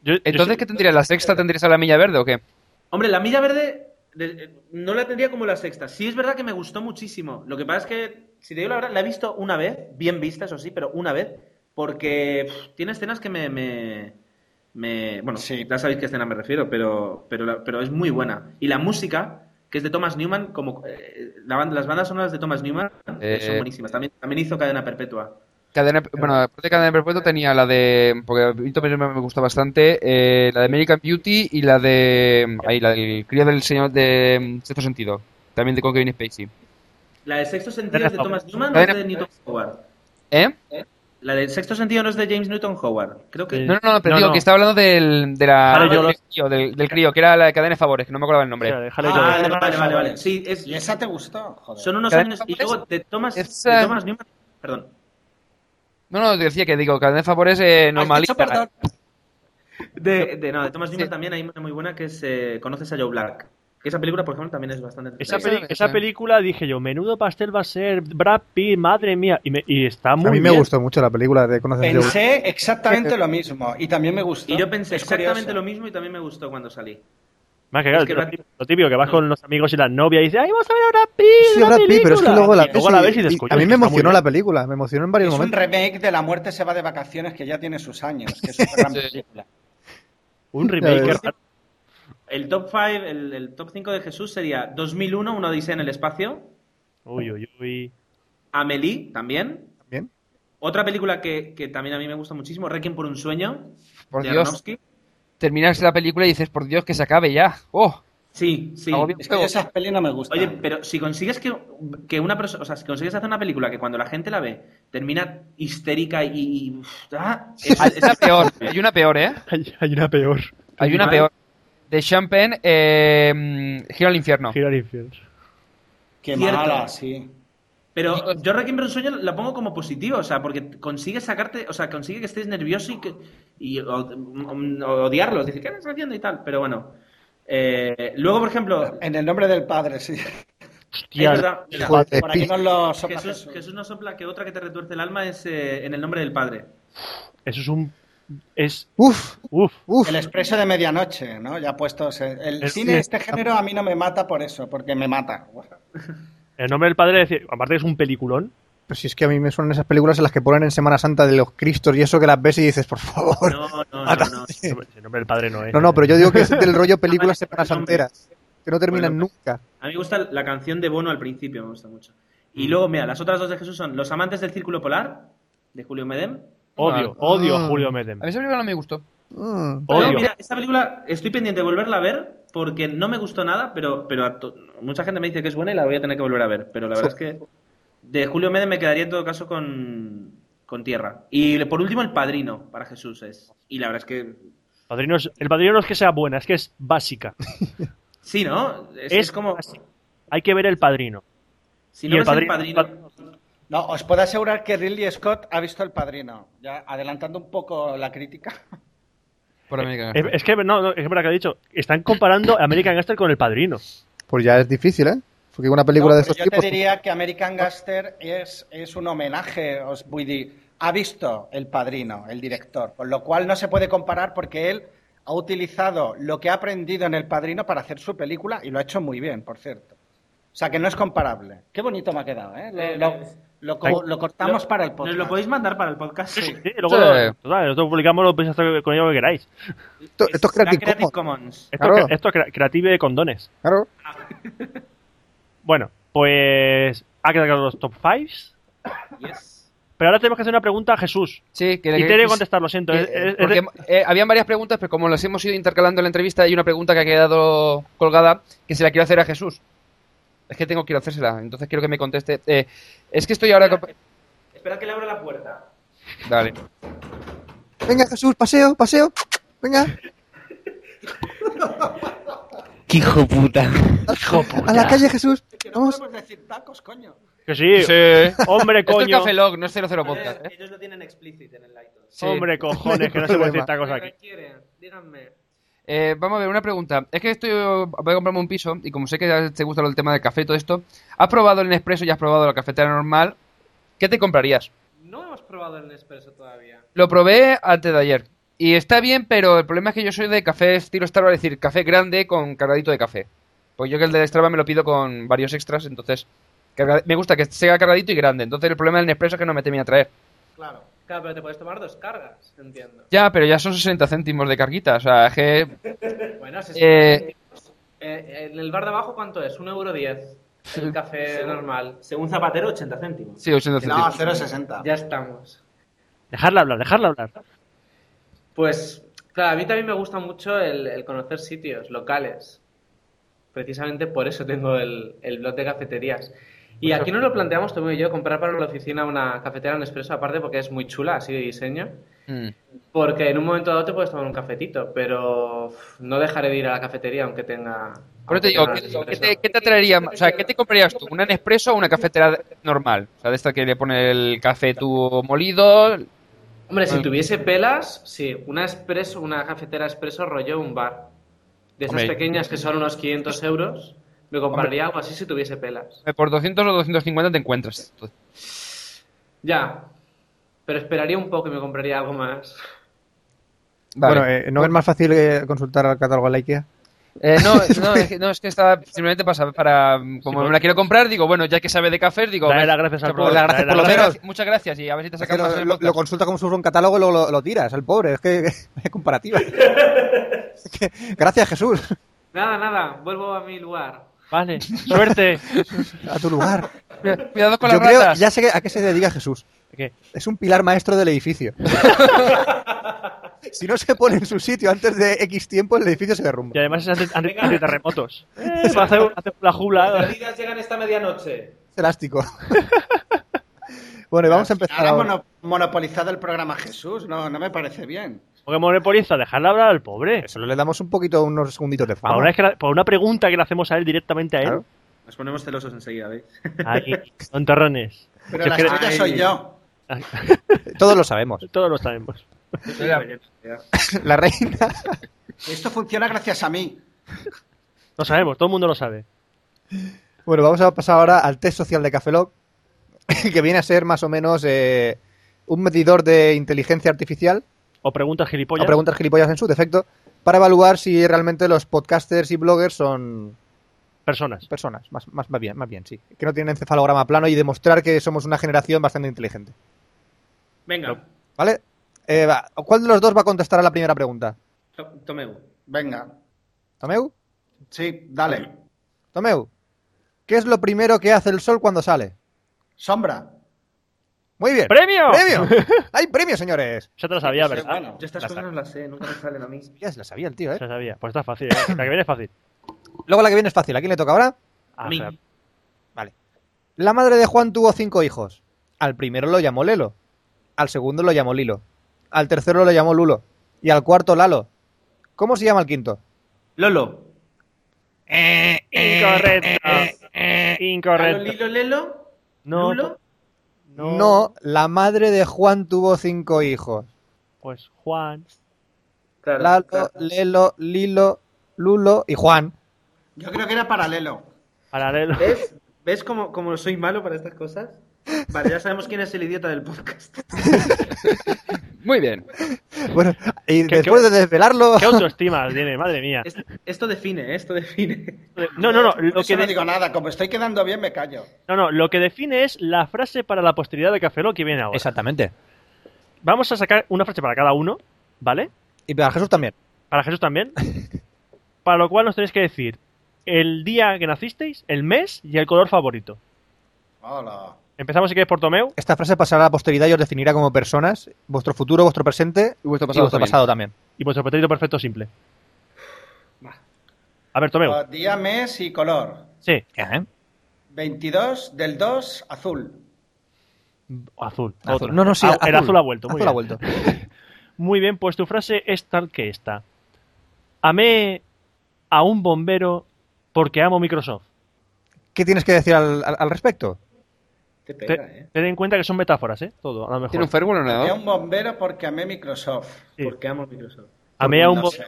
Speaker 4: Entonces, ¿qué tendrías? ¿La sexta tendrías a la Milla Verde o qué?
Speaker 5: Hombre, la milla verde de- eh, no la tendría como la sexta. Sí es verdad que me gustó muchísimo. Lo que pasa es que, si te digo la verdad, la he visto una vez, bien vista, eso sí, pero una vez, porque pff, tiene escenas que me... me- me- bueno, ya sabéis qué escena me refiero, pero, pero, la- pero es muy buena. Y la música, que es de Thomas Newman, como eh, la ban- las bandas sonoras de Thomas Newman eh,
Speaker 4: Eh.
Speaker 5: son buenísimas. También, también hizo Cadena Perpetua.
Speaker 4: Cadena, bueno, aparte de Cadena Perpetua tenía la de. Porque Vito me, me gusta bastante. eh, la de American Beauty y la de. Ahí, la del crío del señor de mm, Sexto Sentido. También de con Kevin Spacey.
Speaker 5: ¿La de Sexto Sentido es de Thomas Newman o es
Speaker 4: Cadena-
Speaker 5: de Newton Howard?
Speaker 4: ¿Eh?
Speaker 5: La del Sexto Sentido no es de James Newton Howard. Creo que...
Speaker 4: No, no, no, pero digo que estaba hablando del, de la,
Speaker 5: Vale, yo
Speaker 4: del, crío, del, del crío, que era la de Cadena de Favores, que no me acordaba el nombre.
Speaker 5: Ah, vale, vale, vale, vale. Sí, es-
Speaker 6: Y esa te gustó, joder.
Speaker 5: Son unos
Speaker 4: Cadena
Speaker 5: años. Y luego de Thomas,
Speaker 4: es,
Speaker 5: de
Speaker 4: eh,
Speaker 5: Thomas Newman. Perdón.
Speaker 4: No, no, te decía que digo, Cadena de Favores eh, normalita.
Speaker 5: perdón. De, de- no, de Thomas Newman también hay una muy buena que es eh, Conoces a Joe Black. Que esa película, por ejemplo, también es bastante.
Speaker 2: Esa, peli- esa película dije yo, menudo pastel va a ser Brad Pitt, madre mía. Y, me- y está muy
Speaker 3: a mí me
Speaker 2: bien.
Speaker 3: gustó mucho la película de Conoces a Joe
Speaker 6: Pensé exactamente lo mismo y también me gustó.
Speaker 5: Y yo pensé
Speaker 6: Es
Speaker 5: exactamente
Speaker 6: curioso.
Speaker 5: lo mismo y también me gustó cuando salí.
Speaker 2: Más que, claro,
Speaker 5: Es que
Speaker 2: lo,
Speaker 5: Brad
Speaker 2: típico, lo típico que vas con los amigos y la novia y dices, ¡ay, vamos a ver a Brad Pitt!
Speaker 3: Sí,
Speaker 2: la
Speaker 3: Brad Pitt, pero es que
Speaker 2: película".
Speaker 3: luego la,
Speaker 2: Y luego la ves y dices,
Speaker 3: y-
Speaker 2: "Coño,
Speaker 3: A mí me
Speaker 2: es que está muy
Speaker 3: emocionó
Speaker 2: bien".
Speaker 3: la película, me emocionó en varios
Speaker 6: Es un
Speaker 3: momentos.
Speaker 6: remake de La muerte se va de vacaciones que ya tiene sus años, que es una
Speaker 3: *laughs*
Speaker 6: gran película.
Speaker 2: Un
Speaker 3: remake, *laughs* Ya ves.
Speaker 5: El, top 5, el, el top 5 de Jesús sería 2001, Una Odisea en el Espacio.
Speaker 2: Uy, uy, uy.
Speaker 5: Amélie también.
Speaker 3: También.
Speaker 5: Otra película que, que también a mí me gusta muchísimo, Requiem por un sueño.
Speaker 4: Por
Speaker 5: de
Speaker 4: Dios.
Speaker 5: Aronofsky.
Speaker 4: Terminas la película y dices, por Dios, que se acabe ya. ¡Oh!
Speaker 5: Sí, sí.
Speaker 4: Agobio
Speaker 6: Es que yo esas pelis no me gustan.
Speaker 5: Oye, pero si consigues que, que una persona, o sea, si consigues hacer una película que cuando la gente la ve termina histérica y... y- uf, ah, es-
Speaker 4: Hay una *laughs*
Speaker 5: es-
Speaker 4: peor,
Speaker 5: *laughs*
Speaker 4: hay una peor, ¿eh?
Speaker 2: Hay, hay una peor.
Speaker 4: Hay una
Speaker 5: Vale.
Speaker 4: peor. De Champagne, eh, mm, Giro al Infierno.
Speaker 2: Giro al Infierno.
Speaker 6: Qué
Speaker 5: Cierto.
Speaker 6: mala, sí.
Speaker 5: Pero yo Requiem por un sueño la pongo como positiva, o sea, porque consigue sacarte, o sea, consigue que estés nervioso y, que, y o- o- odiarlo, es decir, ¿qué estás haciendo y tal? Pero bueno. Eh, luego, por ejemplo...
Speaker 6: En el nombre del padre, sí.
Speaker 5: es verdad, mira,
Speaker 6: Joder, por aquí nos lo sopla
Speaker 5: Jesús, Jesús nos sopla que otra que te retuerce el alma es eh, en el nombre del Padre.
Speaker 2: Eso es un... Es...
Speaker 3: Uf,
Speaker 2: uf,
Speaker 3: uf.
Speaker 6: El expreso de medianoche, ¿no? Ya puestos. eh, El
Speaker 2: Es-
Speaker 6: cine,
Speaker 2: sí.
Speaker 6: este género, a mí no me mata por eso, porque me mata.
Speaker 2: El nombre del padre, es decir, aparte que es un peliculón.
Speaker 3: Pero si es que a mí me suenan esas películas en las que ponen en Semana Santa de los Cristos y eso que las ves y dices, por favor. *laughs*
Speaker 5: No, no, no, no.
Speaker 2: El nombre del padre no es.
Speaker 3: No, no, pero yo digo que es del rollo películas Semana Santeras, que no terminan nunca.
Speaker 5: A mí me gusta la canción de Bono al principio, me gusta mucho.
Speaker 2: Mm.
Speaker 5: Y luego, mira, las otras dos de Jesús son Los amantes del círculo polar, de Julio Medem.
Speaker 2: Odio,
Speaker 4: Ah.
Speaker 2: odio a Julio Medem.
Speaker 4: A mí esa película no me gustó.
Speaker 5: Pero
Speaker 2: Odio.
Speaker 5: mira, esta película estoy pendiente de volverla a ver porque no me gustó nada, pero, pero a to- mucha gente me dice que es buena y la voy a tener que volver a ver. Pero la verdad es que de Julio Medem me quedaría en todo caso con, con tierra. Y por último, el padrino para Jesús es. Y la verdad es que.
Speaker 2: Padrino es- el padrino no es que sea buena, es que es básica.
Speaker 5: Sí, ¿no?
Speaker 2: Es
Speaker 5: Es, es como.
Speaker 2: Hay que ver el padrino.
Speaker 5: Si
Speaker 2: Y
Speaker 5: no
Speaker 2: el
Speaker 5: ves el
Speaker 2: padrino-
Speaker 5: padrino.
Speaker 6: No, os puedo asegurar que Ridley Scott ha visto El Padrino. Ya adelantando un poco
Speaker 3: *laughs*
Speaker 6: la crítica.
Speaker 4: Por American
Speaker 2: Es,
Speaker 4: Gangster.
Speaker 2: es que, no, no, es verdad que ha dicho. Están comparando American Gangster con el padrino.
Speaker 3: Pues ya es difícil, ¿eh? Porque una película
Speaker 6: No,
Speaker 3: de
Speaker 6: pero
Speaker 3: estos
Speaker 6: yo te
Speaker 3: tipos.
Speaker 6: diría que American Gaster es, es un homenaje, os voy a decir, ha visto el padrino, el director, con lo cual no se puede comparar porque él ha utilizado lo que ha aprendido en el padrino para hacer su película y lo ha hecho muy bien, por cierto. O sea que no es comparable. Qué bonito me ha quedado, ¿eh? Lo, lo- lo co- lo cortamos
Speaker 5: Lo-
Speaker 6: para el podcast.
Speaker 5: ¿Nos lo podéis mandar para el podcast?
Speaker 2: Sí, luego,
Speaker 3: Sí.
Speaker 2: total, nosotros publicamos, lo podéis hacer con ello que queráis.
Speaker 3: Esto, esto es
Speaker 5: La
Speaker 3: Creative Commons.
Speaker 5: Commons.
Speaker 2: Esto,
Speaker 3: Claro.
Speaker 2: esto es crea- creative con dones.
Speaker 3: Claro.
Speaker 2: Bueno, pues ha quedado los top 5.
Speaker 5: Yes.
Speaker 2: Pero ahora tenemos que hacer una pregunta a Jesús.
Speaker 4: Sí, que,
Speaker 2: Y
Speaker 4: que-
Speaker 2: tiene que contestar, lo siento.
Speaker 4: que-
Speaker 2: es- es- es
Speaker 4: porque,
Speaker 2: de-
Speaker 4: eh, habían varias preguntas, pero como las hemos ido intercalando en la entrevista, hay una pregunta que ha quedado colgada que se la quiero hacer a Jesús. Es que tengo que ir a hacérsela, entonces quiero que me conteste. Eh, es que estoy ahora. con-
Speaker 5: Espera que le abra la puerta.
Speaker 4: Dale.
Speaker 3: Venga, Jesús, paseo, paseo. Venga.
Speaker 16: ¡Qué hijo puta!
Speaker 3: A la calle, Jesús.
Speaker 6: Que no
Speaker 3: Vamos.
Speaker 6: podemos decir tacos, coño.
Speaker 2: que sí. Hombre,
Speaker 4: Esto es
Speaker 2: Eh, coño.
Speaker 4: Café Lock, no es 00
Speaker 5: Ellos,
Speaker 4: Podcast. ¿eh?
Speaker 5: ellos lo tienen explícito en el iTunes.
Speaker 4: Sí.
Speaker 2: Hombre, cojones, que no
Speaker 3: Ningún
Speaker 2: *laughs* se puede
Speaker 3: problema.
Speaker 2: decir esta cosa
Speaker 13: ¿Qué
Speaker 2: aquí.
Speaker 13: requieren? Díganme.
Speaker 4: Eh, vamos a ver, una pregunta. Es que estoy, voy a comprarme un piso y como sé que ya te gusta el tema del café y todo esto, ¿has probado el Nespresso y has probado la cafetera normal? ¿Qué te comprarías?
Speaker 13: No hemos probado el Nespresso todavía.
Speaker 4: Lo probé antes de ayer. Y está bien, pero el problema es que yo soy de café estilo Starbucks, es decir, café grande con cargadito de café. Pues yo que el de Strava me lo pido con varios extras, entonces carga- me gusta que sea cargadito y grande. Entonces el problema del Nespresso es que no me termina a traer.
Speaker 13: Claro. Claro, pero te puedes tomar dos cargas, entiendo.
Speaker 4: Ya, pero ya son 60 céntimos de carguita, o sea, es que
Speaker 13: Bueno, si
Speaker 4: Eh,
Speaker 13: en el bar de abajo, ¿cuánto es? Un euro diez. El café normal.
Speaker 5: Según Zapatero, 80 céntimos.
Speaker 4: sí, 80
Speaker 6: No,
Speaker 4: céntimos.
Speaker 6: 0,60.
Speaker 13: Ya estamos.
Speaker 2: Dejarla hablar, dejarla hablar.
Speaker 13: Pues, claro, a mí también me gusta mucho el, el conocer sitios locales. Precisamente por eso tengo el, el blog de cafeterías. Y
Speaker 2: Pues
Speaker 13: aquí nos lo planteamos, Tomé y yo, comprar para la oficina una cafetera Nespresso aparte porque es muy chula, así de diseño.
Speaker 4: Mm.
Speaker 13: Porque en un momento dado te puedes tomar un cafetito, pero uf, no dejaré de ir a la cafetería aunque tenga...
Speaker 4: Pero
Speaker 13: aunque
Speaker 4: te digo,
Speaker 13: tenga
Speaker 4: ¿qué, qué
Speaker 13: Nespresso.
Speaker 4: te, qué te atraería más? O sea, ¿qué te comprarías tú? ¿Una Nespresso o una cafetera normal? O sea, de esta que le pone el café tú molido.
Speaker 13: Hombre, si tuviese pelas, sí, una espresso, una cafetera expreso rollo un bar. De esas
Speaker 4: Hombre.
Speaker 13: pequeñas que son unos 500 euros, me compraría algo así si tuviese pelas.
Speaker 4: Por 200 o 250 te encuentras.
Speaker 13: Ya, pero esperaría un poco y me compraría algo más.
Speaker 4: Vale.
Speaker 3: Bueno, eh, ¿no es más fácil eh, consultar al catálogo de la IKEA?
Speaker 4: Eh, no,
Speaker 13: *laughs*
Speaker 4: no, es que, no, es que estaba simplemente para, saber- para como me la quiero comprar, digo, bueno, ya que sabe de café, digo,
Speaker 2: Dale
Speaker 4: ven,
Speaker 2: las gracias al
Speaker 4: muchas
Speaker 2: pobre, dale
Speaker 4: por
Speaker 2: las
Speaker 4: lo menos,
Speaker 2: gracias.
Speaker 4: muchas gracias y a ver si te
Speaker 3: Es que
Speaker 4: sacas más en
Speaker 3: lo,
Speaker 4: el
Speaker 3: lo- lo
Speaker 4: podcast.
Speaker 3: consulta como si fuera un catálogo y lo, lo- lo tiras, el pobre. Es que *laughs* es comparativa. Es que- gracias, Jesús.
Speaker 13: Nada, nada, vuelvo a mi lugar.
Speaker 2: Vale, suerte.
Speaker 3: A tu lugar.
Speaker 4: Cuida- Cuidado con
Speaker 3: Yo
Speaker 4: las
Speaker 3: creo,
Speaker 4: ratas.
Speaker 3: ya sé que- a qué se dedica Jesús.
Speaker 2: ¿Qué?
Speaker 3: Es un pilar maestro del edificio. si no se pone en su sitio antes de X tiempo, el edificio se
Speaker 2: Y
Speaker 3: derrumba.
Speaker 2: además es anti, anti- antiterremotos. *laughs* Eh, va a hacer, hace la
Speaker 5: Las
Speaker 2: jula.
Speaker 5: ligas llegan esta medianoche.
Speaker 3: Es elástico. *laughs* bueno, y vamos a empezar
Speaker 6: Ahora ha
Speaker 3: ahora.
Speaker 6: mono- monopolizado el programa Jesús, no, no me parece bien.
Speaker 2: Porque monopoliza, dejarla hablar al pobre.
Speaker 3: Solo le damos un poquito, unos segunditos de
Speaker 2: Para
Speaker 3: fama.
Speaker 2: una, vez que la- por una pregunta que le hacemos a él directamente a él.
Speaker 3: Claro.
Speaker 5: Nos ponemos celosos enseguida, ¿veis?
Speaker 2: Ahí, tontorrones.
Speaker 6: Pero
Speaker 2: Yo
Speaker 6: la
Speaker 2: creo-
Speaker 6: estrella soy yo.
Speaker 3: Todos lo sabemos.
Speaker 2: Todos lo sabemos.
Speaker 3: La reina.
Speaker 6: Esto funciona gracias a mí.
Speaker 2: Lo sabemos, todo el mundo lo sabe.
Speaker 3: Bueno, vamos a pasar ahora al test social de Cafeloc, *laughs* que viene a ser más o menos eh, un medidor de inteligencia artificial
Speaker 2: O preguntas gilipollas.
Speaker 3: o preguntas gilipollas en su defecto para evaluar si realmente los podcasters y bloggers son
Speaker 2: personas.
Speaker 3: personas, más, más, más bien, más bien, sí, que no tienen encefalograma plano y demostrar que somos una generación bastante inteligente,
Speaker 5: Venga,
Speaker 3: ¿vale? Eh, va, ¿Cuál de los dos va a contestar a la primera pregunta?
Speaker 5: to- Tomeu.
Speaker 6: Venga,
Speaker 3: ¿Tomeu?
Speaker 6: sí, dale.
Speaker 3: ¿Tomeu? ¿Qué es lo primero que hace el sol cuando sale?
Speaker 6: Sombra.
Speaker 3: Muy bien.
Speaker 2: ¡Premio!
Speaker 3: ¡Premio! ¡Hay premio, señores!
Speaker 2: Ya te lo sabía, ¿verdad?
Speaker 12: Ah,
Speaker 6: Bueno,
Speaker 5: Yo estas
Speaker 3: Ya está.
Speaker 5: cosas no las sé, nunca me salen a mí.
Speaker 3: Ya se la sabía el tío,
Speaker 2: Ya
Speaker 3: ¿eh?
Speaker 2: lo sabía. Pues está fácil. ¿eh? La que viene es fácil.
Speaker 3: Luego la que viene es fácil. ¿A quién le toca ahora?
Speaker 2: Ah,
Speaker 5: A mí.
Speaker 2: espera.
Speaker 3: Vale. La madre de Juan tuvo cinco hijos. Al primero lo llamó Lelo. Al segundo lo llamó Lilo. Al tercero lo llamó Lulo. Y al cuarto Lalo. ¿Cómo se llama el quinto?
Speaker 5: Lolo.
Speaker 12: Incorrecto. Incorrecto.
Speaker 2: ¿Lalo, Lilo, Lelo?
Speaker 12: No.
Speaker 2: ¿Lulo?
Speaker 3: No. la madre de Juan tuvo cinco hijos.
Speaker 12: Pues Juan.
Speaker 2: Claro,
Speaker 3: Lalo,
Speaker 2: claro.
Speaker 3: Lelo, Lilo, Lulo y Juan. *laughs*
Speaker 6: Yo creo que era paralelo.
Speaker 12: Paralelo.
Speaker 2: ¿Ves? ¿Ves cómo, cómo soy malo para estas cosas? Vale, ya sabemos quién es el idiota del podcast.
Speaker 4: Muy bien.
Speaker 3: Bueno, y
Speaker 12: ¿Qué-
Speaker 3: después
Speaker 12: qué-
Speaker 3: de desvelarlo...
Speaker 12: ¿Qué autoestima tiene? Madre mía.
Speaker 2: Esto define, ¿eh? esto define.
Speaker 12: No, no, no.
Speaker 6: Por
Speaker 12: Lo
Speaker 6: eso
Speaker 12: que,
Speaker 6: no
Speaker 12: de-
Speaker 6: digo nada, como estoy quedando bien me callo.
Speaker 12: no, no, lo que define es la frase para la posteridad de Café Lock que viene
Speaker 3: *laughs*
Speaker 12: ahora.
Speaker 3: Exactamente.
Speaker 12: Vamos a sacar una frase para cada uno, ¿vale?
Speaker 3: Y para Jesús también.
Speaker 12: Para Jesús también. Para lo cual nos tenéis que decir el día que nacisteis, el mes y el color favorito.
Speaker 6: Hola.
Speaker 12: Empezamos si queréis por Tomeu.
Speaker 3: Esta frase pasará a la posteridad y os definirá como personas, vuestro futuro, vuestro presente
Speaker 4: Y vuestro
Speaker 3: y
Speaker 4: pasado
Speaker 3: vuestro pasado también.
Speaker 12: Y vuestro pretérito perfecto simple. A ver, Tomeu.
Speaker 6: Ah, Día, mes y color.
Speaker 12: Sí,
Speaker 3: Ajá.
Speaker 6: 22 del 2, azul.
Speaker 12: azul.
Speaker 3: Azul.
Speaker 12: otra.
Speaker 3: No, no, sí,
Speaker 12: Ah, El azul ha vuelto. Muy
Speaker 3: Azul
Speaker 12: bien.
Speaker 3: ha vuelto.
Speaker 12: Muy bien, pues tu frase es tal que esta. Amé a un bombero porque amo Microsoft.
Speaker 3: ¿Qué tienes que decir al, al- al respecto?
Speaker 6: Te
Speaker 12: Te-
Speaker 6: pega, ¿eh?
Speaker 12: Ten en cuenta que son metáforas, ¿eh? Todo, a lo
Speaker 4: ¿Tiene
Speaker 12: mejor.
Speaker 4: un firewall o
Speaker 6: Amé a
Speaker 4: nada?
Speaker 6: un bombero porque amé Microsoft.
Speaker 12: Sí.
Speaker 2: Porque amo Microsoft.
Speaker 12: Amé a un
Speaker 6: No
Speaker 12: bo-
Speaker 6: sé.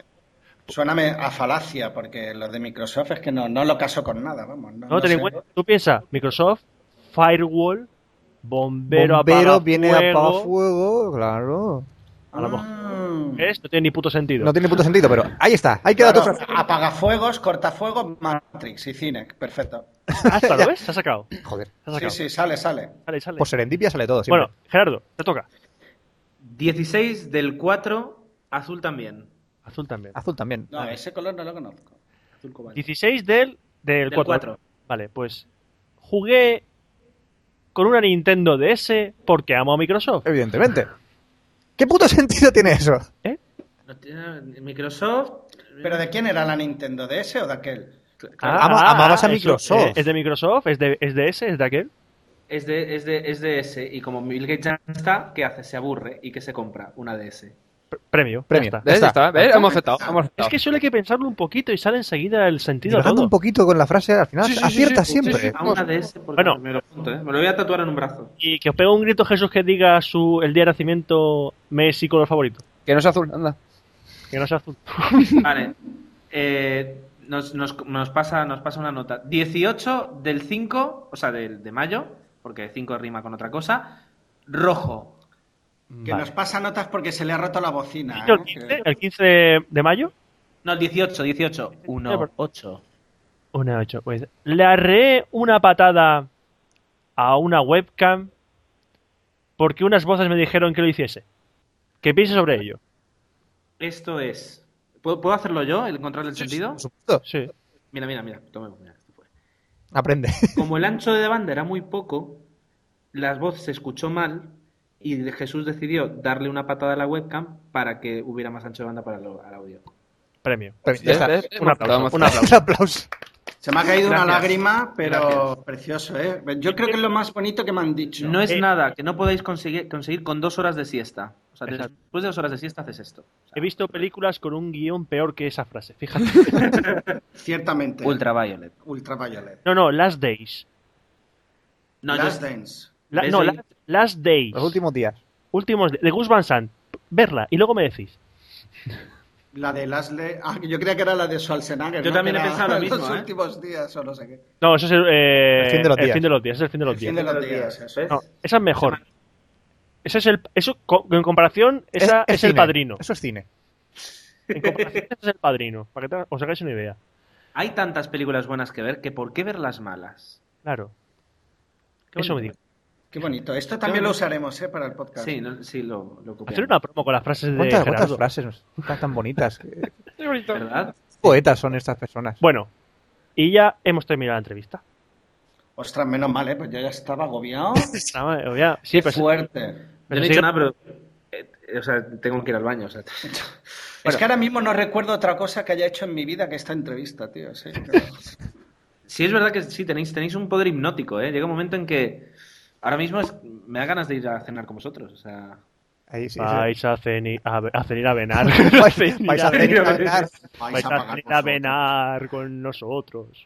Speaker 6: Suéname a falacia, porque los de Microsoft es que no, no lo caso con nada, vamos. No,
Speaker 12: No,
Speaker 6: no
Speaker 12: ten en
Speaker 6: sé.
Speaker 12: cuenta. Tú piensas, Microsoft, Firewall, bombero,
Speaker 3: Bombero
Speaker 12: apaga
Speaker 3: viene a
Speaker 12: fuego.
Speaker 3: fuego, claro.
Speaker 12: A lo mejor.
Speaker 6: Mm.
Speaker 5: Eh,
Speaker 12: ¿Ves? No tiene ni puto sentido.
Speaker 3: No tiene puto sentido, pero ahí está. Ahí queda tu
Speaker 6: Claro,
Speaker 3: frase.
Speaker 6: apagafuegos, cortafuegos, Matrix y cine. Perfecto.
Speaker 12: Hasta Ah, lo ves, se ha sacado. Se
Speaker 3: Joder.
Speaker 12: ha
Speaker 6: Sí,
Speaker 12: sacado.
Speaker 6: sí, sale, sale.
Speaker 12: Sale, sale.
Speaker 3: Por serendipia sale todo. Siempre.
Speaker 12: bueno, Gerardo, te toca.
Speaker 5: 16 del 4, azul también.
Speaker 12: Azul también.
Speaker 3: azul también.
Speaker 6: No, ese color no lo conozco. Azul cubano.
Speaker 12: 16 del,
Speaker 5: Del
Speaker 12: del, 4.
Speaker 5: cuatro.
Speaker 12: Vale, pues jugué con una Nintendo DS porque amo a Microsoft.
Speaker 3: Evidentemente. ¿Qué puto *laughs* sentido tiene eso?
Speaker 5: No tiene- Microsoft.
Speaker 6: ¿Pero de quién era la Nintendo? ¿De ese o de aquel?
Speaker 12: Ah.
Speaker 3: Ah,
Speaker 5: Ah,
Speaker 3: ama- amabas a
Speaker 12: eso,
Speaker 3: Microsoft.
Speaker 12: eh, Es, de Microsoft, es de, es de ese, es de aquel.
Speaker 5: Es de, es, de, es de ese. Y como Bill Gates ya no está, ¿qué hace? Se aburre y que se compra una DS.
Speaker 12: Pr- Premio. ya
Speaker 3: Premio.
Speaker 12: está.
Speaker 4: ¿Ves? Ya
Speaker 3: está.
Speaker 4: está. ¿Ves? Hemos aceptado. hemos
Speaker 12: Es
Speaker 4: aceptado.
Speaker 12: que solo hay que pensarlo un poquito y sale enseguida el sentido a
Speaker 3: Divagando
Speaker 12: todo.
Speaker 3: un poquito con la frase, al final
Speaker 4: Sí, sí, sí,
Speaker 3: acierta
Speaker 4: sí, sí,
Speaker 3: siempre.
Speaker 4: sí, sí.
Speaker 5: A una DS porque
Speaker 12: Bueno.
Speaker 5: me lo apunto, ¿eh? Me lo voy a tatuar en un brazo.
Speaker 12: Y que os pegue un grito Jesús que diga su el día de nacimiento, mes y color favorito.
Speaker 4: Que no es azul, anda.
Speaker 12: Que no sea azul.
Speaker 5: Vale. Eh, nos, nos- nos pasa, nos pasa una nota. 18 del 5, o sea, del- de mayo, porque 5 rima con otra cosa, rojo.
Speaker 6: Que nos pasa notas porque se le ha roto la bocina.
Speaker 12: El
Speaker 6: ¿eh?
Speaker 12: 15, el 15 de, de mayo.
Speaker 5: No, 18, 18. 1, 8.
Speaker 12: Una ocho, pues. Le arreé una patada a una webcam porque unas voces me dijeron que lo hiciese. Que piense sobre ello.
Speaker 5: Esto es... ¿Puedo, puedo hacerlo yo, el encontrar el sentido?
Speaker 3: Por supuesto.
Speaker 12: Sí.
Speaker 5: Mira, mira, mira. tomemos, mira, esto fue.
Speaker 3: Aprende.
Speaker 5: Como el ancho de banda era muy poco, las voces se escuchó mal y Jesús decidió darle una patada a la webcam para que hubiera más ancho de banda para el au- al audio.
Speaker 12: Premio.
Speaker 3: Ya está.
Speaker 4: ¿Ves?
Speaker 12: Un aplauso. Un aplauso.
Speaker 3: Un aplauso.
Speaker 6: Se me ha caído una
Speaker 5: Gracias.
Speaker 6: lágrima, pero precioso, ¿eh? Yo creo que es lo más bonito que me han dicho.
Speaker 5: No es
Speaker 12: Eh,
Speaker 5: nada que no podáis conseguir, conseguir con dos horas de siesta. O sea,
Speaker 12: Exacto.
Speaker 5: después de dos horas de siesta haces esto. O sea,
Speaker 12: He visto películas con un guión peor que esa frase. Fíjate.
Speaker 3: *laughs*
Speaker 6: Ciertamente.
Speaker 5: Ultraviolet.
Speaker 6: Ultraviolet.
Speaker 12: No, no, Last Days.
Speaker 5: No, yo-
Speaker 6: Last Dance.
Speaker 12: La-
Speaker 5: ¿Ves
Speaker 12: no,
Speaker 5: ahí?
Speaker 12: la- Last
Speaker 3: *laughs*
Speaker 12: Days.
Speaker 3: Los últimos días.
Speaker 12: Últimos de, de Gus Van Sant. Verla y luego me decís.
Speaker 6: La de Last Dance. Ah, yo creía que era la de Schwarzenegger.
Speaker 5: Yo
Speaker 6: ¿no?
Speaker 5: también
Speaker 6: Que
Speaker 5: he
Speaker 6: era
Speaker 5: pensado lo
Speaker 6: *laughs* Los
Speaker 5: mismo, ¿eh?
Speaker 6: últimos días o no sé qué.
Speaker 12: No, eso es el, eh,
Speaker 3: El fin de los días.
Speaker 12: días, Es el fin de los
Speaker 6: El
Speaker 12: días.
Speaker 6: fin de los
Speaker 2: Los
Speaker 6: días,
Speaker 2: días,
Speaker 6: eso.
Speaker 2: ¿ves?
Speaker 12: No, esa es mejor. Eso es el, eso co- en comparación, esa es, el
Speaker 3: cine.
Speaker 12: padrino.
Speaker 3: Eso es cine.
Speaker 12: En comparación, ese es el padrino. Para que te- os hagáis una idea.
Speaker 5: Hay tantas películas buenas que ver que ¿por qué ver las malas?
Speaker 12: Claro.
Speaker 5: Qué
Speaker 12: Eso me
Speaker 5: bonito.
Speaker 12: digo.
Speaker 6: Qué bonito. Esto también lo usaremos, ¿eh? Para el podcast.
Speaker 5: Sí, no- sí lo, lo copiamos.
Speaker 12: Hacer una promo con las frases de
Speaker 3: ¿Cuántas, cuántas
Speaker 12: Gerardo.
Speaker 3: frases tan, tan bonitas? Qué
Speaker 5: ¿Verdad?
Speaker 3: poetas son estas personas.
Speaker 12: Bueno, y ya hemos terminado la entrevista.
Speaker 6: Ostras, menos mal, ¿eh? Pues yo ya estaba agobiado.
Speaker 12: Ah, bueno, ya- sí,
Speaker 6: Qué
Speaker 12: pues-
Speaker 6: fuerte.
Speaker 5: Yo no he
Speaker 12: sí-
Speaker 5: dicho nada, pero... eh, eh, o sea, tengo que ir al baño. O sea, *laughs*
Speaker 6: Es que ahora mismo no recuerdo otra cosa que haya hecho en mi vida que esta entrevista, tío. Sí, claro.
Speaker 5: Sí, es verdad que sí, tenéis, tenéis un poder hipnótico, ¿eh? Llega un momento en que Ahora mismo es- me da ganas de ir a cenar con vosotros. O sea,
Speaker 3: Ahí sí,
Speaker 2: Vais a, ceni- a, ve- a cenar a venar.
Speaker 3: *laughs*
Speaker 12: *laughs*
Speaker 3: vais a cenar a venar.
Speaker 2: Vais a cenar a venar con nosotros.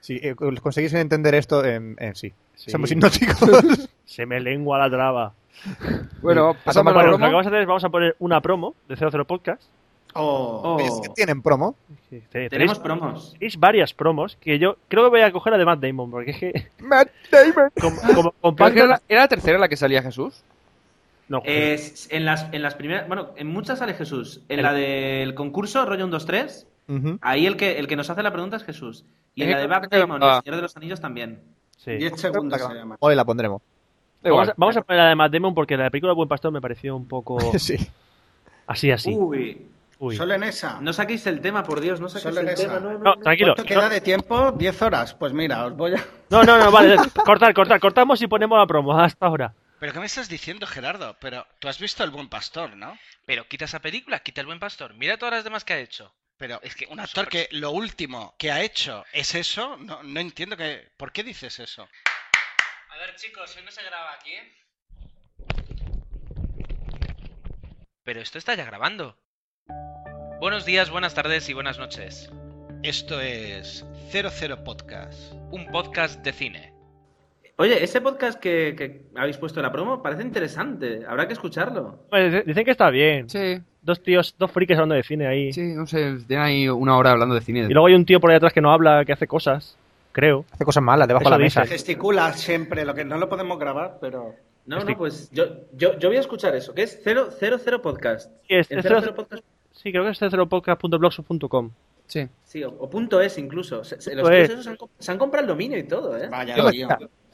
Speaker 3: Sí, eh, conseguís entender esto en, en sí.
Speaker 2: Sí.
Speaker 3: Somos hipnóticos.
Speaker 2: Se me lengua la traba.
Speaker 3: Bueno, pasamos a la
Speaker 2: Bueno,
Speaker 3: promo.
Speaker 2: Lo que vamos a hacer es vamos a poner una promo de 00 Podcast.
Speaker 6: Oh.
Speaker 3: Oye, sí que ¿Tienen promo?
Speaker 5: Tenemos promos.
Speaker 2: Tenéis varias promos que yo creo que voy a coger la de Matt Damon porque es que...
Speaker 4: Matt Damon. Creo
Speaker 2: Como, como
Speaker 4: que
Speaker 2: comparto-
Speaker 4: era, la, era la tercera la que salía Jesús.
Speaker 2: No.
Speaker 5: es- en, las, en las primeras. Bueno, en muchas sale Jesús. En la del concurso, rollo 1, 2, 3. Ahí el que, el que nos hace la pregunta es Jesús. Y en
Speaker 3: Eh,
Speaker 5: la de Back
Speaker 3: creo que-
Speaker 5: Damon, el
Speaker 3: ah.
Speaker 5: Señor de los Anillos también.
Speaker 2: Sí.
Speaker 6: Diez segundos se llama.
Speaker 3: Hoy la pondremos.
Speaker 2: Vamos, a, vamos a poner la de Matt Damon porque la película Buen Pastor me pareció un poco...
Speaker 3: Sí.
Speaker 2: Así, así.
Speaker 6: Uh,
Speaker 5: Uy.
Speaker 2: Uy.
Speaker 6: Solo en esa.
Speaker 5: No saquéis el tema, por Dios, no saquéis
Speaker 6: Solo en
Speaker 5: el
Speaker 6: esa.
Speaker 5: tema. No, no,
Speaker 2: No, tranquilo.
Speaker 6: ¿Cuánto queda de tiempo? ¿10 horas? Pues mira, os voy a...
Speaker 2: No, no, no, vale. Cortar, cortar, cortamos y ponemos la promo. Hasta ahora.
Speaker 17: ¿Pero qué me estás diciendo, Gerardo? Pero tú has visto El Buen Pastor, ¿no?
Speaker 18: Pero quita esa película, quita el buen pastor. Mira todas las demás que ha hecho.
Speaker 17: Pero es que un actor que lo último que ha hecho es eso, no, no entiendo que... ¿Por qué dices eso?
Speaker 18: A ver, chicos, hoy no se graba aquí, ¿eh? Pero esto está ya grabando. Buenos días, buenas tardes y buenas noches.
Speaker 17: Esto es 00 Podcast.
Speaker 18: Un podcast de cine.
Speaker 5: Oye, ese podcast que, que habéis puesto en la promo parece interesante. Habrá que escucharlo.
Speaker 2: Pues, Dicen que está bien.
Speaker 4: Sí.
Speaker 2: Dos tíos, dos frikis hablando de cine ahí.
Speaker 4: Sí, no sé, tienen ahí una hora hablando de cine.
Speaker 2: Y luego hay un tío por ahí atrás que no habla, que hace cosas. Creo.
Speaker 3: Hace cosas malas debajo
Speaker 2: de la mesa.
Speaker 6: Gesticula siempre, lo que no lo podemos grabar, pero...
Speaker 5: No, no, pues yo, yo, yo voy a escuchar eso, que es 000 podcast.
Speaker 2: Sí, es-
Speaker 5: El
Speaker 2: es
Speaker 5: 00
Speaker 2: 00
Speaker 5: podcast.
Speaker 2: Sí, creo que es 00podcast.blogspot.com.
Speaker 4: Sí.
Speaker 5: Sí, o, o punto es incluso. Se- se- los
Speaker 2: Punto
Speaker 5: tíos
Speaker 2: es.
Speaker 5: esos se han, comp- se han comprado el dominio y todo, ¿eh? Vaya,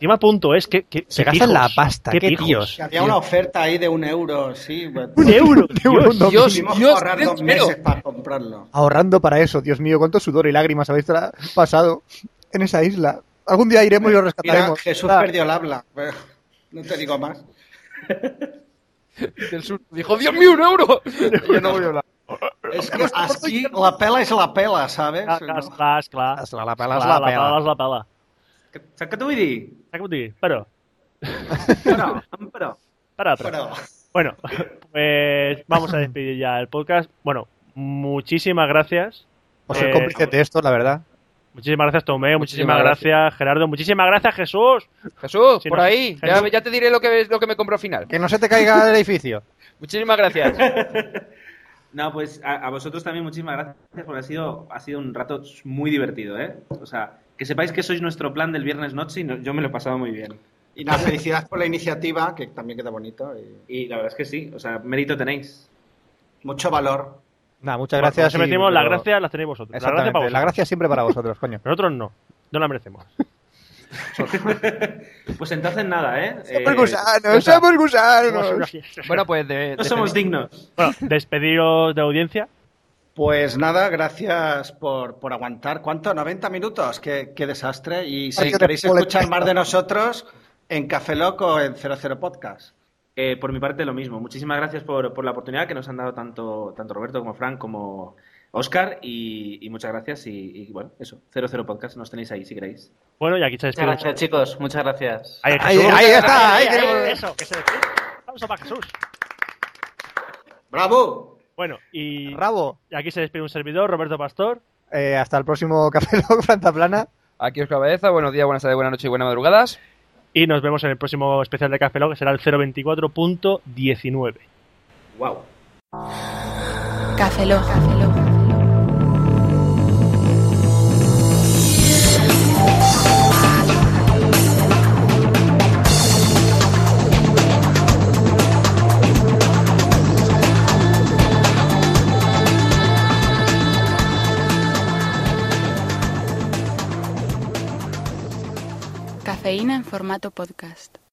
Speaker 2: Encima punto es que, que-
Speaker 3: Se
Speaker 2: qué
Speaker 3: gastan la
Speaker 2: pijos,
Speaker 3: pasta, qué
Speaker 2: pijos.
Speaker 3: tíos.
Speaker 6: Que había una oferta ahí de un euro, sí. pues,
Speaker 2: Un euro,
Speaker 3: *laughs* Dios, Dios,
Speaker 6: Tuvimos
Speaker 3: Dios,
Speaker 6: ahorrar dos
Speaker 3: Dios,
Speaker 6: meses
Speaker 3: pero-
Speaker 6: para comprarlo.
Speaker 3: Ahorrando para eso, Dios mío, cuánto sudor y lágrimas habéis tra- pasado en esa isla. Algún día iremos y lo
Speaker 6: Mira,
Speaker 3: rescataremos.
Speaker 6: Jesús
Speaker 3: Ah,
Speaker 6: perdió el habla. No te digo más.
Speaker 4: Jesús dijo, Dios mío, un euro. Yo no voy a hablar.
Speaker 6: Es que así la pela es la pela, ¿sabes?
Speaker 2: Clas, clas, clas.
Speaker 3: La
Speaker 2: pela
Speaker 6: es la pela.
Speaker 2: es la pela.
Speaker 5: Saca tu ID.
Speaker 2: Saca tu ID, pero.
Speaker 5: Pero, pero.
Speaker 2: Para, para.
Speaker 6: *laughs*
Speaker 2: Bueno, pues vamos a despedir ya el podcast. Bueno, muchísimas gracias.
Speaker 3: Os soy
Speaker 2: Eh,
Speaker 3: cómplice de esto, la verdad.
Speaker 2: Muchísimas gracias, Tomeo. Muchísimas,
Speaker 4: Muchísimas
Speaker 2: gracias. Gerardo. Muchísimas gracias, Jesús.
Speaker 4: Jesús,
Speaker 2: Si
Speaker 4: por
Speaker 2: no-
Speaker 4: ahí. Ya,
Speaker 2: Jesús.
Speaker 4: ya te diré lo que, lo que me compró al final.
Speaker 3: Que no se te caiga del edificio.
Speaker 4: Muchísimas gracias.
Speaker 5: No, pues a, a vosotros también muchísimas gracias porque ha sido, ha sido un rato muy divertido, ¿eh? O sea, que sepáis que sois nuestro plan del viernes noche y no- yo me lo he pasado muy bien.
Speaker 6: Y nada, felicidades por la iniciativa, que también queda bonito. Y
Speaker 5: Y la verdad es que sí, o sea, mérito tenéis.
Speaker 6: mucho valor.
Speaker 3: Nada, muchas
Speaker 2: Bueno,
Speaker 3: gracias.
Speaker 2: nos metimos,
Speaker 3: y-
Speaker 2: las gracias las tenéis vosotros. Las gracias
Speaker 3: Exactamente,
Speaker 2: para vosotros.
Speaker 3: las gracias siempre para vosotros, coño.
Speaker 2: *laughs* Nosotros no. No la merecemos.
Speaker 5: Pues entonces nada, ¿eh? Eh,
Speaker 3: gusanos.
Speaker 4: Bueno, pues de,
Speaker 5: No somos dignos.
Speaker 2: Bueno, despediros de audiencia.
Speaker 6: Pues nada, gracias por, por aguantar. ¿Cuánto? ¿90 minutos? ¡Qué, qué desastre! Y si
Speaker 3: Partido de
Speaker 6: queréis
Speaker 3: fútbol.
Speaker 6: escuchar más de nosotros, en Café Loco, en 00 Podcast.
Speaker 5: Eh, por mi parte, lo mismo. Muchísimas gracias por, por la oportunidad que nos han dado tanto, tanto Roberto como Frank como Oscar. Y, y muchas gracias. Y, y, bueno, eso. 00 Podcast nos tenéis ahí si queréis.
Speaker 2: Bueno, y aquí se
Speaker 19: Muchas
Speaker 2: despide.
Speaker 19: gracias, chicos. Muchas gracias.
Speaker 2: Ahí,
Speaker 3: Ahí,
Speaker 2: Jesús.
Speaker 3: ahí está, ahí,
Speaker 2: ahí,
Speaker 3: que-
Speaker 2: Eso, que se despide. Vamos para Jesús.
Speaker 6: ¡Bravo!
Speaker 2: Bueno, y
Speaker 3: Rabo,
Speaker 2: y aquí se despide un servidor, Roberto Pastor.
Speaker 3: eh, hasta el próximo Café Lock Planta Plana.
Speaker 4: Aquí os cabeza. Buenos días, buenas tardes, buenas noches y buenas madrugadas.
Speaker 2: Y nos vemos en el próximo especial de Café Lock, que será el 024.19.
Speaker 5: ¡Wow!
Speaker 1: Café Lock. Cafeína en formato podcast.